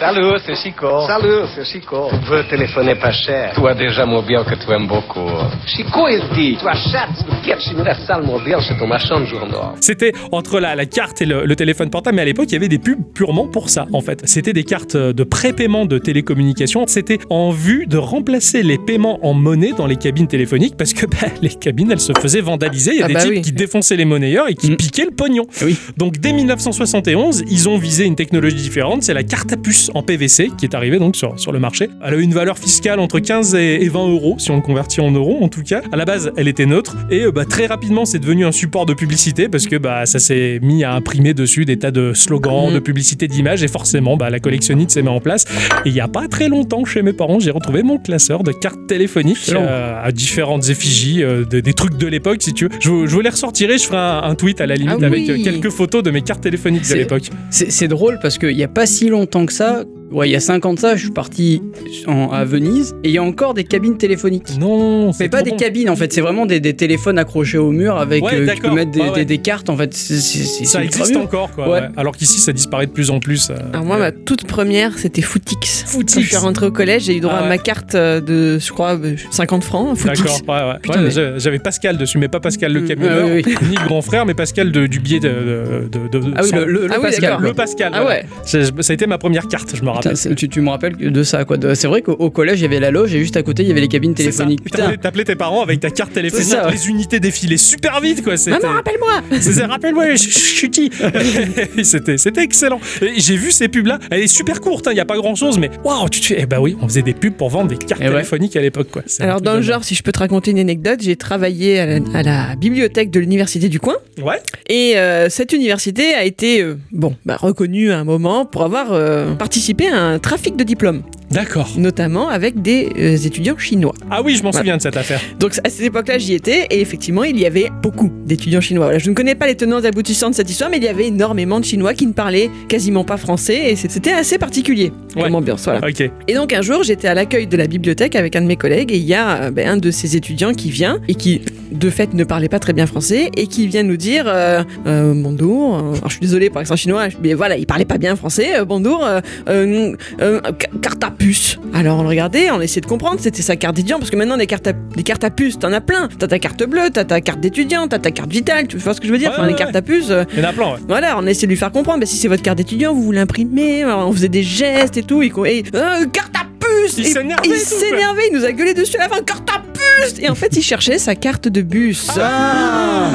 Speaker 17: Salut, c'est Chico. Salut, c'est Chico. Tu veux téléphoner pas cher
Speaker 12: Tu as déjà mobile que tu aimes beaucoup.
Speaker 17: Chico, il dit, tu achètes une pièce universelle mobile chez ton marchand de journaux.
Speaker 2: C'était entre la, la carte et le, le téléphone portable, mais à l'époque, il y avait des pubs purement pour ça, en fait. C'était des cartes euh, de prépaiement de télécommunications. C'était en vue de remplacer les paiements en monnaie dans les cabines téléphoniques parce que bah, les cabines, elles se faisaient vandaliser. Il y a
Speaker 1: Ah
Speaker 2: des
Speaker 1: bah
Speaker 2: types
Speaker 1: oui. Mm.
Speaker 2: qui défonçaient les monnayeurs et qui piquaient le pognon.
Speaker 3: Oui.
Speaker 2: Donc dès 1971, ils ont visé une technologie différente, c'est la carte à puce. en PVC qui est arrivée donc sur, sur le marché. Elle a eu une valeur fiscale entre 15 et et 20 euros si on le convertit en euros en tout cas. À la base, elle était neutre et euh, bah, très rapidement, c'est devenu un support de publicité parce que bah, ça s'est mis à imprimer dessus des tas de slogans,
Speaker 3: Mmh.
Speaker 2: de publicités, d'images et forcément, bah, la collectionnite s'est mise en place. Et il n'y a pas très longtemps, chez mes parents, j'ai retrouvé mon classeur de cartes téléphoniques
Speaker 19: Excellent.
Speaker 2: euh, à différentes effigies, euh, des, des trucs de l'époque si tu veux. Je, vous- je vous les ressortirai, je ferai un, un tweet à la limite
Speaker 3: Ah
Speaker 2: avec
Speaker 3: oui.
Speaker 2: euh, quelques photos de mes cartes téléphoniques de
Speaker 3: C'est-
Speaker 2: l'époque.
Speaker 3: C'est c'est drôle parce qu'il n'y a pas si longtemps que ça, ouais, il y a 50 ça, je suis parti en- à Venise et il y a encore des cabines téléphoniques.
Speaker 2: Non,
Speaker 3: mais pas des cabines en fait, c'est vraiment des, des téléphones accrochés au mur avec
Speaker 2: Ouais,
Speaker 3: euh, tu peux
Speaker 2: d'accord.
Speaker 3: mettre des,
Speaker 2: Ouais, ouais.
Speaker 3: des- des cartes en fait. C'est- c'est- c'est-
Speaker 2: Ça
Speaker 3: c'est ultra
Speaker 2: existe
Speaker 3: vieux.
Speaker 2: encore quoi.
Speaker 3: Ouais.
Speaker 2: ouais. Alors qu'ici, ça disparaît de plus en plus. euh,
Speaker 1: Alors moi, ma toute première, c'était Footix.
Speaker 2: Footix.
Speaker 1: Quand je suis rentré au collège, j'ai eu droit
Speaker 2: Ah
Speaker 1: à
Speaker 2: ouais.
Speaker 1: ma carte euh, de, je crois, euh, 50 francs. Footix.
Speaker 2: D'accord, ouais, ouais.
Speaker 1: Putain,
Speaker 2: Ouais,
Speaker 1: mais-
Speaker 2: j'a- J'avais Pascal dessus, mais pas Pascal le
Speaker 3: Mm,
Speaker 2: camionneur,
Speaker 1: ouais,
Speaker 2: ni le grand frère, mais Pascal de- du billet de. de- de- de-
Speaker 3: Ah oui,
Speaker 2: cent-
Speaker 3: le- le- le Ah oui, Pascal, d'accord. quoi.
Speaker 2: Le Pascal,
Speaker 3: Ah
Speaker 2: voilà.
Speaker 3: ouais.
Speaker 2: C'est- je- Ça a été ma première carte, je me
Speaker 3: Putain,
Speaker 2: rappelle.
Speaker 3: c'est- tu, tu me rappelles de ça quoi. De- C'est vrai qu'au au collège il y avait la loge et juste à côté il y avait les cabines
Speaker 2: C'est ça.
Speaker 3: téléphoniques. Putain.
Speaker 2: T'appelais- T'appelais tes parents avec ta carte téléphonique,
Speaker 3: C'est ça, ouais.
Speaker 2: les unités défilaient super vite quoi. c'était-
Speaker 1: Maman, rappelle-moi
Speaker 2: C'est ça, rappelle-moi, je je- je suis qui C'était c'était excellent. Et J'ai vu ces pubs là, elle est super courte, hein, il n'y a pas grand chose, mais waouh, tu te fais. Eh bah oui, on faisait des pubs pour vendre des cartes téléphoniques à l'époque quoi. C'est un
Speaker 1: Alors
Speaker 2: truc
Speaker 1: dans
Speaker 2: de
Speaker 1: le
Speaker 2: dingue.
Speaker 1: genre, si je peux te raconter une anecdote, j'ai travaillé à la, à la bibliothèque de l'université du coin.
Speaker 2: Ouais.
Speaker 1: Et euh, cette université a été euh, bon, bah, reconnue à un moment pour avoir euh, participé à un trafic de diplômes.
Speaker 2: D'accord.
Speaker 1: Notamment avec des euh, étudiants chinois.
Speaker 2: Ah oui, je m'en souviens de cette affaire.
Speaker 1: Donc à cette époque-là, j'y étais et effectivement, il y avait beaucoup d'étudiants chinois. Voilà, je ne connais pas les tenants et aboutissants de cette histoire, mais il y avait énormément de Chinois qui ne parlaient quasiment pas français et c'est- c'était assez particulier comme ambiance. Voilà.
Speaker 2: Ok.
Speaker 1: Et donc un jour, j'étais à l'accueil de la bibliothèque avec un de mes collègues et il y a euh, ben, un de ces étudiants qui vient et qui de fait ne parlait pas très bien français et qui vient nous dire euh, euh, bonjour. euh, alors, je suis désolé pour l'accent chinois, mais voilà, il parlait pas bien français. euh, bonjour, euh, euh, euh, ca- carte à puce. Alors on le regardait, on essayait de comprendre. C'était sa carte d'étudiant parce que maintenant des cartes à, des cartes à puce, t'en as plein. T'as ta carte bleue, t'as ta carte d'étudiant, t'as ta carte vitale. Tu vois ce que je veux dire
Speaker 2: Ouais,
Speaker 1: Enfin,
Speaker 2: ouais,
Speaker 1: les cartes
Speaker 2: ouais.
Speaker 1: à puce. euh,
Speaker 2: Il y en a plein, ouais.
Speaker 1: voilà, on a essayé de lui faire comprendre, bah, si c'est votre carte d'étudiant, vous vous l'imprimer, Alors, on faisait des gestes et tout, et, qu'on- et, euh, carte à puce
Speaker 2: Il
Speaker 1: Et-
Speaker 2: s'énervait
Speaker 1: Il
Speaker 2: et tout, quoi.
Speaker 1: s'énervait, il nous a gueulé dessus à la fin, carte à puce Et en fait, il cherchait sa carte de bus.
Speaker 2: Ah.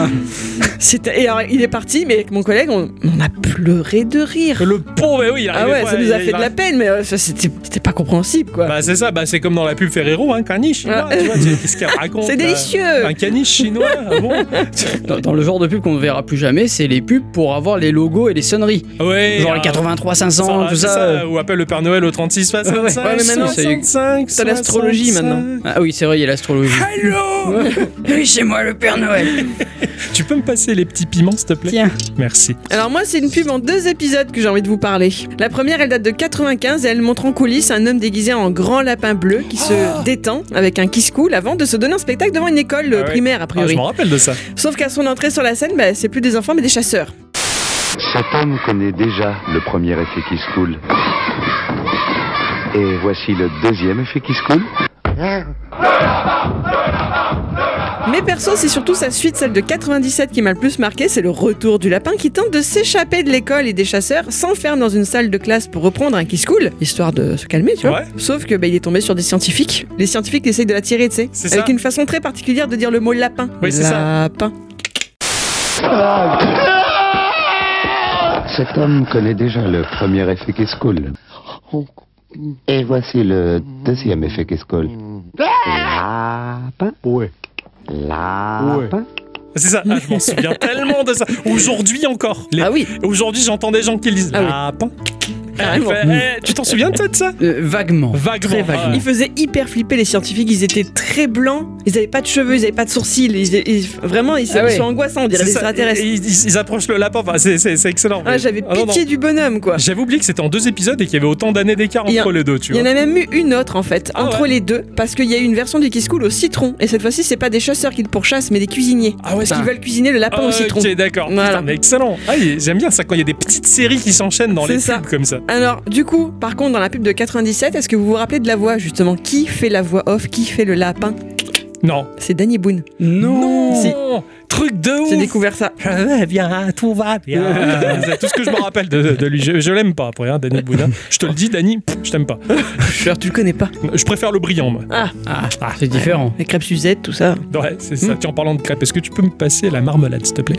Speaker 1: C'était- Et alors, il est parti, mais avec mon collègue, on, on a pleuré de rire.
Speaker 2: Le pauvre, mais oui, il
Speaker 1: Ah
Speaker 2: arrivait
Speaker 1: ouais,
Speaker 2: pas,
Speaker 1: ça nous a
Speaker 2: il-
Speaker 1: fait de
Speaker 2: il-
Speaker 1: la peine, mais euh, ça, c'était c'était pas compréhensible, quoi.
Speaker 2: Bah c'est ça, bah c'est comme dans la pub Ferrero, hein, caniche chinois,
Speaker 1: Ah.
Speaker 2: tu vois, tu- qu'est-ce qu'elle raconte
Speaker 1: C'est
Speaker 2: là
Speaker 1: délicieux.
Speaker 2: Un caniche chinois, ah bon
Speaker 3: Dans, dans le genre de pub qu'on ne verra plus jamais, c'est les pubs pour avoir les logos et les sonneries.
Speaker 2: Ouais,
Speaker 3: genre les
Speaker 2: un-
Speaker 3: 83
Speaker 2: ça,
Speaker 3: 500, tout
Speaker 2: c'est
Speaker 3: ça. euh.
Speaker 2: Ou appelle le Père Noël au 36
Speaker 3: Ouais, ouais.
Speaker 2: 65,
Speaker 3: Ouais, mais maintenant, c'est-
Speaker 2: 65,
Speaker 3: T'as l'astrologie maintenant. Ah oui, c'est vrai, il y a l'astrologie.
Speaker 2: Allô
Speaker 3: Oui, c'est moi le Père Noël.
Speaker 2: Tu peux me passer les petits piments s'il te plaît
Speaker 3: Tiens.
Speaker 2: Merci.
Speaker 1: Alors moi, c'est une pub en deux épisodes que j'ai envie de vous parler. La première, elle date de 95 et elle montre en coulisses un homme déguisé en grand lapin bleu qui se détend avec un kiss cool avant de se donner un spectacle devant une école euh,
Speaker 2: Ah. Ah ouais.
Speaker 1: primaire, a
Speaker 2: Ah,
Speaker 1: priori.
Speaker 2: je m'en rappelle de ça.
Speaker 1: Sauf qu'à son entrée sur la scène, bah, c'est plus des enfants mais des chasseurs.
Speaker 20: Cet homme connaît déjà le premier effet qui se coule. Et voici le deuxième effet qui se coule.
Speaker 1: Mais perso, c'est surtout sa suite, celle de 97, qui m'a le plus marqué, c'est le retour du lapin qui tente de s'échapper de l'école et des chasseurs, s'enferme dans une salle de classe pour reprendre un kiss cool, histoire de se calmer, tu vois.
Speaker 2: Ouais.
Speaker 1: Sauf que bah, il est tombé sur des scientifiques. Les scientifiques essayent de l'attirer, tu sais,
Speaker 2: C'est
Speaker 1: avec
Speaker 2: ça.
Speaker 1: une façon très particulière de dire le mot lapin.
Speaker 2: Oui, c'est ça.
Speaker 1: Lapin.
Speaker 20: Cet homme connaît déjà le premier effet qui se coule. Et voici le deuxième effet qui se coule. Lapin. Ouais. Lapin.
Speaker 2: C'est ça, ah, je m'en souviens tellement de ça. Aujourd'hui encore. Ah
Speaker 1: oui. Ah
Speaker 2: Aujourd'hui, j'entends des gens qui disent lapin.
Speaker 1: Carrément.
Speaker 2: Eh, eh, tu t'en souviens de ça, de ça Ah.
Speaker 3: Euh, vaguement.
Speaker 2: Vaguement.
Speaker 3: Très vaguement.
Speaker 1: Ils faisaient hyper flipper les scientifiques, ils étaient très blancs, ils n'avaient pas de cheveux, ils n'avaient pas de sourcils, ils, ils- vraiment ils,
Speaker 2: Ah
Speaker 1: ils
Speaker 2: ouais.
Speaker 1: sont angoissants, on dirait
Speaker 2: C'est
Speaker 1: des
Speaker 2: ça,
Speaker 1: extraterrestres.
Speaker 2: Ils, ils- ils approchent le lapin, enfin, c'est- c'est c'est excellent.
Speaker 1: Ah, j'avais
Speaker 2: non, non.
Speaker 1: pitié du bonhomme quoi.
Speaker 2: J'avais oublié que c'était en deux épisodes et qu'il y avait autant d'années d'écart
Speaker 1: Il y a-
Speaker 2: entre les deux, tu
Speaker 1: Il y
Speaker 2: vois.
Speaker 1: en a même eu une autre en fait,
Speaker 2: Ah
Speaker 1: entre les deux, parce qu'il y a eu une version du Kiss Cool au citron. Et cette fois-ci, c'est pas des chasseurs qui le pourchassent, mais des cuisiniers.
Speaker 2: Ah ouais,
Speaker 1: parce
Speaker 2: putain.
Speaker 1: qu'ils veulent cuisiner le lapin au citron.
Speaker 2: Ok, d'accord. Putain, mais excellent. Ah, il- J'aime bien ça quand il y a des petites séries qui s'enchaînent dans les pubs
Speaker 1: C'est ça.
Speaker 2: comme ça.
Speaker 1: Alors, du coup, par contre, dans la pub de 97, est-ce que vous vous rappelez de la voix justement Qui fait la voix off Qui fait le lapin
Speaker 2: Non.
Speaker 1: C'est Danny Boone.
Speaker 3: Non
Speaker 1: Si.
Speaker 2: Truc de ouf
Speaker 1: J'ai découvert ça.
Speaker 2: Je vais bien, tout va bien. C'est tout ce que je me rappelle de, de lui. Je, je l'aime pas après, hein, Danny Boudin. Je te le dis, Danny, pff, je t'aime pas.
Speaker 1: tu le connais pas.
Speaker 2: Je préfère le brillant, moi.
Speaker 1: Ah,
Speaker 3: c'est différent.
Speaker 1: les crêpes Suzette, tout ça.
Speaker 2: Ouais, c'est ça. Tiens, en parlant de crêpes, est-ce que tu peux me passer la marmelade, s'il te plaît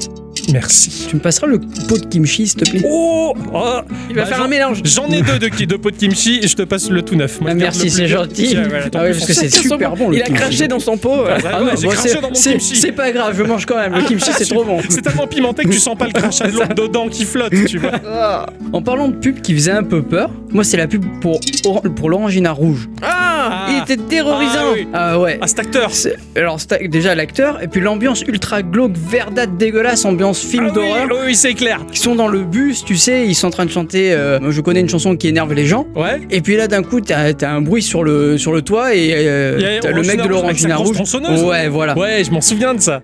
Speaker 2: Merci.
Speaker 3: Tu me passeras le pot de kimchi, s'il te plaît
Speaker 2: Oh, oh
Speaker 1: Il va
Speaker 2: Bah,
Speaker 1: faire
Speaker 2: j'en-
Speaker 1: un mélange.
Speaker 2: J'en ai deux de, qui- de pots de kimchi et je te passe le tout neuf. Moi,
Speaker 3: Ah,
Speaker 2: je garde
Speaker 3: merci,
Speaker 2: le plus
Speaker 3: c'est
Speaker 2: vieux.
Speaker 3: gentil.
Speaker 2: Tiens, voilà, tant
Speaker 3: Ah oui,
Speaker 2: pis
Speaker 3: parce
Speaker 2: pour
Speaker 3: que
Speaker 2: ça.
Speaker 3: c'est
Speaker 1: Chacun son
Speaker 3: super
Speaker 1: bon.
Speaker 3: bon, le
Speaker 1: Il a
Speaker 3: kimchi.
Speaker 1: craché dans son pot. euh.
Speaker 2: Ah ouais, j'ai
Speaker 3: bon,
Speaker 2: craché
Speaker 3: c'est-
Speaker 2: dans mon
Speaker 3: c'est-
Speaker 2: kimchi.
Speaker 3: C'est pas grave, je mange quand même. Le kimchi, c'est trop bon.
Speaker 2: C'est tellement pimenté que tu sens pas le crachat de l'eau dedans qui flotte, tu vois.
Speaker 3: En parlant de pub qui faisait un peu peur, moi, c'est la pub pour, Or- pour l'orangina rouge.
Speaker 1: Ah,
Speaker 2: Ah.
Speaker 1: Il était terrorisant.
Speaker 2: Ah oui.
Speaker 3: Ah ouais.
Speaker 2: Ah, cet acteur.
Speaker 3: C'est- Alors, c'est déjà l'acteur, et puis l'ambiance ultra glauque, verdâtre, dégueulasse, ambiance film
Speaker 2: Ah oui,
Speaker 3: d'horreur.
Speaker 2: oui, oui, c'est clair.
Speaker 3: Ils sont dans le bus, tu sais, ils sont en train de chanter. euh, moi, je connais une chanson qui énerve les gens.
Speaker 2: Ouais.
Speaker 3: Et puis là, d'un coup, t'as t'as un bruit sur le, sur le toit et euh,
Speaker 2: Il y a
Speaker 3: t'as le mec de
Speaker 2: Orangina
Speaker 3: l'orangina
Speaker 2: Rouge
Speaker 3: rouge.
Speaker 2: avec sa grosse tronçonneuse.
Speaker 3: Ouais, voilà.
Speaker 2: Ouais, je m'en souviens de ça.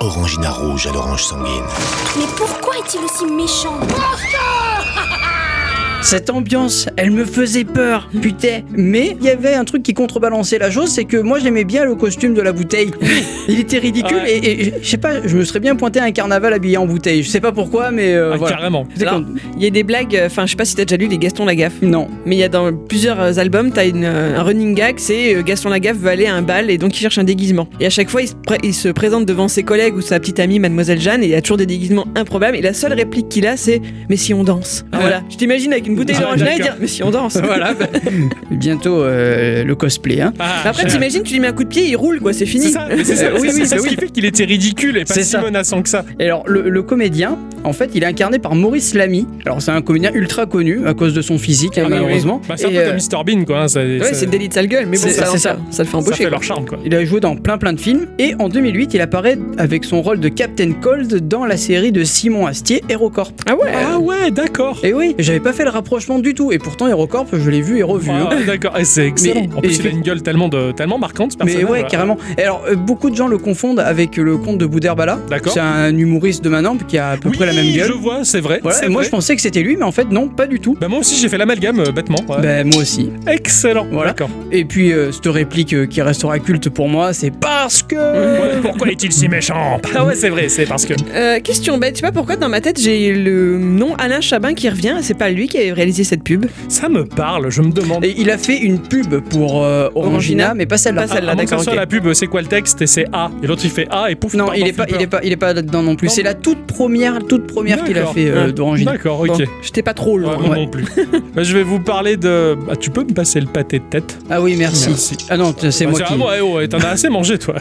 Speaker 19: Orangina rouge à l'orange sanguine.
Speaker 21: Mais pourquoi est-il aussi méchant
Speaker 3: Cette ambiance, elle me faisait peur, putain. Mais il y avait un truc qui contrebalançait la chose, c'est que moi j'aimais bien le costume de la bouteille. Il était ridicule
Speaker 2: Ouais.
Speaker 3: et, et je sais pas, je me serais bien pointé à un carnaval habillé en bouteille. Je sais pas pourquoi, mais euh,
Speaker 2: Ah,
Speaker 3: voilà.
Speaker 2: Carrément.
Speaker 3: C'est
Speaker 1: Alors,
Speaker 3: comme-
Speaker 1: Il y a des blagues, euh, enfin je sais pas si t'as déjà lu les Gaston Lagaffe,
Speaker 3: Non.
Speaker 1: mais il y a dans plusieurs euh, albums, t'as une, euh, un running gag, c'est euh, Gaston Lagaffe veut aller à un bal et donc il cherche un déguisement. Et à chaque fois il se, pré- il se présente devant ses collègues ou sa petite amie Mademoiselle Jeanne et il a toujours des déguisements improbables et la seule réplique qu'il a c'est mais si on danse.
Speaker 3: Ah ouais.
Speaker 1: Voilà, je t'imagine avec une bouteille
Speaker 2: Ah,
Speaker 1: d'orange et
Speaker 2: d'accord.
Speaker 1: dire mais si on danse.
Speaker 3: voilà. bah, bientôt euh, le cosplay, hein.
Speaker 2: Ah,
Speaker 1: Après
Speaker 2: je-
Speaker 1: t'imagines tu lui mets un coup de pied, il roule quoi, c'est fini.
Speaker 2: C'est ça, mais c'est ça,
Speaker 3: Euh, oui,
Speaker 2: c'est
Speaker 3: oui,
Speaker 2: ça
Speaker 3: bah
Speaker 2: ce qui
Speaker 3: oui.
Speaker 2: fait qu'il était ridicule et pas
Speaker 3: C'est
Speaker 2: si
Speaker 3: ça.
Speaker 2: menaçant que ça. Ah,
Speaker 3: Et alors, le, le comédien, en fait, il est incarné par Maurice Lamy. Alors, c'est un comédien ultra connu à cause de son physique, hein,
Speaker 2: Ah, oui, oui.
Speaker 3: malheureusement.
Speaker 2: Bah, c'est un
Speaker 3: Et,
Speaker 2: peu
Speaker 3: euh,
Speaker 2: comme Mr Bean, quoi. hein, ça-
Speaker 1: Ouais,
Speaker 2: ça-
Speaker 1: c'est le délit de sale gueule, mais bon,
Speaker 3: C'est
Speaker 1: ça,
Speaker 3: ça,
Speaker 1: lance-
Speaker 3: c'est ça.
Speaker 1: ça le fait
Speaker 2: ça
Speaker 1: embaucher.
Speaker 2: fait
Speaker 1: quoi.
Speaker 2: leur charme, quoi.
Speaker 3: il a joué dans plein plein de films et en 2008 il apparaît avec son rôle de Captain Cold dans la série de Simon Astier HeroCorp.
Speaker 1: Ah ouais
Speaker 2: Ah ouais, d'accord.
Speaker 3: Et oui, j'avais pas fait le rapprochement du tout et pourtant HeroCorp je l'ai vu et revu. hein.
Speaker 2: Ah, d'accord, Et c'est excellent.
Speaker 3: Mais-
Speaker 2: en plus,
Speaker 3: et-
Speaker 2: il a une gueule tellement, de, tellement marquante, ce
Speaker 3: Mais
Speaker 2: personnage.
Speaker 3: ouais, carrément. Et alors, euh, beaucoup de gens le confondent avec le conte de Boudherbala.
Speaker 2: D'accord.
Speaker 3: C'est un humoriste de Manamp qui a à peu
Speaker 2: Oui,
Speaker 3: près la même gueule.
Speaker 2: je vois, c'est vrai.
Speaker 3: Voilà,
Speaker 2: c'est
Speaker 3: et moi
Speaker 2: vrai.
Speaker 3: je pensais que c'était lui, mais en fait, non, pas du tout.
Speaker 2: Bah moi aussi j'ai fait l'amalgame euh, bêtement. ouais.
Speaker 3: Ben, moi aussi.
Speaker 2: Excellent.
Speaker 3: Voilà.
Speaker 2: D'accord.
Speaker 3: Et puis, euh, cette réplique euh, qui restera culte pour moi, c'est parce que.
Speaker 2: Ouais, pourquoi est-il si méchant Ah ouais c'est vrai, c'est parce que.
Speaker 1: Euh, question bête, je sais pas pourquoi dans ma tête j'ai le nom Alain Chabin qui revient, c'est pas lui qui a réalisé cette pub.
Speaker 2: Ça me parle, je me demande.
Speaker 3: Et il a fait une pub pour euh, Orangina, mais pas celle-là.
Speaker 1: Pas celle-là,
Speaker 2: à moins que ça
Speaker 1: d'accord,
Speaker 2: soit
Speaker 1: ok.
Speaker 2: la pub, c'est quoi le texte et c'est A. Et l'autre il fait A et pouf.
Speaker 3: Non,
Speaker 2: pardon,
Speaker 3: il
Speaker 2: fait
Speaker 3: est pas, il est
Speaker 2: peur.
Speaker 3: pas, il est pas là-dedans non plus.
Speaker 2: Non.
Speaker 3: C'est la toute première, toute première qu'il a
Speaker 2: D'accord.
Speaker 3: fait euh,
Speaker 1: Ouais.
Speaker 3: d'Orangina.
Speaker 2: D'accord, ok. Ah,
Speaker 1: Bon, J'étais pas trop
Speaker 2: Ouais,
Speaker 1: loin.
Speaker 2: moi non plus. Bah, je vais vous parler de. Ah, tu peux me passer le pâté de tête
Speaker 3: Ah oui, merci.
Speaker 2: Merci.
Speaker 3: Ah non, t- c'est
Speaker 2: Ah,
Speaker 3: moi
Speaker 2: c'est-
Speaker 3: qui.
Speaker 2: ah, ouais, ouais, t'en as assez mangé, toi.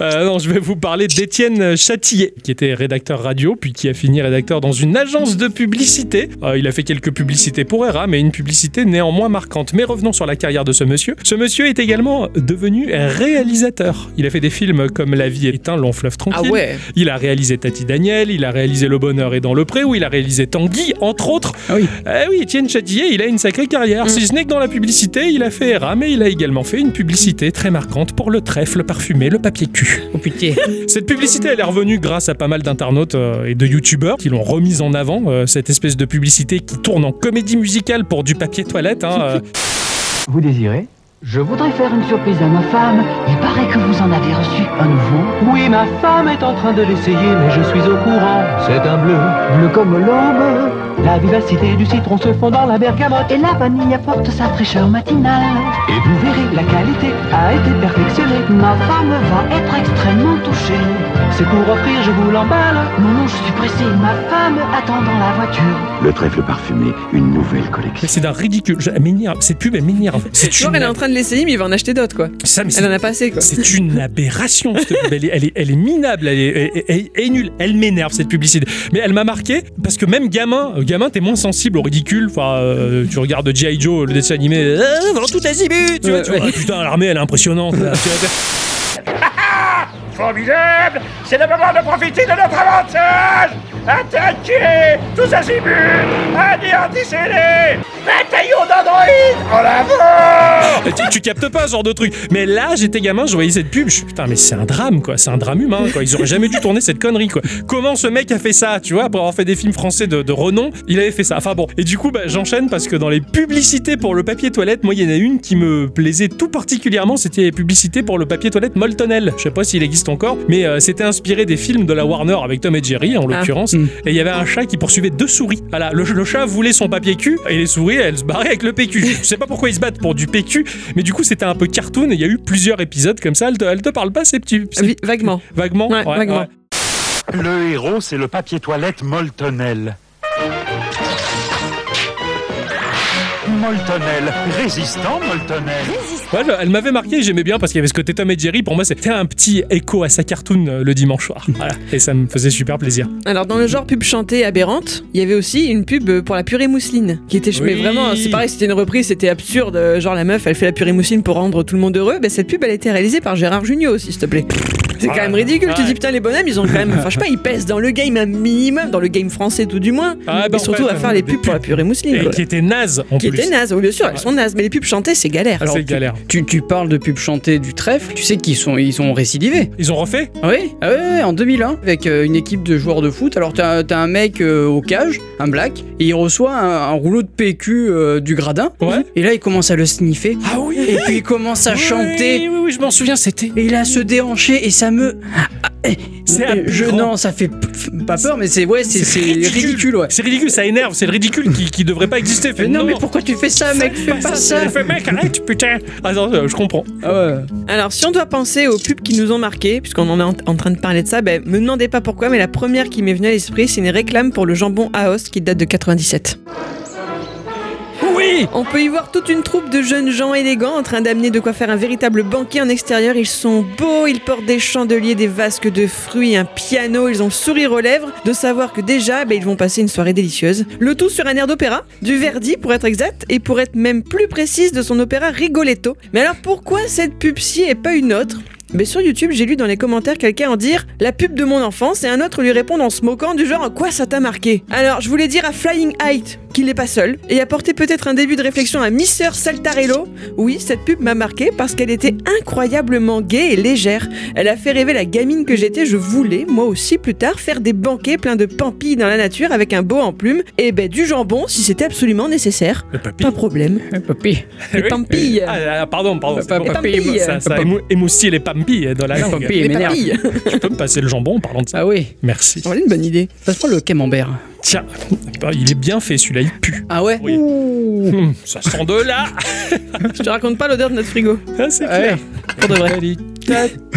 Speaker 2: Euh, non, je vais vous parler d'Étienne Châtillet, qui était rédacteur radio, puis qui a fini rédacteur dans une agence de publicité. Euh, il a fait quelques publicités pour ERA, mais une publicité néanmoins marquante. Mais revenons sur la carrière de ce monsieur. Ce monsieur est également devenu réalisateur. Il a fait des films comme La vie est un long fleuve
Speaker 3: Ah
Speaker 2: tranquille.
Speaker 3: ouais.
Speaker 2: Il a réalisé Tati Daniel, il a réalisé Le Bonheur et dans le Pré, où il a réalisé Tanguy, entre autres.
Speaker 3: Ah oui.
Speaker 2: Eh oui, Étienne Châtillet, il a une sacrée carrière. Si ce n'est que dans la publicité, il a fait ERA, mais il a également fait une publicité très marquante pour le trèfle parfumé, le papier cul.
Speaker 3: Oh putain.
Speaker 2: Cette publicité, elle est revenue grâce à pas mal d'internautes euh, et de youtubeurs qui l'ont remise en avant, euh, cette espèce de publicité qui tourne en comédie musicale pour du papier toilette. hein, euh.
Speaker 22: Vous désirez
Speaker 23: Je voudrais faire une surprise à ma femme. Il paraît que vous en avez reçu un nouveau. Oui, ma femme est en train de l'essayer, mais je suis au courant. C'est un bleu, bleu comme l'aube. La vivacité du citron se fond dans la bergamote. Et la vanille apporte sa fraîcheur matinale.
Speaker 22: Et
Speaker 23: Vous verrez, la qualité a été perfectionnée. Ma femme va être extrêmement touchée. C'est pour offrir, je vous l'emballe. Non, non, je suis pressée. Ma femme attend dans la voiture.
Speaker 10: Le trèfle parfumé, une nouvelle collection.
Speaker 2: Mais c'est d'un ridicule. Je- elle m'énerve. Cette pub, elle m'énerve. C'est
Speaker 1: Genre,
Speaker 2: une-
Speaker 1: elle est en train de l'essayer, mais il va en acheter d'autres, quoi.
Speaker 2: Ça, mais c'est-
Speaker 1: Elle en a pas assez, quoi.
Speaker 2: C'est une aberration, cette pub. Elle est, elle est- elle est minable, elle est, elle- elle- elle est nulle. Elle m'énerve, cette publicité. Mais elle m'a marqué parce que même gamin, euh, gamin, t'es moins sensible au ridicule. Enfin, euh, tu regardes G.I. Joe, le dessin animé, euh, dans tout azimut, tu vois,
Speaker 3: Ouais,
Speaker 2: tu vois,
Speaker 3: ouais.
Speaker 2: Ah, putain, l'armée, elle est impressionnante. là. Tu vois,
Speaker 24: Formidable C'est le moment de profiter de notre avantage Attaquez Tous azimuts Anéantissez-les Bataillon d'androïdes En avant
Speaker 2: tu, tu captes pas ce genre de truc. Mais là, j'étais gamin, je voyais cette pub, je suis, putain, mais c'est un drame, quoi. C'est un drame humain, quoi. Ils auraient jamais dû tourner cette connerie, quoi. Comment ce mec a fait ça, tu vois, après avoir fait des films français de, de renom, il avait fait ça. Enfin bon. Et du coup, bah, j'enchaîne parce que dans les publicités pour le papier toilette, moi, il y en a une qui me plaisait tout particulièrement, c'était les publicités pour le papier toilette Moltonel. Je sais pas s'il existe encore, mais euh, c'était inspiré des films de la Warner avec Tom et Jerry, en l'occurrence. Et il y avait un chat qui poursuivait deux souris. Voilà, le, le chat voulait son papier cul et les souris, elles se barraient avec le PQ. Je sais pas pourquoi ils se battent pour du PQ, mais du coup, c'était un peu cartoon et il y a eu plusieurs épisodes comme ça. Elle te, elle te parle pas, ces petits. ces-
Speaker 1: vaguement.
Speaker 2: Vaguement
Speaker 1: Ouais, vaguement.
Speaker 4: Le héros, c'est le papier toilette Moltonel. Moltonel, résistant Moltonel.
Speaker 2: Ouais, je- elle m'avait marqué, j'aimais bien parce qu'il y avait ce côté Tom et Jerry. Pour moi, c'était un petit écho à sa cartoon euh, le dimanche soir.
Speaker 1: Mm.
Speaker 2: Voilà. Et ça me faisait super plaisir.
Speaker 1: Alors dans le genre pub chantée aberrante, il y avait aussi une pub pour la purée mousseline, qui était mais
Speaker 2: Oui.
Speaker 1: vraiment, c'est pareil, c'était une reprise, c'était absurde, euh, genre la meuf, elle fait la purée mousseline pour rendre tout le monde heureux, ben cette pub, elle a été réalisée par Gérard Jugnot, s'il te plaît. C'est quand
Speaker 2: Ouais.
Speaker 1: même ridicule, tu
Speaker 2: Ouais.
Speaker 1: dis putain les bonhommes, ils ont quand même, enfin je sais pas, ils pèsent dans le game un minimum, dans le game français tout du moins,
Speaker 2: Ah, bah,
Speaker 1: mais surtout
Speaker 2: en fait,
Speaker 1: à faire les
Speaker 2: des
Speaker 1: pubs pour la purée mousseline.
Speaker 2: Et
Speaker 1: quoi.
Speaker 2: qui était naze en
Speaker 1: Qui
Speaker 2: plus.
Speaker 1: étaient nazes, oui bien sûr, elles sont nazes, mais les pubs chantées c'est galère.
Speaker 3: Alors, tu- Tu, tu parles de pub chantée du trèfle, tu sais qu'ils sont, ils ont récidivé.
Speaker 2: Ils ont refait
Speaker 3: Oui, ah ouais, ouais, en 2001, avec euh, une équipe de joueurs de foot. Alors, t'as as un mec euh, au cage, un black, et il reçoit un, un rouleau de PQ euh, du gradin. Et là, il commence à le sniffer.
Speaker 2: Ah oui
Speaker 3: Et puis, il commence à
Speaker 2: Oui,
Speaker 3: chanter.
Speaker 2: Oui, oui, je m'en souviens, c'était.
Speaker 3: Et il a se déhanché, et ça me. Ah, eh,
Speaker 2: C'est
Speaker 3: euh, je,
Speaker 2: aberrant.
Speaker 3: Non, ça fait p- f- pas peur, mais c'est ouais, c'est c'est ridicule. ouais.
Speaker 2: C'est ridicule, ça énerve, c'est le ridicule qui, qui devrait pas exister. Fait,
Speaker 3: Mais non, mais pourquoi tu fais ça, mec Fais pas ça. Ah
Speaker 2: Fait, mec, arrête, putain Attends, euh, je comprends.
Speaker 1: Alors, si on doit penser aux pubs qui nous ont marqués, puisqu'on en est en, en train de parler de ça, ben, me demandez pas pourquoi, mais la première qui m'est venue à l'esprit, c'est une réclame pour le jambon Aos qui date de 97.
Speaker 2: Oui
Speaker 1: On peut y voir toute une troupe de jeunes gens élégants en train d'amener de quoi faire un véritable banquet en extérieur. Ils sont beaux, ils portent des chandeliers, des vasques de fruits, un piano, ils ont le sourire aux lèvres, de savoir que déjà, ben, ils vont passer une soirée délicieuse. Le tout sur un air d'opéra, du Verdi pour être exact, et pour être même plus précise de son opéra Rigoletto. Mais alors pourquoi cette pub-ci et pas une autre mais sur YouTube, j'ai lu dans les commentaires quelqu'un en dire la pub de mon enfance et un autre lui répondre en se moquant du genre quoi ça t'a marqué Alors je voulais dire à Flying Height qu'il n'est pas seul et apporter peut-être un début de réflexion à Mister Saltarello. Oui, cette pub m'a marqué parce qu'elle était incroyablement gaie et légère. Elle a fait rêver la gamine que j'étais, je voulais moi aussi plus tard faire des banquets pleins de pampilles dans la nature avec un beau en plume et ben du jambon si c'était absolument nécessaire. Pas problème. Les pampilles.
Speaker 2: Ah, ah, pardon, pardon. c'est
Speaker 1: Les
Speaker 2: bon.
Speaker 1: pampilles.
Speaker 2: Ça, ça émou- émoustille les pampilles dans la
Speaker 3: Les
Speaker 2: langue.
Speaker 3: pampilles, Les m'énerve. papilles.
Speaker 2: Tu peux me passer le jambon en parlant de ça
Speaker 3: Ah oui.
Speaker 2: Merci.
Speaker 1: On a une bonne idée.
Speaker 3: Ça se prend le camembert.
Speaker 2: Tiens, bah, il est bien fait celui-là, il pue.
Speaker 3: Ah ouais
Speaker 2: Oui. Hum, Ça sent de là
Speaker 1: Je te raconte pas l'odeur de notre frigo.
Speaker 2: Ah, c'est clair.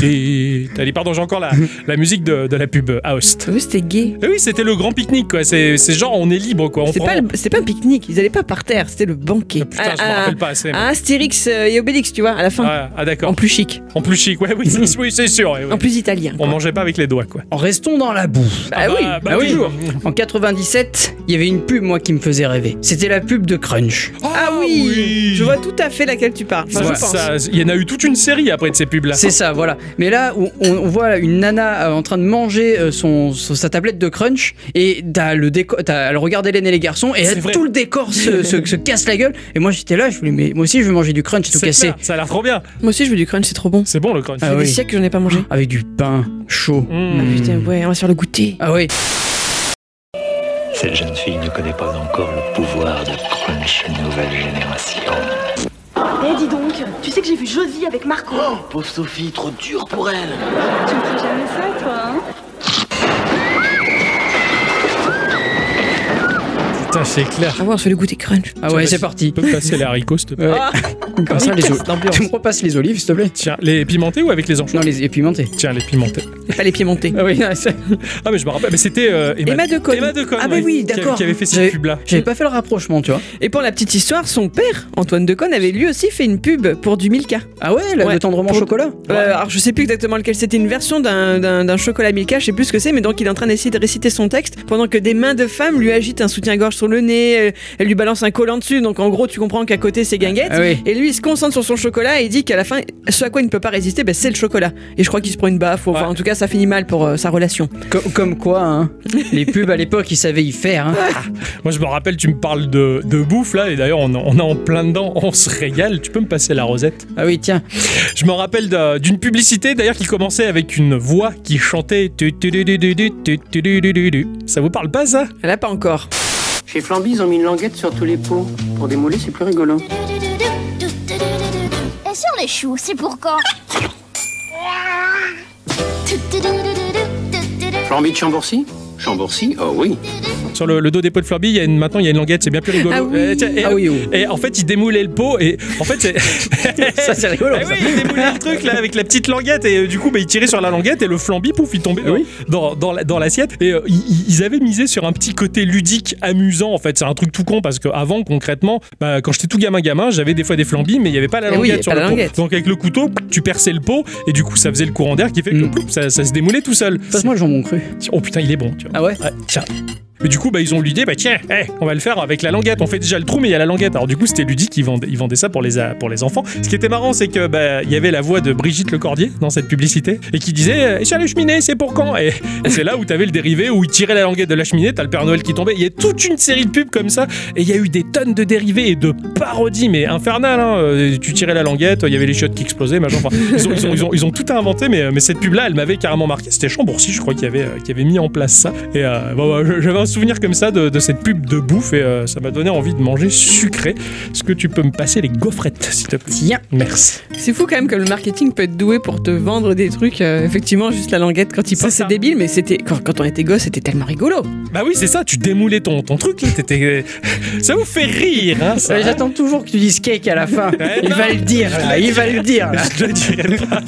Speaker 2: Et- T'as dit, pardon, j'ai encore la, la musique de, de la pub euh, Host. Eh
Speaker 1: Oui, c'était gay.
Speaker 2: Oui, c'était le grand pique-nique, quoi. C'est c'est genre, on est libre, quoi. On
Speaker 1: C'était
Speaker 2: prend- Ah,
Speaker 1: pas, le- c'était pas un pique-nique, ils allaient pas par terre, c'était le banquet.
Speaker 2: Putain, je me rappelle pas assez. mais-
Speaker 1: Ah, Astérix euh, et Obélix, tu vois, à la fin.
Speaker 2: Ah, ah, d'accord. En
Speaker 1: plus chic.
Speaker 2: En plus chic, ouais, oui, c'est oui, c'est sûr. ouais, ouais.
Speaker 1: En plus italien.
Speaker 2: On mangeait pas avec les doigts, quoi.
Speaker 3: En restons dans la boue.
Speaker 2: Ah bah, bah
Speaker 3: oui.
Speaker 2: toujours.
Speaker 3: En 97, il y avait une pub moi qui me faisait rêver. C'était la pub de Crunch.
Speaker 1: Ah oui, Je vois tout à fait laquelle tu parles. Enfin,
Speaker 2: Ça,
Speaker 1: je pense.
Speaker 2: ça- Il y en a eu toute une série après de ces pubs-là.
Speaker 3: C'est ça, voilà. Mais là, on, on voit une nana euh, en train de manger euh, son, son- sa tablette de crunch et t'as le décor, t'as- elle regarde Hélène et les garçons et
Speaker 2: C'est
Speaker 3: elle-
Speaker 2: vrai.
Speaker 3: tout le décor se, se- se casse la gueule. Et moi j'étais là, je voulais, mais moi aussi je veux manger du crunch, c'est tout
Speaker 2: C'est
Speaker 3: cassé. Ah
Speaker 2: clair, Ça a l'air trop bien.
Speaker 1: Moi aussi, je veux du crunch, c'est trop bon.
Speaker 2: C'est bon le crunch.
Speaker 1: Ça fait des siècles que j'en ai pas mangé.
Speaker 3: Avec du pain chaud.
Speaker 2: Hmm. Hum,
Speaker 1: Ah, putain, ouais, on va sur le goûter.
Speaker 3: Ah oui.
Speaker 8: Cette jeune fille ne connaît pas encore le pouvoir de Crunch Nouvelle Génération.
Speaker 9: Eh dis donc, tu sais que j'ai vu Josie avec Marco. Oh, pauvre Sophie, trop dure pour elle. Tu me ferais jamais ça, toi, hein
Speaker 2: Putain, c'est clair.
Speaker 1: Ah ouais, on se fait le goûter crunch.
Speaker 3: Ah ouais, c'est parti.
Speaker 2: Tu peux me passer les haricots, s'il te plaît.
Speaker 3: Comme ça, les
Speaker 2: Casse
Speaker 3: olives. Tu me repasses les olives, s'il te plaît.
Speaker 2: Tiens, les pimentés ou avec les anchois
Speaker 3: Non, les épimentés.
Speaker 2: Tiens, les pimentés.
Speaker 1: Pas les pieds montés.
Speaker 3: Ah oui,
Speaker 2: Ah, mais je me rappelle, mais c'était euh, Emma,
Speaker 1: Emma de Cône.
Speaker 2: Emma Cône,
Speaker 1: Ah bah oui,
Speaker 2: qui avait-
Speaker 1: d'accord.
Speaker 2: Qui avait fait
Speaker 1: J'avais-
Speaker 2: cette pub-là.
Speaker 3: J'avais pas fait le rapprochement, tu vois.
Speaker 1: Et pour la petite histoire, son père, Antoine Decaune, avait lui aussi fait une pub pour du Milka.
Speaker 3: Ah ouais, Ah le- le tendrement
Speaker 1: Pour-
Speaker 3: chocolat
Speaker 1: Euh, Alors je sais plus exactement lequel, c'était une version d'un- d'un d'un chocolat Milka, je sais plus ce que c'est, mais donc il est en train d'essayer de réciter son texte pendant que des mains de femmes lui agitent un soutien-gorge sur le nez, euh, elle lui balance un collant dessus, donc en gros tu comprends qu'à côté c'est guinguette.
Speaker 3: Ah oui.
Speaker 1: Et lui lui, il se concentre sur son chocolat et il dit qu'à la fin, ce à quoi il ne peut pas résister, ben, c'est le chocolat. Et je crois qu'il se prend une baffe. ou- Enfin, en tout cas, ça finit mal pour euh, sa relation.
Speaker 3: Comme, comme quoi, hein, les pubs à l'époque, ils savaient y faire. hein.
Speaker 2: Moi, je me rappelle, tu me parles de, de bouffe là, et d'ailleurs, on, en- on est en plein dedans, on se régale. Tu peux me passer la rosette
Speaker 3: Ah oui, tiens.
Speaker 2: Je me rappelle d'un- d'une publicité d'ailleurs qui commençait avec une voix qui chantait. tu, tu, du, du, du, du, tu, tu, du, du, du, du. Ça vous parle pas ça
Speaker 1: Elle a pas encore.
Speaker 7: Chez Flamby, ils ont mis une languette sur tous les pots. Pour démouler, c'est plus rigolo.
Speaker 6: Et sur les choux, c'est pour quand
Speaker 16: Flamby de Chambourcy Chambourcy Oh oui.
Speaker 2: Sur le, le dos des pots de Flamby, il y a une- maintenant il y a une languette, c'est bien plus rigolo.
Speaker 16: Ah oui.
Speaker 2: Eh, tiens, et,
Speaker 16: Ah oui, oh.
Speaker 2: et en fait, il démoulait le pot et en fait, c'est-
Speaker 3: Ça, c'est rigolo,
Speaker 2: Eh oui, il démoulait le truc là avec la petite languette et euh, du coup, bah, il tirait sur la languette et le Flamby, pouf, il tombait dans, dans, la- dans l'assiette. Et euh, ils- ils avaient misé sur un petit côté ludique, amusant. En fait, c'est un truc tout con parce qu'avant, concrètement, bah, quand j'étais tout gamin gamin, j'avais des fois des Flambys, mais il n'y avait pas la
Speaker 1: Eh oui,
Speaker 2: languette
Speaker 1: il y avait
Speaker 2: sur
Speaker 1: pas
Speaker 2: le
Speaker 1: la
Speaker 2: pot.
Speaker 1: languette.
Speaker 2: Donc avec le couteau, tu perçais le pot et du coup, ça faisait le courant d'air qui fait que ploup, ça, ça se démoulait tout seul.
Speaker 3: Passe-moi le jambon cru.
Speaker 2: Oh putain, il est bon. Tu vois.
Speaker 3: Ah ouais
Speaker 2: Tiens. Mais du coup, bah, ils ont eu l'idée, bah tiens, eh, on va le faire avec la languette. On fait déjà le trou, mais il y a la languette. Alors du coup, c'était ludique, ils vendaient, ils vendaient ça pour les, a- pour les enfants. Ce qui était marrant, c'est que bah, il y avait la voix de Brigitte Lecordier dans cette publicité et qui disait, euh, et sur les cheminées, c'est pour quand Et, et c'est là où t'avais le dérivé où ils tiraient la languette de la cheminée, t'as le Père Noël qui tombait. Il y a toute une série de pubs comme ça, et il y a eu des tonnes de dérivés et de parodies, mais infernales. hein. Euh, Tu tirais la languette, il y avait les chiottes qui explosaient, machin. Enfin, ils, ont, ils ont- ils ont- ils ont tout inventé, mais, mais cette pub-là, elle m'avait carrément marqué. C'était Chambourcy, je crois, qui avait, euh, qui avait mis en place ça. Et euh, bon, bah, je- j'avais un souvenir comme ça de, de cette pub de bouffe, et euh, ça m'a donné envie de manger sucré. Est-ce que tu peux me passer les gaufrettes, s'il te plaît Merci.
Speaker 1: C'est fou quand même que le marketing peut être doué pour te vendre des trucs. euh, effectivement, juste la languette quand il pense c'est débile, mais c'était quand, quand on était gosse, c'était tellement rigolo.
Speaker 2: Bah oui, c'est ça, tu démoulais ton, ton truc là, t'étais. euh, Ça vous fait rire, hein ça,
Speaker 3: Ouais,
Speaker 2: hein
Speaker 3: J'attends toujours que tu dises cake à la fin.
Speaker 2: Ouais,
Speaker 3: il
Speaker 2: non.
Speaker 3: va le dire,
Speaker 2: Je
Speaker 3: là,
Speaker 2: le
Speaker 3: il va le dire. là.
Speaker 2: Je le dirai pas.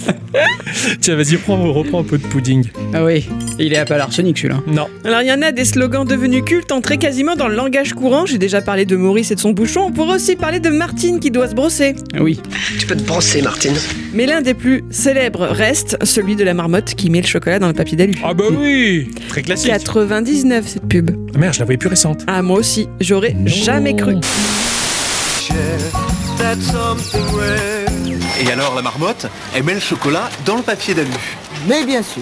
Speaker 2: Tiens, vas-y, reprends, reprends un peu de pudding.
Speaker 3: Ah oui, il est à pas l'arsenic celui-là.
Speaker 2: Non.
Speaker 1: Alors il y en a des slogans devenus cultes entrés quasiment dans le langage courant. J'ai déjà parlé de Maurice et de son bouchon. On pourrait aussi parler de Martine qui doit se brosser.
Speaker 3: Ah oui.
Speaker 7: Tu peux te brosser, Martine.
Speaker 1: Mais l'un des plus célèbres reste celui de la marmotte qui met le chocolat dans le papier d'alu.
Speaker 2: Ah bah oui Très classique.
Speaker 1: 99 cette pub.
Speaker 2: Merde, je la voyais plus récente.
Speaker 1: Ah moi aussi, j'aurais jamais cru.
Speaker 13: Et alors la marmotte, elle met le chocolat dans le papier d'alu.
Speaker 1: Mais bien sûr.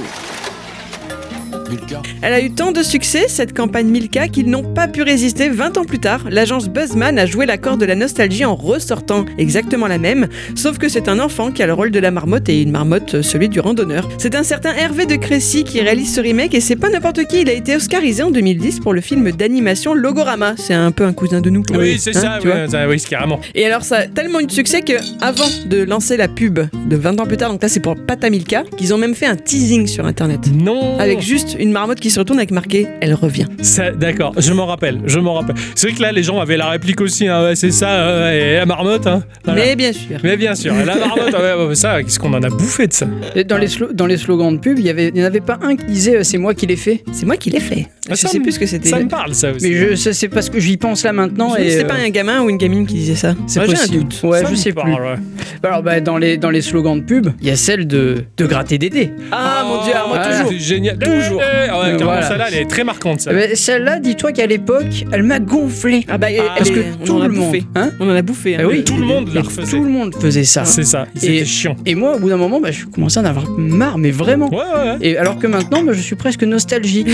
Speaker 1: Elle a eu tant de succès, cette campagne Milka, qu'ils n'ont pas pu résister 20 ans plus tard. L'agence Buzzman a joué la corde de la nostalgie en ressortant exactement la même, sauf que c'est un enfant qui a le rôle de la marmotte et une marmotte euh, celui du randonneur. C'est un certain Hervé de Crécy qui réalise ce remake et c'est pas n'importe qui, il a été oscarisé en 2010 pour le film d'animation Logorama. C'est un peu un cousin de nous.
Speaker 2: Oui, c'est
Speaker 1: Hein,
Speaker 2: ça,
Speaker 1: tu vois
Speaker 2: ouais, ça, oui, c'est carrément.
Speaker 1: et alors, ça a tellement eu de succès que, avant de lancer la pub de 20 ans plus tard, donc là c'est pour Patamilka, qu'ils ont même fait un teasing sur internet.
Speaker 2: Non
Speaker 1: Avec juste une marmotte qui se retourne avec marqué Elle revient.
Speaker 2: Ça- D'accord, je m'en rappelle, je m'en rappelle. C'est vrai que là, les gens avaient la réplique aussi, hein, ouais, c'est ça, euh, et la marmotte. Hein, voilà.
Speaker 1: Mais bien sûr.
Speaker 2: Mais bien sûr, et la marmotte, ouais, ouais, ça, qu'est-ce qu'on en a bouffé de ça
Speaker 3: Et Dans les, slo- dans les slogans de pub, il y avait- il n'y en avait pas un qui disait euh, c'est moi qui l'ai fait.
Speaker 1: C'est moi qui l'ai fait.
Speaker 2: Ah,
Speaker 3: je
Speaker 2: ça
Speaker 3: sais
Speaker 2: me-
Speaker 3: plus ce que c'était.
Speaker 2: Ça me parle, ça aussi. hein.
Speaker 3: Mais je sais, c'est parce que j'y pense là maintenant.
Speaker 1: Je ne
Speaker 3: et,
Speaker 1: sais
Speaker 3: euh,
Speaker 1: pas un gamin ou une gamine qui disait ça.
Speaker 3: C'est
Speaker 1: Moi, j'ai un
Speaker 3: possible.
Speaker 1: doute.
Speaker 3: Ouais,
Speaker 1: Ça
Speaker 3: je
Speaker 1: me
Speaker 3: sais plus.
Speaker 1: parle,
Speaker 3: Alors, bah, dans les, dans les slogans de pub, il y a celle de, de gratter des dés.
Speaker 1: Ah mon dieu, ah, moi
Speaker 3: Voilà.
Speaker 1: toujours.
Speaker 2: C'est génial.
Speaker 3: Toujours.
Speaker 2: Eh, eh, ouais, carrément,
Speaker 3: Voilà.
Speaker 2: celle-là, elle est très marquante, ça.
Speaker 3: Mais Eh ben, Celle-là, dis-toi qu'à l'époque, elle m'a gonflé.
Speaker 1: Ah bah, elle-
Speaker 3: parce
Speaker 1: elle
Speaker 3: que
Speaker 1: est- on
Speaker 3: tout
Speaker 1: en a
Speaker 3: le monde,
Speaker 1: bouffé.
Speaker 3: hein
Speaker 1: on en a bouffé. hein.
Speaker 3: Ah oui.
Speaker 2: Tout le monde la
Speaker 3: Et
Speaker 2: refaisait.
Speaker 3: Tout le monde faisait ça.
Speaker 2: C'est ça,
Speaker 3: Et,
Speaker 2: c'était chiant.
Speaker 3: et moi, au bout d'un moment, bah, je commençais à en avoir marre, mais vraiment.
Speaker 2: ouais.
Speaker 3: Et alors que maintenant, bah, je suis presque nostalgique.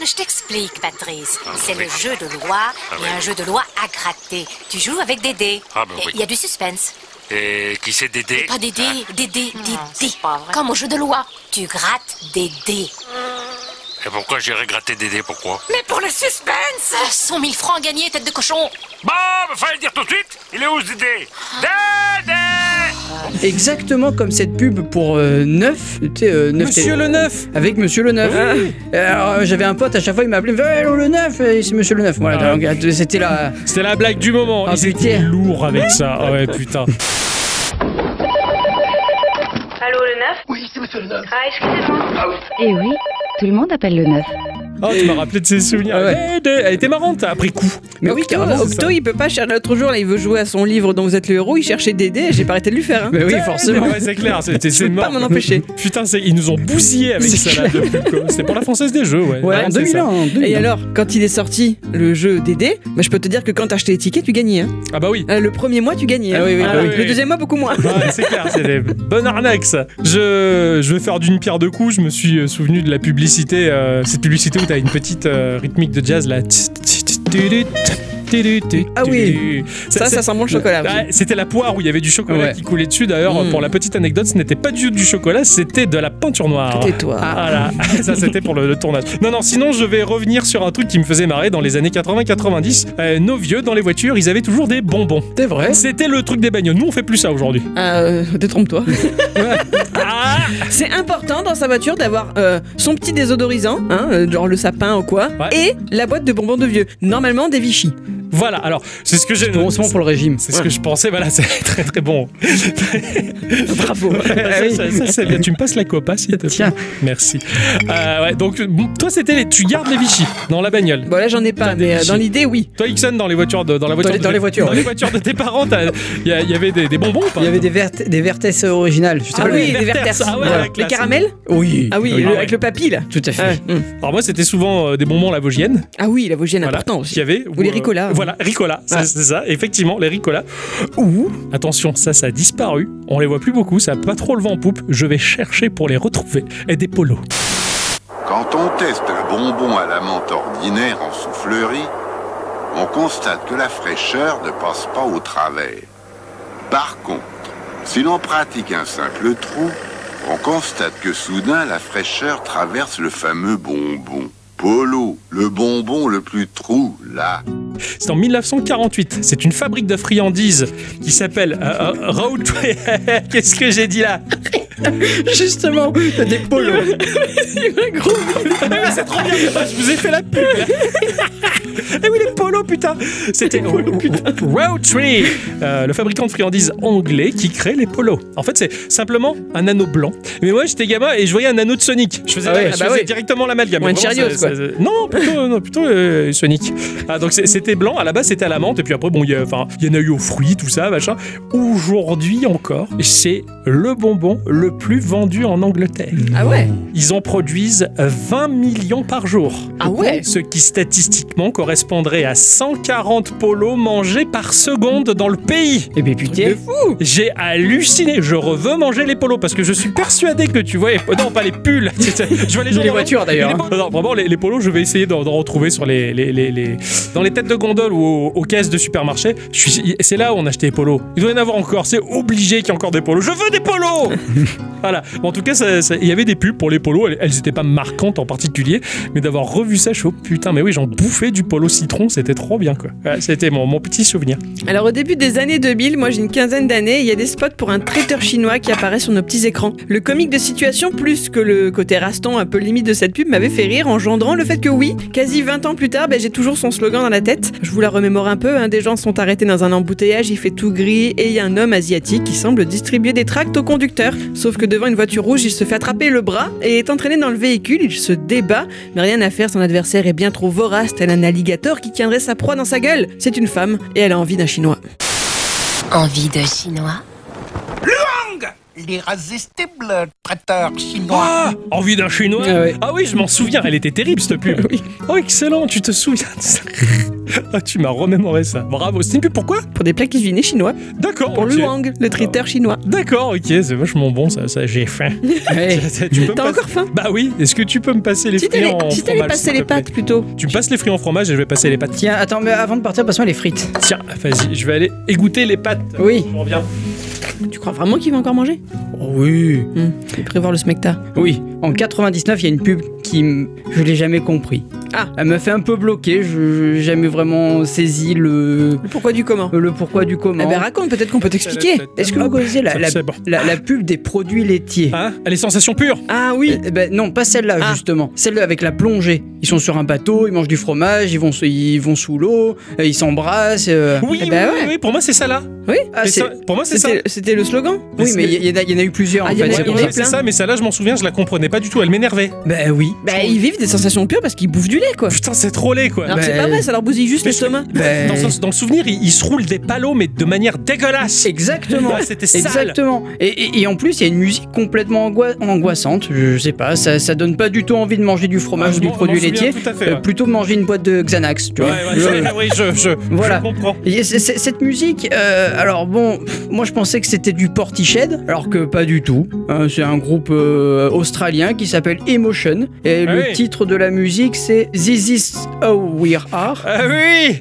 Speaker 22: Je t'explique, Patrice. C'est le jeu de loi
Speaker 12: Ah
Speaker 22: et un jeu de loi à gratter. Tu joues avec des dés.
Speaker 25: Ah, ben oui.
Speaker 22: Il y a du suspense.
Speaker 25: Et qui c'est Dédé
Speaker 22: Pas des dés, des dés, des dés. Comme au jeu de loi. Tu grattes des dés.
Speaker 25: Et pourquoi j'irai gratter Dédé Pourquoi
Speaker 22: Mais pour le suspense 100 000 francs gagnés, tête de cochon
Speaker 25: Bon, bah, fallait le dire tout de suite Il est où ce Dédé
Speaker 22: Ah.
Speaker 25: Dédé
Speaker 3: Exactement comme cette pub pour euh, Neuf. tu sais, euh, Neuf
Speaker 2: Monsieur
Speaker 3: Télé.
Speaker 2: le Neuf
Speaker 3: Avec Monsieur le Neuf.
Speaker 2: Oui.
Speaker 3: Alors euh, j'avais un pote, à chaque fois il m'appelait Eh, allô, le Neuf, et c'est Monsieur le Neuf.
Speaker 2: Ah.
Speaker 3: Voilà, donc, euh, c'était la.
Speaker 2: C'était la blague du moment.
Speaker 3: Ah,
Speaker 2: Ils étaient lourds avec ça. Ah ouais, putain.
Speaker 26: Allô, le 9 Oui, c'est monsieur le 9. Ah, excusez-moi. Eh oui, tout le monde appelle le 9.
Speaker 2: Oh, tu m'as rappelé de ses souvenirs. Eh, de- Elle était marrante après coup.
Speaker 1: Mais oui, Octo,
Speaker 2: Ah carrément, c'est
Speaker 1: Octo,
Speaker 2: ça.
Speaker 1: il peut pas chercher l'autre jour, là, il veut jouer à son livre dont vous êtes le héros, il cherchait Dédé, et j'ai pas arrêté de lui faire. Hein.
Speaker 2: Bah
Speaker 3: Mais oui, forcément.
Speaker 2: Ouais, c'est clair, c'est
Speaker 1: Je
Speaker 2: c'est
Speaker 1: peux
Speaker 2: mort.
Speaker 1: pas m'en empêcher.
Speaker 2: Putain, c'est- ils nous ont bousillé avec
Speaker 1: C'est
Speaker 2: ça là. de plus, quoi. C'était pour la française des jeux, ouais. Ah,
Speaker 1: Ouais,
Speaker 2: c'est ça.
Speaker 1: Et alors, quand il est sorti, le jeu DD, bah, je peux te dire que quand t'achetais les tickets, tu gagnais. hein.
Speaker 2: Ah bah oui.
Speaker 1: Euh, le premier mois, tu gagnais.
Speaker 2: Ah oui, oui,
Speaker 1: hein.
Speaker 2: bah oui.
Speaker 1: Le deuxième mois, beaucoup moins.
Speaker 2: Ouais, c'est clair, c'est des bonnes arnaques ça. Je, je vais faire d'une pierre deux coups, je me suis euh, souvenu de la publicité, euh, cette publicité où t'as une petite euh, rythmique de jazz là.
Speaker 1: Ah oui. Ça,
Speaker 2: c'est-
Speaker 1: ça sent bon le chocolat, oui.
Speaker 2: Ouais, C'était la poire où il y avait du chocolat
Speaker 1: Ouais.
Speaker 2: qui coulait dessus. D'ailleurs,
Speaker 1: Mm.
Speaker 2: pour la petite anecdote, ce n'était pas du, du chocolat, c'était de la peinture noire.
Speaker 1: Tais-toi.
Speaker 3: Ah.
Speaker 2: Ah, Voilà, ça c'était pour le, le tournage. Non, non, sinon je vais revenir sur un truc qui me faisait marrer dans les années 80-90. Euh, nos vieux, dans les voitures, ils avaient toujours des bonbons.
Speaker 3: C'est vrai.
Speaker 2: C'était le truc des bagnoles. Nous, on fait plus ça aujourd'hui.
Speaker 1: Euh, détrompe-toi. C'est important dans sa voiture d'avoir euh, son petit désodorisant, hein, euh, genre le sapin ou quoi, et la boîte de bonbons de vieux. Normalement des Vichy.
Speaker 2: Voilà, alors c'est ce que j'ai.
Speaker 3: Heureusement pour le Eh régime.
Speaker 2: C'est ce que je pensais, voilà, c'est très très bon. Bravo. ça, ça, c'est bien. Tu me passes la copa, s'il te plaît. Tiens. Merci. Euh, ouais, donc, bon, toi, c'était les. Tu gardes les Vichy dans la bagnole.
Speaker 1: Bon, là, j'en ai pas, mais euh, dans l'idée, oui.
Speaker 2: Toi, Ixon, dans les voitures de, dans la
Speaker 3: Dans
Speaker 2: voiture
Speaker 3: les-
Speaker 2: de-
Speaker 3: dans les voitures,
Speaker 2: dans
Speaker 3: oui.
Speaker 2: les voitures de tes parents, t'as- il y, a- il y avait des, des bonbons ou pas
Speaker 3: Il y avait des, vertes des vertes originales. je sais
Speaker 1: Ah
Speaker 3: pas.
Speaker 1: oui, les Verters.
Speaker 2: ah ouais,
Speaker 1: Voilà.
Speaker 2: la
Speaker 1: Les
Speaker 2: classe.
Speaker 1: caramels
Speaker 3: Oui.
Speaker 1: Ah oui, le- avec le papy là. Hum.
Speaker 3: Tout à
Speaker 2: Ah.
Speaker 3: fait.
Speaker 2: Alors moi, c'était souvent euh, des bonbons la Vosgienne.
Speaker 1: Ah oui, la Vosgienne
Speaker 2: Voilà,
Speaker 1: important aussi.
Speaker 2: qu'il y avait. euh,
Speaker 1: Ou les Ricola.
Speaker 2: voilà, Ricola, ça,
Speaker 1: Ah.
Speaker 2: c'est ça, effectivement, les Ricola. Ou, attention, ça, ça a disparu. On les voit plus beaucoup, ça a pas trop le vent en poupe. Je vais chercher pour les retrouver. Et des polos.
Speaker 5: Quand on teste un bonbon à la menthe ordinaire en soufflerie, on constate que la fraîcheur ne passe pas au travers. Par contre, si l'on pratique un simple trou, on constate que soudain la fraîcheur traverse le fameux bonbon. Polo, le bonbon le plus trou, là.
Speaker 2: C'est en 1948. C'est une fabrique de friandises qui s'appelle euh, euh, Road. Qu'est-ce que j'ai dit là
Speaker 3: Justement, t'as des polos.
Speaker 2: Ah, c'est trop bien, putain, je vous ai fait la pub. là. Eh oui, les polos, putain. C'était Road Tree, euh, le fabricant de friandises anglais qui crée les polos. En fait, c'est simplement un anneau blanc. Mais moi, j'étais gamin et je voyais un anneau de Sonic. Je faisais,
Speaker 3: Ah
Speaker 2: je
Speaker 3: ouais, ah bah
Speaker 2: faisais
Speaker 3: ouais.
Speaker 2: directement l'amalgame.
Speaker 3: Ou un
Speaker 2: Mais vraiment,
Speaker 3: Cheerios,
Speaker 2: ça-
Speaker 3: quoi.
Speaker 2: ça- Non, plutôt, non, plutôt euh, Sonic. Ah, donc c'est- c'était blanc. À la base, c'était à la menthe. Et puis après, bon, il y, a- enfin, il y en a eu aux fruits, tout ça, machin. Aujourd'hui encore, c'est le bonbon le plus vendu en Angleterre.
Speaker 1: Ah ouais
Speaker 2: Ils en produisent 20 millions par jour.
Speaker 1: Ah ouais
Speaker 2: Ce qui statistiquement correspondrait à 140 polos mangés par seconde dans le pays.
Speaker 3: Eh bien putain,
Speaker 2: fou J'ai halluciné. Je reveux manger les polos parce que je suis persuadé que tu vois. les- Non, pas les pulls. je vois les, gens
Speaker 3: Les
Speaker 2: dans-
Speaker 3: voitures, d'ailleurs.
Speaker 2: Les polos- hein, Non, vraiment, les, les polos, je vais essayer d'en d'en retrouver sur les, les- les- les- dans les têtes de gondole ou aux, aux caisses de supermarché. Je suis- C'est là où on achetait les polos. Il doit y en avoir encore. C'est obligé qu'il y ait encore des polos. Je veux des polos Voilà. Bon, en tout cas, ça- ça- il y avait des pubs pour les polos. Elles- Elles n'étaient pas marquantes en particulier, mais d'avoir revu ça, je suis oh, putain, mais oui, j'en bouffais du polo citron. C'était trop bien, quoi. Ouais, C'était mon, mon petit souvenir.
Speaker 1: Alors au début des années 2000, moi j'ai une quinzaine d'années, il y a des spots pour un traiteur chinois qui apparaît sur nos petits écrans. Le comique de situation plus que le côté raston un peu limite de cette pub m'avait fait rire engendrant le fait que oui, quasi 20 ans plus tard, ben, j'ai toujours son slogan dans la tête. Je vous la remémore un peu, hein, des gens sont arrêtés dans un embouteillage, il fait tout gris et il y a un homme asiatique qui semble distribuer des tracts au conducteur. Sauf que devant une voiture rouge, il se fait attraper le bras et est entraîné dans le véhicule, il se débat, mais rien à faire, son adversaire est bien trop vorace, tel un alligator qui tiendrait sa proie dans sa gueule. C'est une femme et elle a envie d'un chinois.
Speaker 22: Envie de chinois
Speaker 11: L'irrésistible traiteur
Speaker 2: Ah Envie d'un chinois ah, oui, je m'en souviens. Elle était terrible, cette pub. Oh, excellent, tu te souviens de ça Ah, tu m'as remémoré ça. Bravo. C'était une pub pourquoi
Speaker 1: Pour des plaques cuisinées chinois.
Speaker 2: D'accord.
Speaker 1: Pour
Speaker 2: ok.
Speaker 1: le Wang, le traiteur
Speaker 2: Ah,
Speaker 1: chinois.
Speaker 2: D'accord, ok, c'est vachement bon ça, ça j'ai faim.
Speaker 1: T'as encore faim
Speaker 2: Bah oui, est-ce que tu peux me passer les
Speaker 1: Si
Speaker 2: fruits
Speaker 1: t'allais-
Speaker 2: en
Speaker 1: si t'allais
Speaker 2: fromage,
Speaker 1: passer
Speaker 2: s'il te
Speaker 1: les
Speaker 2: plaît
Speaker 1: pâtes plutôt.
Speaker 2: Tu me passes les fruits en fromage et je vais passer les pâtes.
Speaker 3: Tiens, attends, mais avant de partir, passons à les frites.
Speaker 2: Tiens, vas-y, je vais aller égoutter les pâtes.
Speaker 3: Oui.
Speaker 2: Je reviens.
Speaker 1: Tu crois vraiment qu'il va encore manger
Speaker 3: Oui.
Speaker 1: Faut prévoir le smecta.
Speaker 3: Oui. En 99, il y a une pub qui, m- je l'ai jamais compris.
Speaker 1: Ah.
Speaker 3: Elle m'a fait un peu bloquer. Je j'ai jamais vraiment saisi le.
Speaker 1: Le pourquoi du
Speaker 2: Euh,
Speaker 1: comment
Speaker 3: Le pourquoi du comment.
Speaker 1: Eh ben raconte, peut-être qu'on peut t'expliquer.
Speaker 3: Est-ce que vous connaissez la,
Speaker 2: Ah, bah, Ça,
Speaker 3: la,
Speaker 2: c'est bon.
Speaker 3: la- la pub des produits laitiers
Speaker 2: Elle est sensation pure
Speaker 1: Ah oui
Speaker 3: Eh ben non, pas celle-là
Speaker 1: Ah.
Speaker 3: justement. Celle avec la plongée. Ils sont sur un bateau, ils mangent du fromage, ils vont, sous- ils vont sous l'eau, euh, ils s'embrassent. euh.
Speaker 2: Oui,
Speaker 3: Eh ben
Speaker 2: oui,
Speaker 3: ouais.
Speaker 2: oui, pour moi c'est ça là.
Speaker 1: Oui.
Speaker 2: Ah, c'est- ça- pour moi, c'est ça.
Speaker 1: c'était- C'était le slogan.
Speaker 2: Mais
Speaker 3: Oui, mais
Speaker 2: c'est-
Speaker 3: il y, en a- il y en a eu plusieurs
Speaker 1: Ah,
Speaker 3: en
Speaker 1: il y en
Speaker 3: fait.
Speaker 1: a-
Speaker 3: c'est
Speaker 1: il y en
Speaker 3: pour
Speaker 1: a
Speaker 3: ça.
Speaker 1: eu
Speaker 2: C'est ça, mais celle-là, je m'en souviens, je la comprenais pas du tout, elle m'énervait.
Speaker 3: Bah oui.
Speaker 1: Bah, ils vivent des sensations pures parce qu'ils bouffent du lait, quoi.
Speaker 2: Putain, c'est trop laid, quoi.
Speaker 1: Alors que c'est
Speaker 2: Bah,
Speaker 1: pas vrai, ça leur bousille juste Ah. l'estomac. Ben.
Speaker 2: Dans, ce- dans le souvenir, ils, ils se roulent des palos, mais de manière dégueulasse.
Speaker 3: Exactement.
Speaker 2: Ouais, C'était sale.
Speaker 3: Exactement. Et, et- et en plus, il y a une musique complètement angoi- angoissante. Je, je sais pas, ça, ça donne pas du tout envie de manger du fromage
Speaker 2: Ah,
Speaker 3: ou du
Speaker 2: je m'en-
Speaker 3: produit
Speaker 2: je m'en souviens
Speaker 3: laitier. Euh,
Speaker 2: tout à fait, ouais.
Speaker 3: plutôt que manger une boîte de Xanax. Tu
Speaker 2: Ouais,
Speaker 3: vois.
Speaker 2: ouais, je- oui, je, je- je
Speaker 3: Voilà.
Speaker 2: comprends.
Speaker 3: Et c'est- c'est- cette musique, euh, alors bon, pff, moi je pensais que c'était du Portiched, alors que pas du tout. Hein, c'est un groupe euh, australien qui s'appelle Emotion, et
Speaker 2: Ah
Speaker 3: le
Speaker 2: oui.
Speaker 3: titre de la musique c'est This Is How We Are.
Speaker 2: Ah oui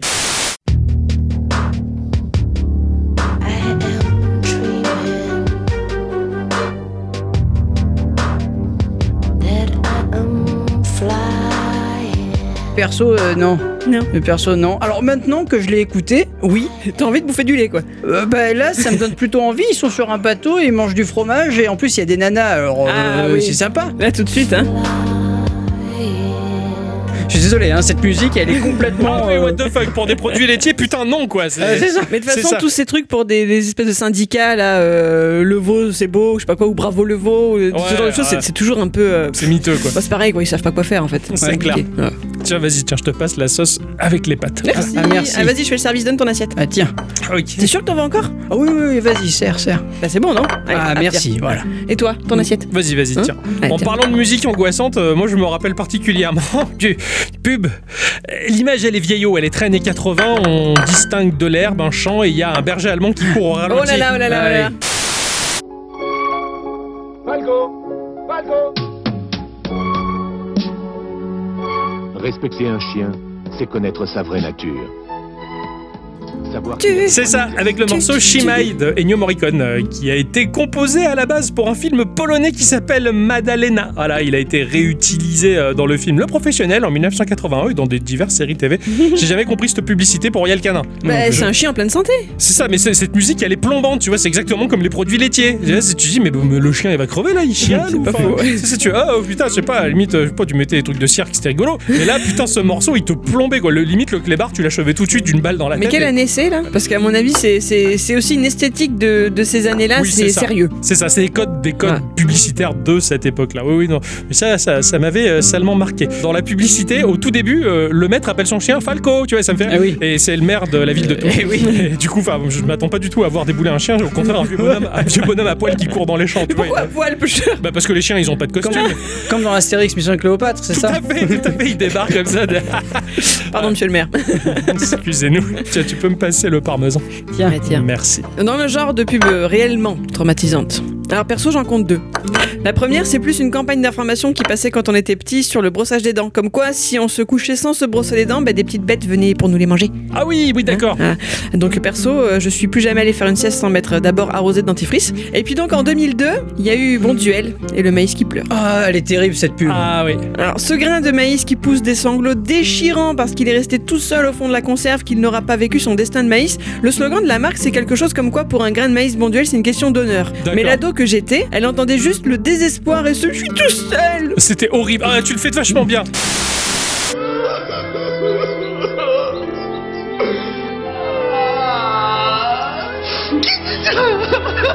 Speaker 3: Perso, euh, non.
Speaker 1: Non.
Speaker 3: Le perso, non. Alors maintenant que je l'ai écouté, oui.
Speaker 1: T'as envie de bouffer du lait, quoi.
Speaker 3: Euh, bah, là, ça me donne plutôt envie. Ils sont sur un bateau, ils mangent du fromage, et en plus il y a des nanas, alors
Speaker 1: Ah
Speaker 3: euh,
Speaker 1: oui.
Speaker 3: c'est sympa.
Speaker 1: Là, tout de suite, hein.
Speaker 3: Je suis désolé, hein, cette musique elle est
Speaker 2: Ah
Speaker 3: complètement.
Speaker 2: oui,
Speaker 3: euh,
Speaker 2: what the fuck, pour des produits laitiers, putain, non, quoi.
Speaker 3: Ah, c'est ça.
Speaker 1: Mais de toute
Speaker 2: c'est
Speaker 1: façon,
Speaker 2: ça.
Speaker 1: tous ces trucs pour des, des espèces de syndicats, là, euh, le veau, c'est beau, je sais pas quoi, ou bravo le veau, ou ce genre de choses,
Speaker 2: ouais.
Speaker 1: c'est- c'est toujours un peu. euh,
Speaker 2: C'est miteux, quoi.
Speaker 1: bah, c'est pareil, quoi, ils savent pas quoi faire, en fait.
Speaker 2: C'est
Speaker 1: Ouais,
Speaker 2: clair.
Speaker 1: compliqué. Ouais.
Speaker 2: Tiens, vas-y, tiens, je te passe la sauce avec les pâtes.
Speaker 1: Merci.
Speaker 3: Ah, merci.
Speaker 1: Ah, vas-y, je fais le service, donne ton assiette.
Speaker 3: Ah tiens.
Speaker 2: Ah, ok.
Speaker 1: T'es sûr que t'en veux encore
Speaker 3: Ah oui, oui, oui, vas-y, serre, serre.
Speaker 1: Bah, c'est bon, non Allez,
Speaker 3: Ah
Speaker 1: à
Speaker 3: merci,
Speaker 1: partir.
Speaker 3: voilà.
Speaker 1: Et toi, ton assiette
Speaker 2: Vas-y, vas-y,
Speaker 1: Hein
Speaker 2: tiens.
Speaker 1: Allez,
Speaker 2: en
Speaker 1: tiens.
Speaker 2: parlant de musique angoissante, euh, moi je me rappelle particulièrement du pub. Euh, L'image elle est vieillot, elle est très années 80, on distingue de l'herbe, un champ et il y a un berger allemand qui court au ralenti.
Speaker 1: Oh là là, oh là là, oh là là.
Speaker 10: Respecter un chien, c'est connaître sa vraie nature. Savoir
Speaker 2: C'est ça, avec le morceau Shimai de Ennio Morricone, euh, qui a été composé à la base pour un film polonais qui s'appelle Madalena. Voilà, il a été réutilisé euh, dans le film Le Professionnel en 1981 et dans des diverses séries TV. J'ai jamais compris cette publicité pour Royal Canin.
Speaker 1: Bah,
Speaker 2: Donc, je-
Speaker 1: c'est un chien en pleine santé.
Speaker 2: C'est ça, mais c'est- cette musique, elle est plombante, tu vois, c'est exactement comme les produits laitiers. Tu vois, c'est- tu dis, mais, mais le chien, il va crever là, il chiale ou
Speaker 1: pas
Speaker 2: enfin,
Speaker 1: faux, ouais.
Speaker 2: c'est- c'est- tu vois, ah, oh, putain, je sais pas, à la limite, euh, je sais pas, tu mettais des trucs de cirque, c'était rigolo. Mais là, putain, ce morceau, il te plombait, quoi. Le, limite, le clébard, tu l'achevais tout de suite d'une balle dans la
Speaker 1: Mais
Speaker 2: tête.
Speaker 1: quelle
Speaker 2: et-
Speaker 1: année c'est, là Parce qu'à mon avis, c'est- c'est c'est aussi une esthétique de, de ces années-là,
Speaker 2: Oui,
Speaker 1: c'est
Speaker 2: ça.
Speaker 1: sérieux.
Speaker 2: C'est ça, c'est les codes, des codes
Speaker 1: Ouais.
Speaker 3: Ah.
Speaker 2: publicitaires de cette époque-là. Oui, oui, non. Mais ça, ça, ça m'avait euh, salement marqué. Dans la publicité, au tout début, euh, le maître appelle son chien Falco, tu vois, ça me fait.
Speaker 3: Ah oui.
Speaker 2: Et c'est le maire de la ville de Tours.
Speaker 3: Eh oui.
Speaker 2: Et du coup, enfin, je m'attends pas du tout à voir débouler un chien, au contraire, un vieux bonhomme, un vieux bonhomme à poil qui court dans les champs. tu vois.
Speaker 1: Pourquoi à poil, peu cher
Speaker 2: bah parce que les chiens ils ont pas de costume.
Speaker 3: Comment Comme dans Astérix Mission Cléopâtre, c'est
Speaker 2: Tout
Speaker 3: ça
Speaker 2: à fait, tout à fait, ils débarquent comme ça. de-
Speaker 1: Pardon, monsieur le maire.
Speaker 2: Excusez-nous. Tiens, tu peux me passer le parmesan.
Speaker 3: Tiens.
Speaker 1: Ouais, tiens.
Speaker 2: Merci.
Speaker 1: Dans le genre de pub euh, réellement traumatisante. Alors perso, j'en compte deux. La première, c'est plus une campagne d'information qui passait quand on était petit sur le brossage des dents. Comme quoi, si on se couchait sans se brosser les dents, bah, des petites bêtes venaient pour nous les manger.
Speaker 2: Ah oui, oui, d'accord.
Speaker 1: Hein, voilà. Donc perso, euh, je suis plus jamais allé faire une sieste sans m'être d'abord arrosé de dentifrice. Et puis donc en 2002, il y a eu Bon Duel et le maïs qui pleure.
Speaker 3: Ah, elle est terrible cette pub.
Speaker 2: Ah oui.
Speaker 1: Alors ce grain de maïs qui pousse des sanglots déchirants parce qu'il est resté tout seul au fond de la conserve qu'il n'aura pas vécu son destin de maïs, le slogan de la marque c'est quelque chose comme quoi pour un grain de maïs bon duel c'est une question d'honneur.
Speaker 2: D'accord.
Speaker 1: Mais l'ado que j'étais, elle entendait juste le désespoir et ce je suis tout seul
Speaker 2: C'était horrible. Ah, tu le fais vachement bien.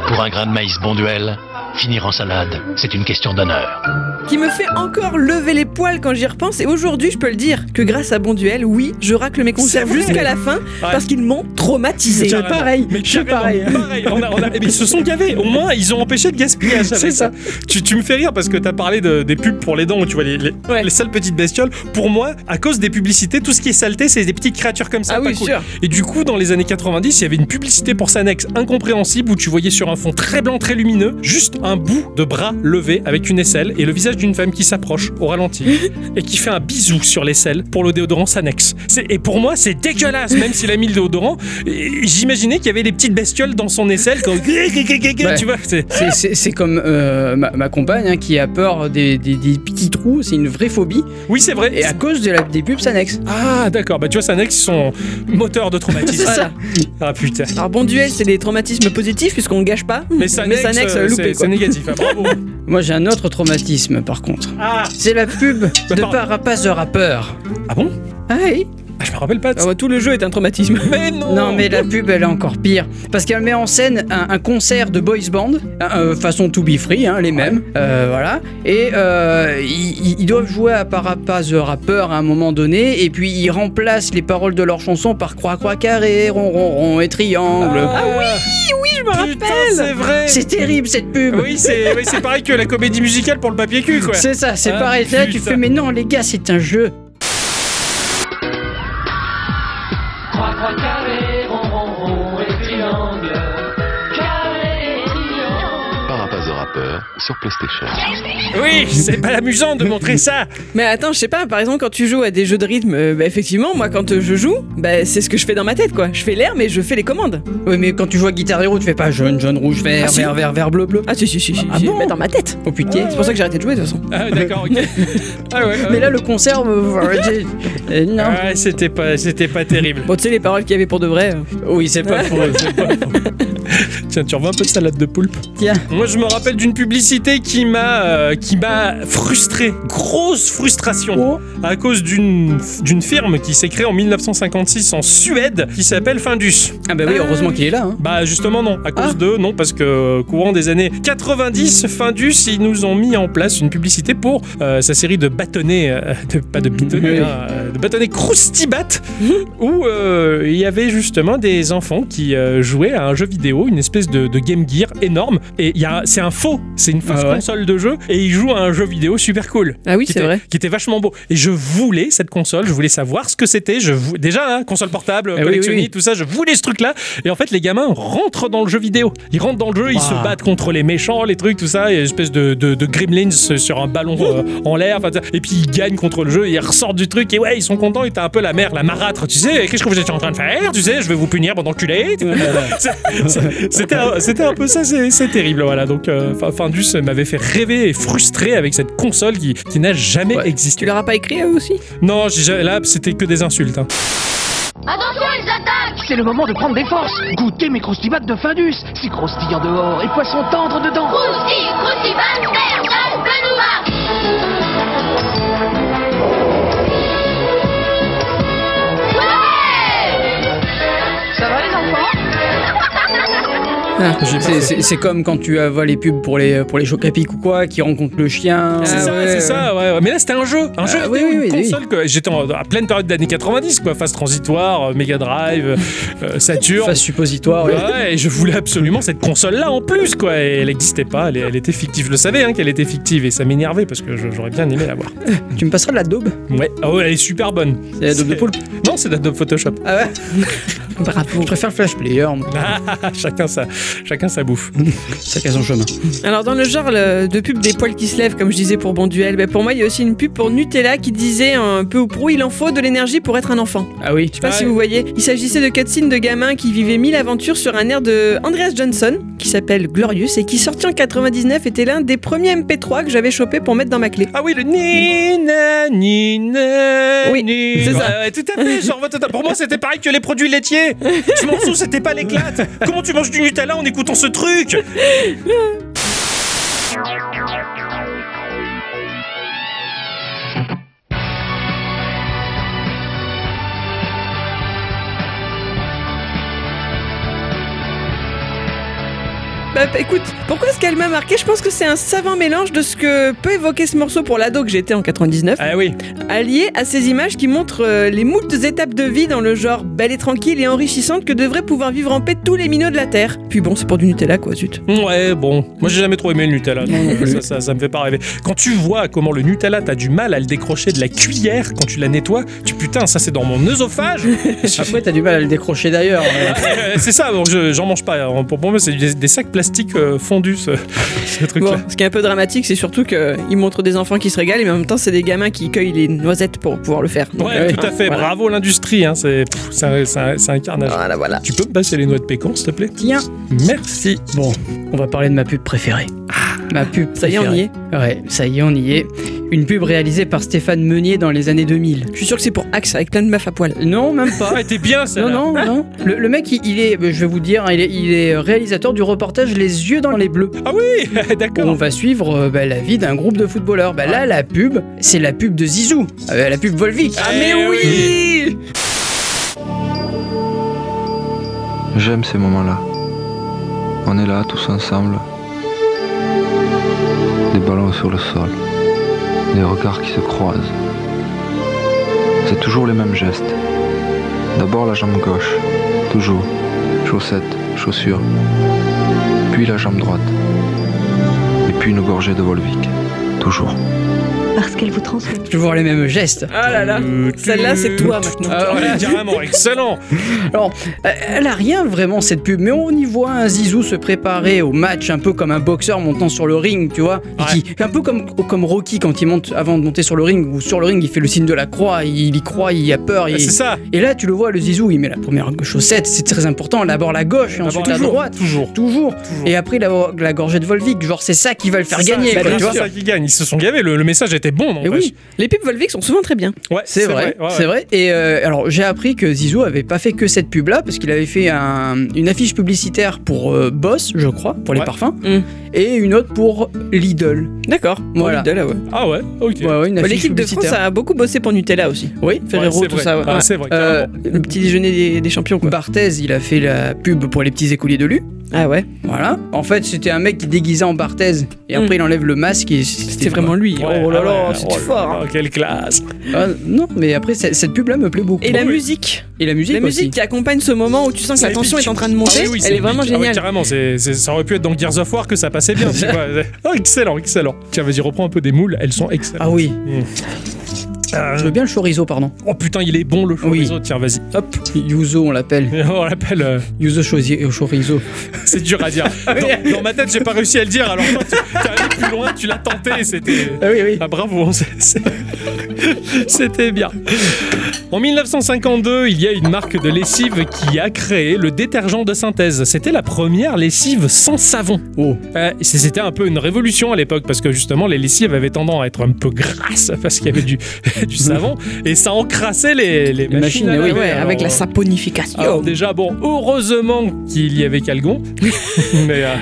Speaker 8: Pour un grain de maïs bon duel, finir en salade, c'est une question d'honneur.
Speaker 1: qui me fait encore lever les poils quand j'y repense et aujourd'hui je peux le dire que grâce à Bon Duel, oui, je racle mes conserves
Speaker 2: vrai.
Speaker 1: jusqu'à la fin parce qu'ils m'ont traumatisé.
Speaker 2: Carrément. Mais carrément, pareil. On a- on a- eh, mais ils se sont gavés. Au moins, ils ont empêché le gaspillage. avec
Speaker 1: C'est ça.
Speaker 2: Tu, tu me fais rire parce que t'as parlé de- des pubs pour les dents où tu vois les, les, les sales petites bestioles. Pour moi, à cause des publicités, tout ce qui est saleté, c'est des petites créatures comme ça.
Speaker 1: Ah
Speaker 2: pas
Speaker 1: oui,
Speaker 2: cool.
Speaker 1: sûr.
Speaker 2: Et du coup, dans les années 90, il y avait une publicité pour Sanex incompréhensible où tu voyais sur un fond très blanc, très lumineux, juste un bout de bras levé avec une aisselle et le visage d'une femme qui s'approche au ralenti et qui fait un bisou sur l'aisselle pour le déodorant Sanex. C'est- Et pour moi, c'est dégueulasse, même s'il a mis le déodorant. et J'imaginais qu'il y avait des petites bestioles dans son aisselle quand.
Speaker 3: Ouais.
Speaker 2: Tu vois, c'est.
Speaker 3: C'est- C'est c'est comme euh, ma, ma compagne hein, qui a peur des, des- des petits trous, c'est une vraie phobie.
Speaker 2: Oui, c'est vrai.
Speaker 3: Et à cause de la, des pubs Sanex.
Speaker 2: Ah, d'accord. Bah, tu vois, Sanex, ils sont moteurs de traumatisme.
Speaker 1: C'est ça.
Speaker 2: Ah, putain.
Speaker 1: Alors Bon Duel, c'est des traumatismes positifs puisqu'on ne gâche pas,
Speaker 2: Mais Sanex, euh,
Speaker 1: loupé,
Speaker 2: c'est
Speaker 1: quoi.
Speaker 2: c'est négatif. Ah, bravo.
Speaker 3: Moi j'ai un autre traumatisme par contre.
Speaker 2: Ah,
Speaker 3: C'est la pub de
Speaker 2: pardon.
Speaker 3: Parapace de rappeur.
Speaker 2: Ah bon
Speaker 3: Ah oui
Speaker 2: Ah, je me rappelle pas. de
Speaker 1: Ah ouais, tout le jeu est un traumatisme.
Speaker 2: Mais non
Speaker 3: Non, mais la pub, elle est encore pire. Parce qu'elle met en scène un, un concert de boys band, euh, façon to be free, hein, les mêmes. euh, voilà. Et euh, ils, ils- ils doivent jouer à Parappa the Rapper à un moment donné. Et puis ils remplacent les paroles de leurs chansons par croix, croix, carré, rond, rond, rond et triangle.
Speaker 2: Ah oui,
Speaker 1: oui, je me rappelle.
Speaker 2: c'est vrai.
Speaker 3: C'est terrible cette pub.
Speaker 2: Oui, c'est oui, c'est pareil que la comédie musicale pour le papier cul, quoi.
Speaker 3: C'est ça, c'est
Speaker 2: Ah,
Speaker 3: pareil. C'est Là, tu
Speaker 2: putain.
Speaker 3: fais, mais non, les gars, c'est un jeu.
Speaker 23: Croix, croix, carré, rond, rond, rond et triangle. Carré et triangle.
Speaker 10: Parapaz de rappeur sur PlayStation.
Speaker 2: Oui, c'est pas amusant de montrer ça.
Speaker 1: Mais attends, je sais pas, par exemple, quand tu joues à des jeux de rythme, euh, bah, effectivement, moi quand euh, je joue, bah, c'est ce que je fais dans ma tête quoi. Je fais l'air, mais je fais les commandes.
Speaker 3: Oui, mais quand tu joues à Guitar Hero, tu fais pas jaune, jaune, rouge, vert,
Speaker 1: Ah, si.
Speaker 3: vert, vert, vert, bleu, bleu.
Speaker 1: Ah si, si, si, si,
Speaker 3: Ah
Speaker 1: si,
Speaker 3: bon
Speaker 1: bah, dans ma tête.
Speaker 3: Oh putain.
Speaker 1: C'est pour ça que j'ai arrêté de jouer de toute façon.
Speaker 2: Ah, d'accord, ok. Ah ouais,
Speaker 3: Mais là, le concert, euh, vous arrêtez. Euh, non.
Speaker 2: Ah, c'était pas, c'était pas terrible.
Speaker 1: Bon, tu sais, les paroles qu'il y avait pour de vrai. euh.
Speaker 3: Oui, c'est pas pour eux. c'est pas pour eux.
Speaker 2: Tiens, tu revois un peu de salade de poulpe.
Speaker 3: Tiens.
Speaker 2: Moi, je me rappelle d'une publicité qui m'a, euh, qui m'a frustré, grosse frustration, à cause d'une, d'une firme qui s'est créée en 1956 en Suède, qui s'appelle Findus.
Speaker 3: Ah bah oui, heureusement qu'il est là. hein.
Speaker 2: Bah justement non, à
Speaker 3: Ah.
Speaker 2: cause d'eux non, parce que euh, courant des années 90, Findus, ils nous ont mis en place une publicité pour euh, sa série de bâtonnets, euh, de, pas de pitonnets,
Speaker 3: Oui.
Speaker 2: hein, euh, de bâtonnets croustibat, où euh, il y avait justement des enfants qui euh, jouaient à un jeu vidéo, une espèce de, de Game Gear énorme, et il y a, c'est un faux, c'est une fausse
Speaker 3: Ah ouais.
Speaker 2: console de jeu, et ils jouent à un jeu vidéo super cool.
Speaker 1: Ah oui,
Speaker 2: qui
Speaker 1: c'est
Speaker 2: était-
Speaker 1: vrai.
Speaker 2: Qui était vachement beau. Et je voulais cette console, je voulais savoir ce que c'était, je vou- déjà, hein, console portable,
Speaker 3: Eh oui,
Speaker 2: collectionniste,
Speaker 3: oui, oui.
Speaker 2: tout ça, je voulais ce truc-là. Et en fait, les gamins rentrent dans le jeu vidéo. Ils rentrent dans le jeu, ils
Speaker 3: Waouh.
Speaker 2: se battent contre les méchants, les trucs, tout ça, et une espèce de, de, de gremlins sur un ballon euh, en l'air. enfin, tout ça. Et puis ils gagnent contre le jeu, ils ressortent du truc, et ouais, ils sont contents, et t'as un peu la mère, la marâtre, tu sais, qu'est-ce que vous étiez en train de faire, tu sais, je vais vous punir, bande d'enculés. C'est- c'est- C'était un- c'était un peu ça, c'est c'est terrible, voilà. Donc, euh, Fin- Findus m'avait fait rêver et frustré avec cette console qui, qui n'a jamais
Speaker 1: Tu
Speaker 2: existé.
Speaker 1: leur as pas écrit à eux aussi
Speaker 2: Non, j'ai jamais- là, c'était que des insultes. hein.
Speaker 23: Attention, ils attaquent C'est le moment de prendre des forces Goûtez mes croustibates de Findus C'est croustillant dehors et poisson tendre dedans
Speaker 21: Croustille, croustibane, vert, jaune, bleu,
Speaker 9: Ça va les enfants
Speaker 3: Ah, c'est- C'est c'est comme quand tu vois les pubs pour les, euh, pour les chocs à pic ou quoi, qui rencontrent le
Speaker 2: Ah,
Speaker 3: chien. Euh,
Speaker 2: C'est ça,
Speaker 3: ouais,
Speaker 2: c'est
Speaker 3: Ah ouais.
Speaker 2: ça, ouais, ouais. Mais là, c'était un jeu, un
Speaker 3: Ah,
Speaker 2: jeu
Speaker 3: oui,
Speaker 2: vidéo,
Speaker 3: oui,
Speaker 2: une
Speaker 3: oui, oui.
Speaker 2: console que j'étais en- à pleine période d'années 90, quoi. Phase transitoire, euh, Mega Drive, euh, Saturn.
Speaker 3: Face suppositoire. ouais.
Speaker 2: Ouais, et je voulais absolument cette console-là en plus, quoi. Et elle n'existait pas, elle, elle était fictive. Je le savais hein, qu'elle était fictive et ça m'énervait parce que je- j'aurais bien aimé la voir.
Speaker 3: Tu me passeras de la daube
Speaker 2: Ouais, ah ouais, elle est super bonne.
Speaker 3: C'est la daube de poulpe
Speaker 2: Non, c'est d'Adobe Photoshop.
Speaker 3: Ah ouais Je préfère le Flash Player. moi.
Speaker 2: chacun, sa, chacun sa bouffe.
Speaker 3: Chacun son chemin.
Speaker 1: Alors dans le genre le- de pub des poils qui se lèvent, comme je disais pour Bon Duel, bah, pour moi il y a aussi une pub pour Nutella qui disait un peu ou prou, il en faut de l'énergie pour être un enfant.
Speaker 3: Ah oui.
Speaker 1: Je sais pas
Speaker 2: Ouais.
Speaker 1: si vous voyez. Il s'agissait de cutscenes de gamins qui vivaient mille aventures sur un air de Andreas Johnson, qui s'appelle Glorious et qui sorti en 99 était l'un des premiers MP3 que j'avais chopé pour mettre dans ma clé.
Speaker 2: Ah oui, le Nina, Nina.
Speaker 1: Oui, c'est ça.
Speaker 2: tout à fait. Genre, tout à- pour moi, c'était pareil que les produits laitiers. Je m'en souviens, c'était pas l'éclate. Comment tu manges du Nutella en écoutant ce truc
Speaker 1: Bah, bah, écoute, pourquoi est-ce qu'elle m'a marqué Je pense que c'est un savant mélange de ce que peut évoquer ce morceau pour l'ado que j'étais en 99,
Speaker 2: Ah oui.
Speaker 1: allié à ces images qui montrent euh, les moultes étapes de vie dans le genre belle et tranquille et enrichissante que devraient pouvoir vivre en paix tous les minots de la Terre. Puis bon, c'est pour du Nutella quoi, zut.
Speaker 2: Ouais, bon. Moi, j'ai jamais trop aimé le Nutella. donc, euh, ça, ça, ça me fait pas rêver. Quand tu vois comment le Nutella, t'as du mal à le décrocher de la cuillère quand tu la nettoies, tu putain, ça c'est dans mon œsophage.
Speaker 3: Après, Ah, t'as du mal à le décrocher d'ailleurs. mais-
Speaker 2: Euh, c'est ça, bon, je- j'en mange pas. Pour pour moi, c'est des, des sacs plastiques euh, fondus, ce, ce truc-là.
Speaker 1: Bon, ce qui est un peu dramatique, c'est surtout qu'ils montrent des enfants qui se régalent, mais en même temps, c'est des gamins qui cueillent les noisettes pour pouvoir le faire. Donc,
Speaker 2: Ouais,
Speaker 1: euh,
Speaker 2: tout à fait.
Speaker 1: voilà.
Speaker 2: Bravo l'industrie, hein, c'est pff, c'est un, c'est un- c'est un carnage.
Speaker 1: Voilà, voilà.
Speaker 2: Tu peux me passer les noix de pécan, s'il te plaît
Speaker 3: Tiens.
Speaker 2: Merci.
Speaker 3: Bon, on va parler de ma pub préférée. Ma pub
Speaker 1: Ça y est, on y
Speaker 3: préférée.
Speaker 1: est.
Speaker 3: Ouais, ça y est, on y est. Une pub réalisée par Stéphane Meunier dans les années 2000.
Speaker 1: Je suis sûr que c'est pour Axe avec plein de meufs à poil.
Speaker 3: Non, même pas.
Speaker 2: Ah, t'es bien, ça.
Speaker 3: Non,
Speaker 2: là.
Speaker 3: non, non. Le, le mec, il, il est, je vais vous dire, hein, il est, il est euh, réalisateur du reportage Les yeux dans les bleus.
Speaker 2: Ah oui,
Speaker 3: On
Speaker 2: d'accord.
Speaker 3: va suivre euh, bah, la vie d'un groupe de footballeurs. Bah, là, la pub, c'est la pub de Zizou. Euh, la pub Volvic.
Speaker 2: Ah, mais Eh oui.
Speaker 12: J'aime ces moments-là. On est là tous ensemble. Des ballons sur le sol. Des regards qui se croisent. C'est toujours les mêmes gestes. D'abord la jambe gauche. Toujours. Chaussettes, chaussures. Puis la jambe droite. Et puis une gorgée de Volvic. Toujours.
Speaker 9: Parce qu'elle vous transmet.
Speaker 3: Toujours les mêmes gestes.
Speaker 1: Ah là là, celle-là c'est toi maintenant.
Speaker 3: Ah, voilà.
Speaker 2: Carrément, excellent
Speaker 3: Alors, euh, elle a rien vraiment cette pub, mais on y voit un Zizou se préparer au match, un peu comme un boxeur montant sur le ring, tu vois. Qui- un peu comme, comme Rocky quand il monte avant de monter sur le ring, ou sur le ring il fait le signe de la croix, il y croit, il a peur. il-
Speaker 2: Ah, c'est ça.
Speaker 3: Et là tu le vois, le Zizou, il met la première chaussette, c'est très important, d'abord la gauche, et ensuite la
Speaker 2: toujours,
Speaker 3: droite. Toujours. Toujours. Et après la, la gorgée de Volvic, genre c'est ça qui va le faire
Speaker 2: C'est ça,
Speaker 3: gagner.
Speaker 2: c'est
Speaker 3: quoi,
Speaker 2: bien
Speaker 3: tu vois.
Speaker 2: ça qui gagne. Ils se sont gavés. Le, le message était bon, non
Speaker 3: Et oui,
Speaker 1: les pubs Volvic sont souvent très bien.
Speaker 2: Ouais,
Speaker 3: C'est vrai,
Speaker 2: ouais, ouais.
Speaker 3: c'est vrai. Et euh, alors j'ai appris que Zizou avait pas fait que cette pub là parce qu'il avait fait un- une affiche publicitaire pour euh, Boss, je crois, pour les
Speaker 2: Ouais.
Speaker 3: parfums, et une autre pour Lidl.
Speaker 1: D'accord.
Speaker 3: Voilà.
Speaker 1: Lidl, ah ouais.
Speaker 2: Ah ouais, ok.
Speaker 3: Ouais, ouais, une
Speaker 1: Bah,
Speaker 3: affiche
Speaker 1: L'équipe de
Speaker 3: publicitaire.
Speaker 1: France a beaucoup bossé pour Nutella aussi.
Speaker 3: Oui,
Speaker 1: Ferrero,
Speaker 3: Ouais, c'est
Speaker 1: tout
Speaker 3: vrai.
Speaker 1: ça. ouais.
Speaker 3: Ah,
Speaker 1: Ouais.
Speaker 3: c'est vrai,
Speaker 1: Euh,
Speaker 3: carrément.
Speaker 1: le petit déjeuner des, des champions. Quoi.
Speaker 3: Barthez, il a fait la pub pour les petits écoliers de Lu.
Speaker 1: Ah ouais.
Speaker 3: Voilà. En fait, c'était un mec qui déguisait en Barthez et
Speaker 1: Mm.
Speaker 3: après il enlève le masque. et C'était
Speaker 1: vraiment lui.
Speaker 2: Ouais,
Speaker 1: oh là
Speaker 2: ah
Speaker 1: là,
Speaker 2: ouais,
Speaker 1: c'était
Speaker 2: oh là
Speaker 1: fort.
Speaker 3: hein.
Speaker 2: là, Quelle classe.
Speaker 3: Ah, non, mais après c'est- cette pub là me plaît beaucoup.
Speaker 1: Et la musique.
Speaker 3: Et la musique
Speaker 1: La musique
Speaker 3: aussi.
Speaker 1: qui accompagne ce moment où tu sens que la
Speaker 2: C'est
Speaker 1: tension
Speaker 2: épique.
Speaker 1: est en train de monter.
Speaker 2: Ah oui, oui,
Speaker 1: elle
Speaker 2: c'est
Speaker 1: est vraiment
Speaker 2: épique. Ah oui,
Speaker 1: géniale.
Speaker 2: carrément, c'est- c'est- ça aurait pu être dans Gears of War que ça passait bien. tu vois. Ah, excellent, excellent. Tiens, vas-y, reprends un peu des moules. Elles sont excellentes.
Speaker 3: Ah oui.
Speaker 2: Mm. Ah,
Speaker 3: Je veux bien le chorizo, pardon.
Speaker 2: Oh putain, il est bon le chorizo. Tiens, vas-y.
Speaker 3: Hop, Yuzo on l'appelle.
Speaker 2: On l'appelle. euh,
Speaker 3: Yuzo choisi- chorizo.
Speaker 2: c'est dur à dire. Dans, dans ma tête, j'ai pas réussi à le dire. Alors toi, tu t'es allé plus loin, tu l'as tenté. et C'était.
Speaker 3: Ah oui, oui.
Speaker 2: Ah bravo, on s'est- c'est- c'était bien. En 1952, il y a une marque de lessive qui a créé le détergent de synthèse. C'était la première lessive sans savon.
Speaker 3: Oh.
Speaker 2: Euh, c'est- c'était un peu une révolution à l'époque parce que justement les lessives avaient tendance à être un peu grasses parce qu'il y avait du, du savon et ça encrassait les, les machines. à laver.
Speaker 1: ouais, avec
Speaker 2: Alors,
Speaker 1: la saponification.
Speaker 2: alors déjà, bon, heureusement qu'il y avait Calgon. mais. euh,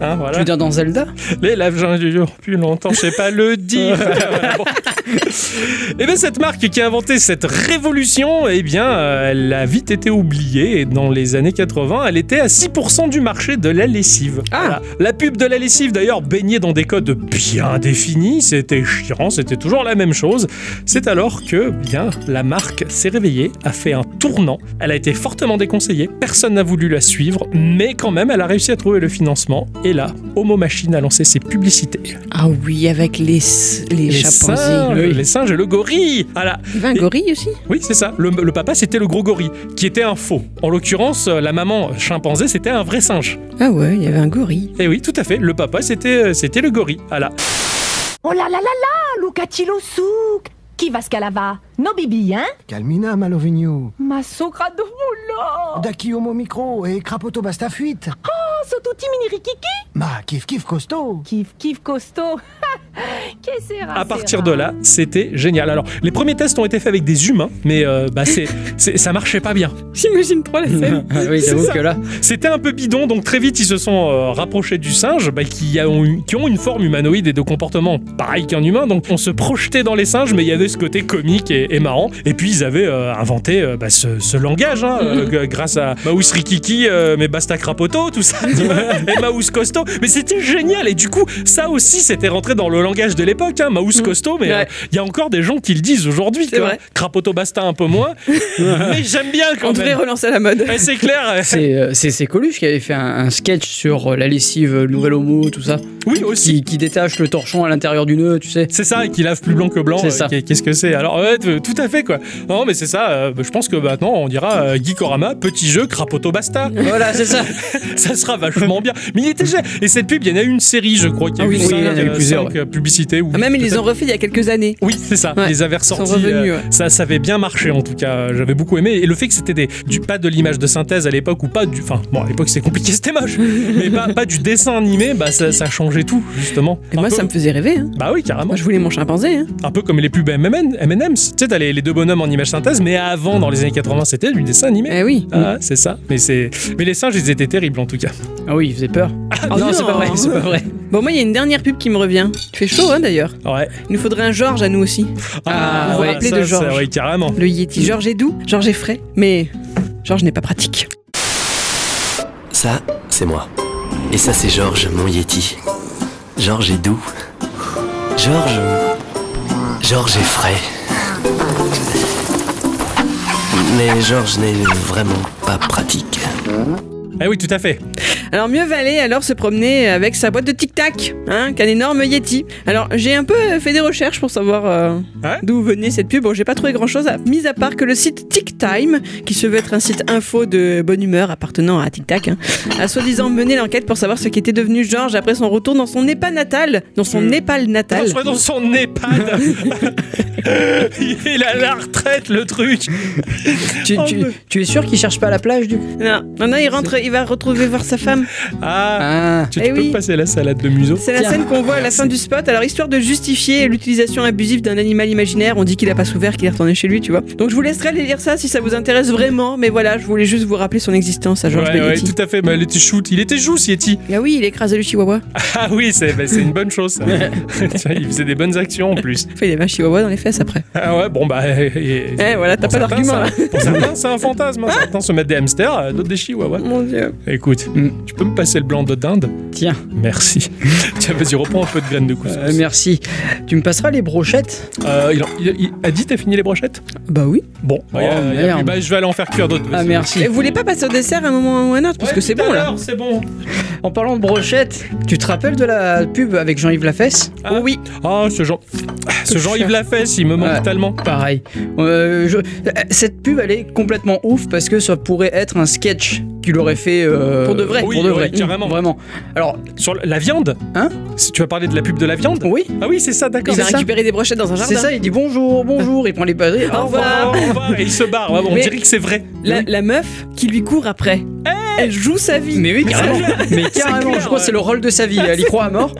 Speaker 2: hein, voilà.
Speaker 3: Tu veux dire dans Zelda
Speaker 2: Les lave-jeans du jour, plus longtemps, je sais pas le dire. et bien, cette marque qui a inventé cette révolution, eh bien, euh, elle a vite été oubliée. Et dans les années 80, elle était à 6% du marché de la lessive. Voilà. La pub de la lessive, d'ailleurs, baignait dans des codes bien définis. C'était chiant, c'était toujours la même chose. C'est alors que, bien, la marque s'est réveillée, a fait un tournant. Elle a été fortement déconseillée, personne n'a voulu la suivre, mais quand même, elle a réussi à trouver le financement. Et là, Homo Machine a lancé ses publicités.
Speaker 1: Ah oui, avec les, les,
Speaker 2: singes,
Speaker 1: chimpanzés.
Speaker 2: les singes et le gorille. Ah là.
Speaker 1: Il y avait un
Speaker 2: Et-
Speaker 1: gorille aussi
Speaker 2: Oui, c'est ça. Le, le papa, c'était le gros gorille, qui était un faux. En l'occurrence, la maman chimpanzé, c'était un vrai singe.
Speaker 1: Ah ouais, il y avait un gorille.
Speaker 2: Et oui, tout à fait. Le papa, c'était c'était le gorille. Ah là.
Speaker 14: Oh là là là là, Lucatilo souk Qui va se calava No bibi, hein
Speaker 15: Calmina, Malovigno.
Speaker 14: Ma socrate de moula
Speaker 15: Daki homo micro et crapoto basta fuite.
Speaker 14: Oh, sotuti mini rikiki
Speaker 15: Ma kiff kiff costaud.
Speaker 14: Kiff kiff costaud Que
Speaker 1: Ah,
Speaker 14: sera
Speaker 2: À partir de là, c'était génial. Alors, les premiers tests ont été faits avec des humains, mais euh, bah, c'est, c'est- ça marchait pas bien.
Speaker 1: J'imagine trop la scène.
Speaker 3: Ah oui,
Speaker 2: C'est
Speaker 3: j'avoue
Speaker 2: ça.
Speaker 3: que là.
Speaker 2: C'était un peu bidon, donc très vite ils se sont euh, rapprochés du singe, bah, qui, a- ont, qui ont une forme humanoïde et de comportement pareil qu'un humain. Donc on se projetait dans les singes, mais il y avait ce côté comique et, et marrant. Et puis ils avaient euh, inventé euh, bah, ce, ce langage, hein, euh, g- grâce à Maus Rikiki, euh, mais Basta Crapoto, tout ça, tu vois, et Maus Costo. Mais c'était génial. Et du coup, ça aussi, c'était rentré dans le langage de l'époque, hein, Maus Costo. Mais euh, il y a encore des gens qui le disent aujourd'hui.
Speaker 1: Mm. C'est
Speaker 2: quoi.
Speaker 1: vrai.
Speaker 2: Crapoto Basta un peu moins, mais j'aime bien quand
Speaker 1: On
Speaker 2: même.
Speaker 1: devrait relancer la mode.
Speaker 2: Ouais, c'est clair.
Speaker 3: C'est euh, c'est- c'est Coluche qui avait fait un, un sketch sur euh, la lessive, euh, nouvel homo, tout ça.
Speaker 2: Oui, aussi.
Speaker 3: Qui, qui détache le torchon à l'intérieur du nœud, tu sais.
Speaker 2: C'est ça, et qui lave plus blanc que blanc.
Speaker 3: C'est
Speaker 2: euh,
Speaker 3: ça.
Speaker 2: qu'est- Qu'est-ce que c'est Alors, ouais, t- tout à fait, quoi. Non, mais c'est ça. euh, je pense que maintenant, on dira euh, Guy Korama, petit jeu, crapoto basta.
Speaker 3: Voilà, c'est ça.
Speaker 2: ça sera vachement bien. Mais il était déjà. Et cette pub, il y en a eu une série, je crois, qui a
Speaker 1: Ah
Speaker 2: eu
Speaker 1: oui, oui,
Speaker 2: cinq,
Speaker 1: il y en a eu
Speaker 2: euh,
Speaker 1: plusieurs,
Speaker 2: cinq, euh, publicités. ou
Speaker 1: Ah, même ils les
Speaker 2: peut-être-
Speaker 1: ont refait il y a quelques années.
Speaker 2: Oui, c'est ça.
Speaker 1: Ouais.
Speaker 2: Ils les avaient
Speaker 1: Ils sont
Speaker 2: ressortis.
Speaker 1: revenus,
Speaker 2: euh,
Speaker 1: ouais.
Speaker 2: ça, ça avait bien marché en tout cas. euh, J'avais beaucoup aimé. Et le fait que c'était des, du pas de l'image de synthèse à l'époque ou pas du, enfin bon à l'époque c'est compliqué, c'était moche, mais pas, pas du dessin animé, bah ça, ça changeait tout justement.
Speaker 1: Et moi, ça me faisait rêver. hein.
Speaker 2: Bah oui carrément.
Speaker 1: Moi, je voulais mon chimpanzé. hein.
Speaker 2: Un peu comme les pubs MMN M&M's. Tu sais, t'as les, les deux bonhommes en image synthèse, mais avant, dans les années 80, c'était du dessin animé.
Speaker 1: Eh oui.
Speaker 2: Ah, c'est ça. Mais, c'est... mais les singes, ils étaient terribles en tout cas.
Speaker 3: Ah oui, il faisait peur.
Speaker 1: Oh
Speaker 3: non, c'est pas vrai, c'est pas vrai.
Speaker 1: Bon, moi, il y a une dernière pub qui me revient. Tu fais chaud, hein, d'ailleurs.
Speaker 2: Ouais.
Speaker 1: Il nous faudrait un Georges à nous aussi.
Speaker 3: Ah,
Speaker 1: vous vous
Speaker 3: ouais,
Speaker 1: rappelez
Speaker 2: ça,
Speaker 1: de
Speaker 2: ça,
Speaker 1: Georges
Speaker 2: ouais, carrément.
Speaker 1: Le Yeti. Georges est doux, Georges est frais, mais Georges n'est pas pratique.
Speaker 17: Ça, c'est moi. Et ça, c'est Georges, mon Yeti. Georges est doux. Georges. Georges est frais. Mais Georges n'est vraiment pas pratique.
Speaker 2: Ah oui, tout à fait.
Speaker 1: Alors mieux valait alors se promener avec sa boîte de Tic Tac, hein, qu'un énorme Yeti. Alors j'ai un peu euh, fait des recherches pour savoir euh, d'où venait cette pub. Bon, j'ai pas trouvé grand chose, mis à part que le site Tic Time, qui se veut être un site info de bonne humeur appartenant à Tic Tac, hein, a soi-disant mené l'enquête pour savoir ce qu'était devenu Georges après son retour dans son Népal natal, dans son Népal natal.
Speaker 2: Hmm. Dans son- dans son EHPAD. Il a la retraite, le truc.
Speaker 3: Tu, tu- tu es sûr qu'il cherche pas à la plage du coup
Speaker 1: Non, non, non, il rentre, il va retrouver voir sa femme.
Speaker 2: Ah, tu, tu
Speaker 1: Eh
Speaker 2: peux
Speaker 1: oui.
Speaker 2: passer la salade de museau
Speaker 1: C'est la scène qu'on voit à la fin du spot. Alors, histoire de justifier l'utilisation abusive d'un animal imaginaire, on dit qu'il a pas souffert, qu'il est retourné chez lui, tu vois. Donc, je vous laisserai aller lire ça si ça vous intéresse vraiment. Mais voilà, je voulais juste vous rappeler son existence à Georges
Speaker 2: Ouais, ouais,
Speaker 1: Benetti.
Speaker 2: tout à fait. Mais il était shoot, il était jousse, Yeti.
Speaker 1: Ah oui, il écrasait le chihuahua.
Speaker 2: Ah oui, c'est bah, c'est une bonne chose. ça. Tu vois, il faisait des bonnes actions en plus.
Speaker 1: Enfin, il avait un chihuahua dans les fesses après.
Speaker 2: Ah ouais, bon bah. euh, et-
Speaker 1: Eh, voilà, t'as
Speaker 2: pour
Speaker 1: pas
Speaker 2: certains,
Speaker 1: d'argument, hein.
Speaker 2: ça- Pour certains, c'est un fantasme. hein. Certains se mettent des hamsters, euh, d'autres des chihuahuas.
Speaker 1: Mon dieu.
Speaker 2: Écoute,
Speaker 1: Mm.
Speaker 2: tu peux me passer le blanc de dinde
Speaker 3: Tiens.
Speaker 2: Merci. Tiens, vas-y, reprends un peu de graines de couscous.
Speaker 3: Euh, merci. Tu me passeras les brochettes
Speaker 2: Euh, il, en- il- il a dit, t'as fini les brochettes
Speaker 3: Bah oui.
Speaker 2: Bon,
Speaker 3: Oh,
Speaker 2: y a- y a plus-
Speaker 3: merde.
Speaker 2: bah, je vais aller en faire cuire d'autres.
Speaker 3: Ah
Speaker 2: vas-y.
Speaker 3: merci.
Speaker 1: Et vous voulez pas passer au dessert à un moment ou à un autre Parce
Speaker 2: Ouais,
Speaker 1: que c'est
Speaker 2: tout à
Speaker 1: bon là.
Speaker 2: l'heure, C'est bon.
Speaker 3: En parlant de brochettes, tu te rappelles de la pub avec Jean-Yves Lafesse
Speaker 2: Ah,
Speaker 1: Oui.
Speaker 2: Ah, ce Jean, ce Jean-Yves Lafesse, il me manque
Speaker 3: Ouais.
Speaker 2: tellement.
Speaker 3: Pareil. Euh, je- Cette pub, elle est complètement ouf parce que ça pourrait être un sketch qu'il aurait fait euh,
Speaker 1: Pour de vrai.
Speaker 2: Oui,
Speaker 3: Pour de
Speaker 2: oui,
Speaker 3: vrai.
Speaker 2: carrément.
Speaker 3: Vraiment. Alors,
Speaker 2: Sur la viande
Speaker 3: Hein
Speaker 2: Si tu vas parler de la pub de la viande
Speaker 3: Oui.
Speaker 2: Ah oui, c'est ça, d'accord.
Speaker 1: Il a
Speaker 3: ça.
Speaker 1: récupéré des brochettes dans un
Speaker 3: c'est
Speaker 1: jardin.
Speaker 3: ça, il dit bonjour, bonjour, il prend les padrés.
Speaker 1: Au revoir.
Speaker 2: Au revoir, et il se barre. Ouais, bon, on
Speaker 1: Mais-
Speaker 2: dirait que c'est vrai.
Speaker 1: La, la meuf qui lui court après.
Speaker 2: Eh
Speaker 1: Elle joue sa vie.
Speaker 3: Mais oui,
Speaker 2: Mais
Speaker 3: carrément.
Speaker 2: c'est clair.
Speaker 3: Mais
Speaker 2: C'est
Speaker 3: carrément,
Speaker 2: clair,
Speaker 3: je crois que c'est le rôle de sa vie. Elle y croit à mort.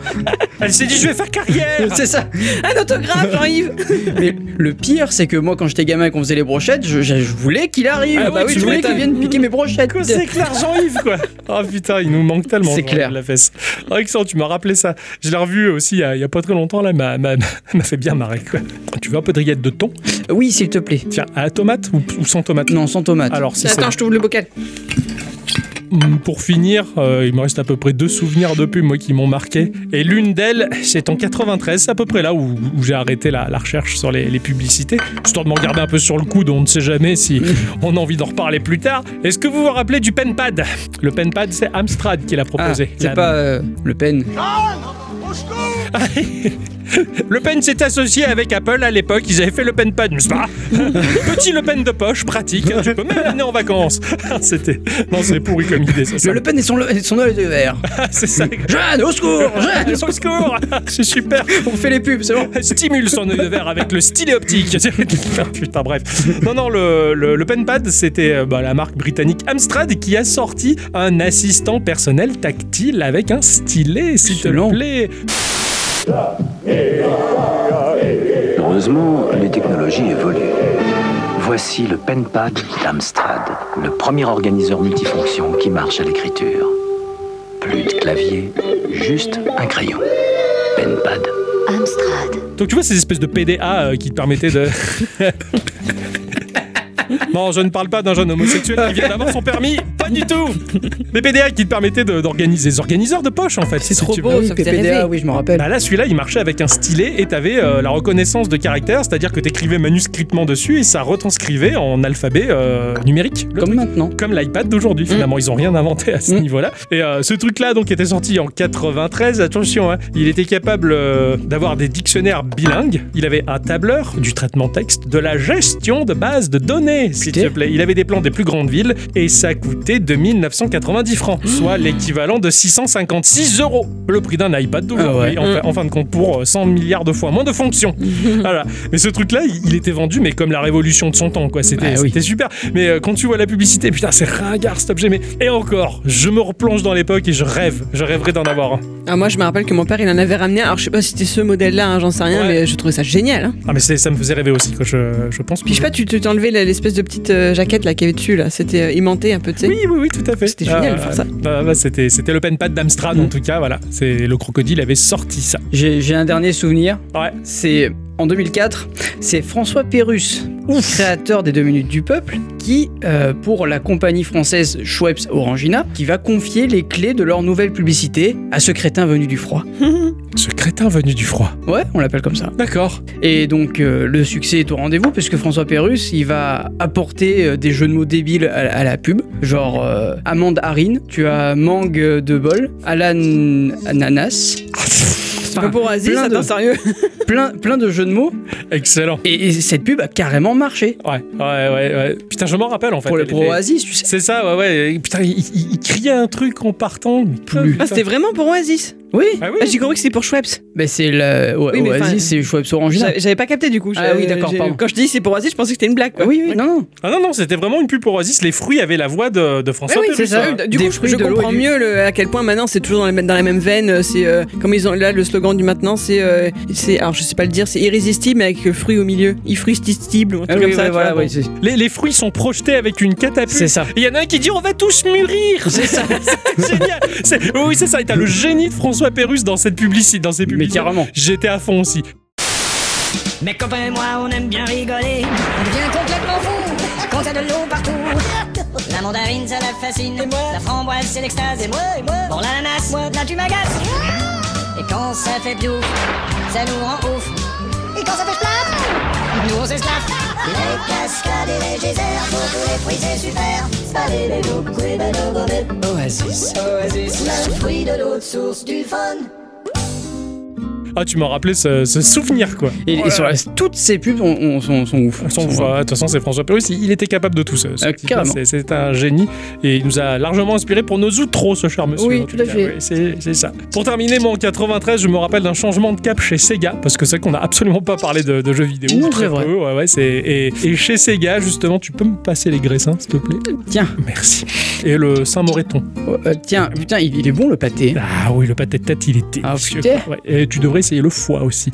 Speaker 2: Elle s'est dit, je vais faire carrière.
Speaker 3: C'est ça.
Speaker 1: Un autographe, Jean-Yves.
Speaker 3: Mais le pire, c'est que moi, quand j'étais gamin et qu'on faisait les brochettes, je, je- je voulais qu'il arrive.
Speaker 2: Ah
Speaker 3: bah
Speaker 2: ouais,
Speaker 3: oui,
Speaker 2: tu
Speaker 3: je voulais qu'il
Speaker 2: m'étonnes.
Speaker 3: vienne piquer mes brochettes.
Speaker 2: Quoi, C'est clair, Jean-Yves, quoi. Ah putain, il nous manque tellement.
Speaker 3: C'est
Speaker 2: Jean-Yves
Speaker 3: clair.
Speaker 2: La fesse. Ah, excellent, tu m'as rappelé ça. Je l'ai revu aussi il y, a, il y a pas très longtemps, là, m'a, m'a, m'a fait bien marrer, quoi. Tu veux un peu de rillette de thon
Speaker 3: Oui, s'il te plaît.
Speaker 2: Tiens, à la tomate ou, ou sans tomate
Speaker 3: Non, sans tomate.
Speaker 2: Alors, si
Speaker 1: Attends, je t'ouvre le bocal.
Speaker 2: c'est- Hum, Pour finir, euh, il me reste à peu près deux souvenirs de pub, moi, qui m'ont marqué. Et l'une d'elles, c'est en 93, c'est à peu près là où, où j'ai arrêté la, la recherche sur les, les publicités, histoire de me regarder un peu sur le coude, on ne sait jamais si on a envie d'en reparler plus tard. Est-ce que vous vous rappelez du penpad Le penpad, c'est Amstrad qui l'a
Speaker 3: Ah,
Speaker 2: proposé.
Speaker 3: c'est
Speaker 2: La-
Speaker 3: pas euh, Le Pen.
Speaker 2: Le Pen s'est associé avec Apple à l'époque, ils avaient fait le Pen Pad, n'est-ce pas Petit Le Pen de poche, pratique, tu peux même l'amener en vacances. C'était. Non, c'est pourri comme idée, ça. ça.
Speaker 3: Le, le Pen et son, et son œil de verre.
Speaker 2: C'est ça.
Speaker 3: Jeanne, au secours Jeanne
Speaker 2: Au secours C'est super
Speaker 3: On fait les pubs, c'est bon
Speaker 2: Stimule son œil de verre avec le stylet optique. Ah, Putain, bref. Non, non, le, le, le Penpad, c'était euh, bah, la marque britannique Amstrad qui a sorti un assistant personnel tactile avec un stylet, s'il te
Speaker 3: Excellent.
Speaker 2: plaît.
Speaker 16: Heureusement, les technologies évoluent. Voici le PenPad d'Amstrad, le premier organiseur multifonction qui marche à l'écriture. Plus de clavier, juste un crayon. PenPad.
Speaker 22: Amstrad.
Speaker 2: Donc tu vois ces espèces de PDA euh, qui te permettaient de... Non, je ne parle pas d'un jeune homosexuel qui vient d'avoir son permis, pas du tout. Des PDA qui te permettaient de- d'organiser, des organiseurs de poche en fait. C'est
Speaker 1: trop beau. Oh, ça faisait
Speaker 3: PPDA,
Speaker 1: rêver.
Speaker 3: oui, je me rappelle.
Speaker 2: Bah là, celui-là, il marchait avec un stylet et t'avais euh, la reconnaissance de caractère, c'est-à-dire que t'écrivais manuscritement dessus et ça retranscrivait en alphabet euh, numérique. Le
Speaker 3: Comme maintenant.
Speaker 2: comme l'iPad d'aujourd'hui finalement ils ont rien inventé à ce
Speaker 3: Mm.
Speaker 2: niveau là et euh, ce truc là donc était sorti en 93 attention hein, il était capable euh, d'avoir des dictionnaires bilingues il avait un tableur du traitement texte de la gestion de base de données s'il te
Speaker 3: Putain.
Speaker 2: plaît il avait des plans des plus grandes villes et ça coûtait 2990 francs
Speaker 3: Mm.
Speaker 2: soit l'équivalent de 656 euros le prix d'un iPad d'aujourd'hui
Speaker 3: Ah ouais.
Speaker 2: en, fa- en fin de compte pour euh, 100 milliards de fois moins de fonctions voilà mais ce truc là il, il était vendu mais comme la révolution de son temps quoi c'était
Speaker 3: Bah oui.
Speaker 2: c'était super mais euh, quand tu vois la publicité putain c'est ringard stop jamais et encore je me replonge dans l'époque et je rêve je rêverais d'en avoir un
Speaker 1: Ah, moi, je me rappelle que mon père, il en avait ramené. un. Alors, je sais pas si c'était ce modèle-là, hein, j'en sais rien,
Speaker 2: Ouais.
Speaker 1: mais je trouvais ça génial. hein.
Speaker 2: ah mais c'est- ça me faisait rêver aussi quoi. je, je pense que-
Speaker 1: Puis, je sais pas, tu tu t'es enlevé la- l'espèce de petite euh, jaquette là qu'il y avait dessus, là. C'était euh, aimanté un peu, tu sais.
Speaker 2: oui, oui, oui, tout à fait.
Speaker 1: C'était génial de
Speaker 2: Ah,
Speaker 1: faire ça. Mm.
Speaker 2: ah, bah, c'était, c'était le penpad d'Amstrad en tout cas, voilà. C'est le crocodile avait sorti ça.
Speaker 3: J'ai j'ai un dernier souvenir.
Speaker 2: Ouais.
Speaker 3: C'est en 2004, c'est François Pérus, créateur des 2 minutes du peuple, qui, euh, pour la compagnie française Schweppes Orangina, qui va confier les clés de leur nouvelle publicité à ce crétin venu du froid.
Speaker 2: Ce crétin venu du froid.
Speaker 3: Ouais, on l'appelle comme ça.
Speaker 2: D'accord.
Speaker 3: Et donc, euh, le succès est au rendez-vous, puisque François Pérus, il va apporter euh, des jeux de mots débiles à, à la pub, genre euh, amande harine, tu as mangue de bol, Alan ananas.
Speaker 1: C'est pas pour Asie,
Speaker 3: plein
Speaker 1: ça
Speaker 3: de-
Speaker 1: t'en sérieux
Speaker 3: plein, plein de jeux de mots.
Speaker 2: Excellent.
Speaker 3: Et, et cette pub a carrément marché.
Speaker 2: Ouais, ouais, ouais, ouais. Putain, je m'en rappelle en fait.
Speaker 3: Pour le-
Speaker 2: Elle
Speaker 3: pour
Speaker 2: était-
Speaker 3: Oasis, tu sais.
Speaker 2: C'est ça, ouais, ouais. Et Putain, il, il- il criait un truc en partant. mais
Speaker 3: Plus.
Speaker 1: Ah, c'était vraiment pour Oasis
Speaker 3: Oui.
Speaker 2: Ah oui.
Speaker 1: Ah, J'ai compris que c'était pour Schweppes.
Speaker 3: Mais c'est le ouais,
Speaker 1: Oui, mais enfin,
Speaker 3: Oasis, c'est Schweppes Orangina.
Speaker 1: J'avais j'avais pas capté du coup.
Speaker 3: Ah oui, d'accord,
Speaker 1: j'ai-
Speaker 3: pardon.
Speaker 1: Quand je dis c'est pour Oasis, je pensais que c'était une blague. Quoi.
Speaker 3: Oui, oui, non, non.
Speaker 2: Ah non, non, c'était vraiment une pub pour Oasis. Les fruits avaient la voix de, de François
Speaker 1: oui,
Speaker 2: Pérus.
Speaker 1: c'est ça.
Speaker 2: Ouais.
Speaker 1: Du
Speaker 3: Des
Speaker 1: coup, je-
Speaker 3: fruits
Speaker 1: je
Speaker 3: de l'eau
Speaker 1: comprends
Speaker 3: et du-
Speaker 1: mieux le- à quel point maintenant c'est toujours dans, les- dans la même veine. euh, C'est euh, comme ils ont là le slogan du maintenant, c'est euh, c'est alors je sais pas le dire, c'est irrésistible mais avec euh, fruit au milieu, irrésistible ou un
Speaker 3: Ah
Speaker 1: truc
Speaker 3: oui,
Speaker 1: comme ça.
Speaker 3: ouais,
Speaker 1: tu
Speaker 3: voilà,
Speaker 1: vois,
Speaker 3: ouais,
Speaker 1: bon.
Speaker 3: c'est-
Speaker 2: Les, les fruits sont projetés avec une catapulte.
Speaker 3: C'est ça.
Speaker 2: Et Il y en a un qui dit on va tous mûrir. C'est ça. Génial. C'est- Oui, c'est ça. Et t'as le génie de François Pérus dans cette publicité, dans ces publicités.
Speaker 3: carrément.
Speaker 2: J'étais à fond aussi.
Speaker 4: Mes copains et moi, on aime bien rigoler. On devient complètement fou quand t'as de l'eau partout. La mandarine, ça la fascine. Et moi La framboise, c'est l'extase. Et moi, et moi Bon, l'ananas, moi, là, tu m'agaces. Et quand ça fait piouf, ça nous rend ouf. Et quand ça fait plaf, nous, on s'esclaffe. Les cascades et les geysers, pour tous les fruits, c'est super. Spalé, les loups, coué, bado, bobé. Oasis. Oasis. Le fruit de l'eau de source du fun.
Speaker 2: Ah, tu m'as rappelé ce, ce souvenir, quoi.
Speaker 3: Et, et sur la- toutes ces pubs on- on- sont, sont ouf.
Speaker 2: On s'en fout. De toute façon, c'est François Pérus. Il il était capable de tout ça.
Speaker 3: Ah,
Speaker 2: C'est-
Speaker 3: carrément.
Speaker 2: c'est- C'est un génie. Et il nous a largement inspiré pour nos outros, ce cher monsieur.
Speaker 3: Oui,
Speaker 2: en
Speaker 3: tout
Speaker 2: cas.
Speaker 3: à fait.
Speaker 2: Ouais, c'est c'est ça. Pour terminer, mon 93, je me rappelle d'un changement de cap chez Sega. Parce que c'est vrai qu'on n'a absolument pas parlé de, de jeux vidéo.
Speaker 3: Non,
Speaker 2: très
Speaker 3: c'est vrai.
Speaker 2: peu, ouais, ouais, c'est- et, et chez Sega, justement, tu peux me passer les graissins, s'il te plaît
Speaker 3: Tiens,
Speaker 2: Merci. Et le Saint-Moreton.
Speaker 3: oh, euh, tiens, putain, il, il est bon le pâté.
Speaker 2: Ah oui, le pâté de tête, il était.
Speaker 3: Ah, putain.
Speaker 2: Et tu devrais essayer le foie aussi.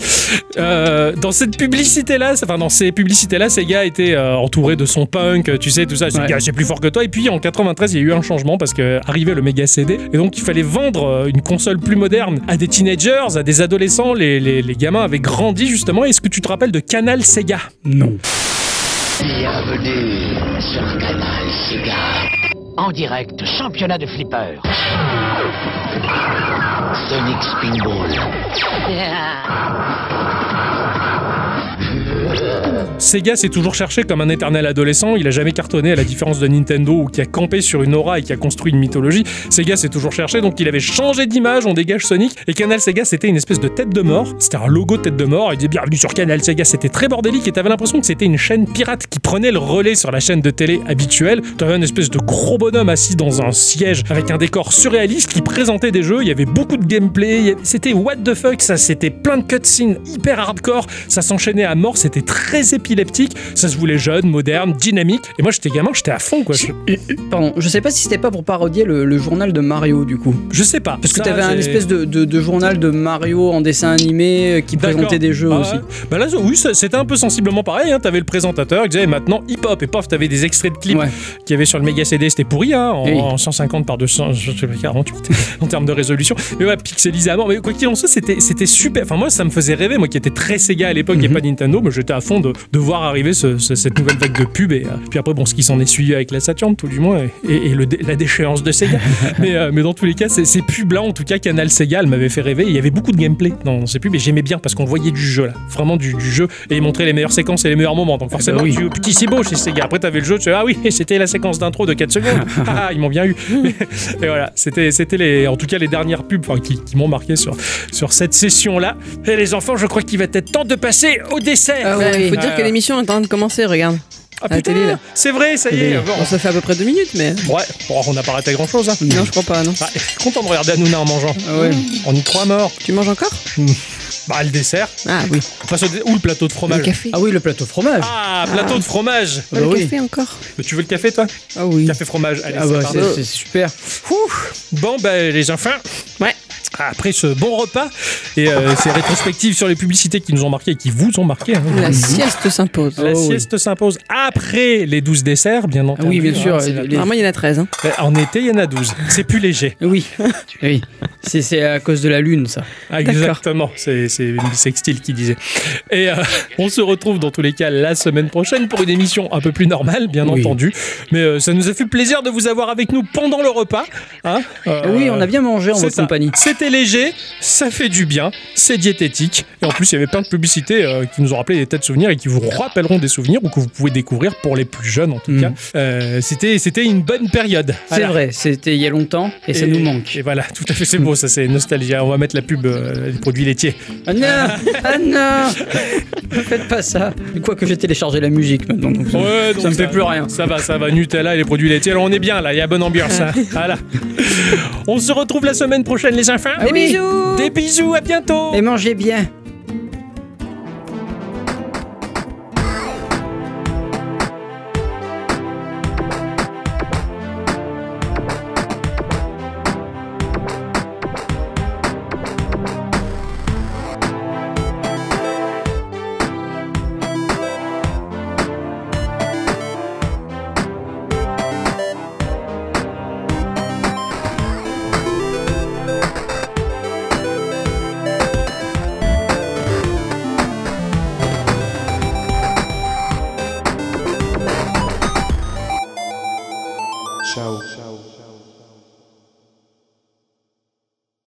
Speaker 2: Euh, dans cette publicité-là, enfin dans ces publicités-là, Sega était euh, entouré de son punk, euh, tu sais, tout ça. C'est
Speaker 3: Ouais.
Speaker 2: gars, c'est plus fort que toi. Et puis en 93, il y a eu un changement parce que arrivait le méga CD. Et donc il fallait vendre euh, une console plus moderne à des teenagers, à des adolescents. Les, les- les gamins avaient grandi justement. Est-ce que tu te rappelles de Canal Sega
Speaker 3: Non.
Speaker 4: Bienvenue sur Canal Sega. En direct, championnat de flipper. Sonic Spinball.
Speaker 2: Sega s'est toujours cherché comme un éternel adolescent, il a jamais cartonné à la différence de Nintendo ou qui a campé sur une aura et qui a construit une mythologie. Sega s'est toujours cherché, donc il avait changé d'image, on dégage Sonic, et Canal Sega c'était une espèce de tête de mort, c'était un logo tête de mort, il disait bienvenue sur Canal Sega, c'était très bordélique et t'avais l'impression que c'était une chaîne pirate qui prenait le relais sur la chaîne de télé habituelle. T'avais un espèce de gros bonhomme assis dans un siège avec un décor surréaliste qui présentait des jeux, il y avait beaucoup de gameplay, il y avait- c'était what the fuck, ça c'était plein de cutscenes hyper hardcore, ça s'enchaînait à mort, c'était très épileptique, ça se voulait jeune, moderne, dynamique, et moi j'étais gamin, j'étais à fond quoi. Je,
Speaker 3: Pardon, je sais pas si c'était pas pour parodier le, le journal de Mario du coup.
Speaker 2: je sais pas.
Speaker 3: Parce que
Speaker 2: Ça,
Speaker 3: t'avais un
Speaker 2: j'ai-
Speaker 3: espèce de, de- de journal de Mario en dessin animé euh, qui
Speaker 2: D'accord.
Speaker 3: présentait des jeux
Speaker 2: Ah ouais.
Speaker 3: aussi.
Speaker 2: Bah là, oui, ça- c'était un peu sensiblement pareil. Hein. T'avais le présentateur qui disait eh, maintenant hip hop et paf, t'avais des extraits de clips
Speaker 3: Ouais. Eh
Speaker 2: qu'il y avait sur le méga CD. C'était pourri, hein, en,
Speaker 3: Oui.
Speaker 2: en 150 par 248 en termes de résolution. Mais ouais, pixelisé à mort. Mais quoi qu'il en soit, c'était c'était super. Enfin, moi, ça me faisait rêver. Moi qui étais très Sega à l'époque et
Speaker 3: Mhm.
Speaker 2: pas Nintendo, mais j'étais à fond de, de voir arriver ce- ce- cette nouvelle vague de pub. Et euh, puis après, bon, ce qui s'en est suivi avec la Saturn, tout du moins, et, et- et le dé- la déchéance de Sega. mais, euh, mais dans tous les cas, ces, ces pubs-là, en tout cas, Canal Sega, elles m'avaient fait rêver. Il y avait beaucoup de gameplay dans, dans ces pubs et j'aimais bien parce qu'on voyait du jeu, là. Vraiment du, du jeu. Et ils montraient les meilleures séquences et les meilleurs moments. Donc forcément,
Speaker 3: oui.
Speaker 2: tu- petit c'est beau chez Sega. Après, t'avais le jeu, tu fais, ah oui, c'était la séquence d'intro de 4 secondes. Ah, ils m'ont bien eu. et voilà, c'était, c'était les, en tout cas les dernières pubs enfin, qui, qui m'ont marqué sur, sur cette session-là. Et les enfants, je crois qu'il va être temps de passer au dessert.
Speaker 1: Ah ouais, faut dire
Speaker 2: Ah,
Speaker 1: que l'émission est en train de commencer, regarde.
Speaker 2: ah,
Speaker 1: à la
Speaker 2: putain,
Speaker 1: télé, là.
Speaker 2: C'est vrai, ça y est. Bon,
Speaker 1: On se fait à peu près deux minutes, mais
Speaker 2: ouais, bon, on n'a pas raté grand-chose. hein.
Speaker 1: non, je crois pas, non.
Speaker 2: Ah, je suis content de regarder Hanouna en mangeant.
Speaker 3: Ah ouais.
Speaker 2: On y croit à mort.
Speaker 1: Tu manges encore
Speaker 2: Bah, le dessert.
Speaker 1: Ah oui.
Speaker 2: On passe au dé- Ou le plateau de
Speaker 1: Le
Speaker 2: fromage.
Speaker 1: café.
Speaker 3: Ah oui, le plateau fromage.
Speaker 2: Ah, plateau de fromage.
Speaker 1: Ah,
Speaker 3: bah
Speaker 1: le
Speaker 3: oui.
Speaker 1: café encore.
Speaker 2: Tu veux le café, toi
Speaker 1: Ah oui.
Speaker 2: Café fromage. Allez,
Speaker 3: Ah
Speaker 2: c'est
Speaker 3: bah
Speaker 2: parti.
Speaker 3: c'est c'est super.
Speaker 2: Ouh. Bon, ben, les enfants.
Speaker 1: Ouais.
Speaker 2: Après ce bon repas et euh, ces rétrospectives sur les publicités qui nous ont marqué et qui vous ont marqué. hein,
Speaker 1: La
Speaker 2: vous.
Speaker 1: sieste s'impose.
Speaker 2: La sieste s'impose après les 12 desserts, bien entendu.
Speaker 1: Ah oui, bien sûr,
Speaker 2: hein, c'est
Speaker 1: les-
Speaker 2: la-
Speaker 1: les- Normalement, il y en a 13.
Speaker 2: Euh, En été, il y en a 12. C'est plus léger.
Speaker 3: Oui. oui. C'est, c'est à cause de la lune, ça.
Speaker 2: Ah, Exactement, c'est c'est Sextile qui disait. Et euh, on se retrouve dans tous les cas la semaine prochaine pour une émission un peu plus normale, bien
Speaker 3: Oui.
Speaker 2: entendu. Mais euh, ça nous a fait plaisir de vous avoir avec nous pendant le repas. hein. Euh,
Speaker 3: Oui, on a bien mangé en
Speaker 2: c'est
Speaker 3: votre
Speaker 2: ça.
Speaker 3: compagnie.
Speaker 2: C'était léger, ça fait du bien, c'est diététique. Et en plus, il y avait plein de publicités euh, qui nous ont rappelé des tas de souvenirs et qui vous rappelleront des souvenirs ou que vous pouvez découvrir pour les plus jeunes en tout cas. Euh, C'était c'était une bonne période.
Speaker 3: Mm. C'est vrai, c'était il y a longtemps et, ça nous manque.
Speaker 2: Et voilà, tout à fait, c'est beau, ça c'est nostalgie. On va mettre la pub euh, des produits laitiers.
Speaker 3: Ah non Ah non Ne faites pas ça. Quoique j'ai téléchargé la musique maintenant, donc ça,
Speaker 2: Ouais,
Speaker 3: ça
Speaker 2: donc
Speaker 3: me fait plus rien.
Speaker 2: Ça va, ça va. Nutella et les produits laitiers. Alors on est bien là, il y a bonne ambiance. hein. Voilà. On se retrouve la semaine prochaine, les enfants.
Speaker 3: Ah oui.
Speaker 2: Des bisous, à bientôt
Speaker 3: Et mangez bien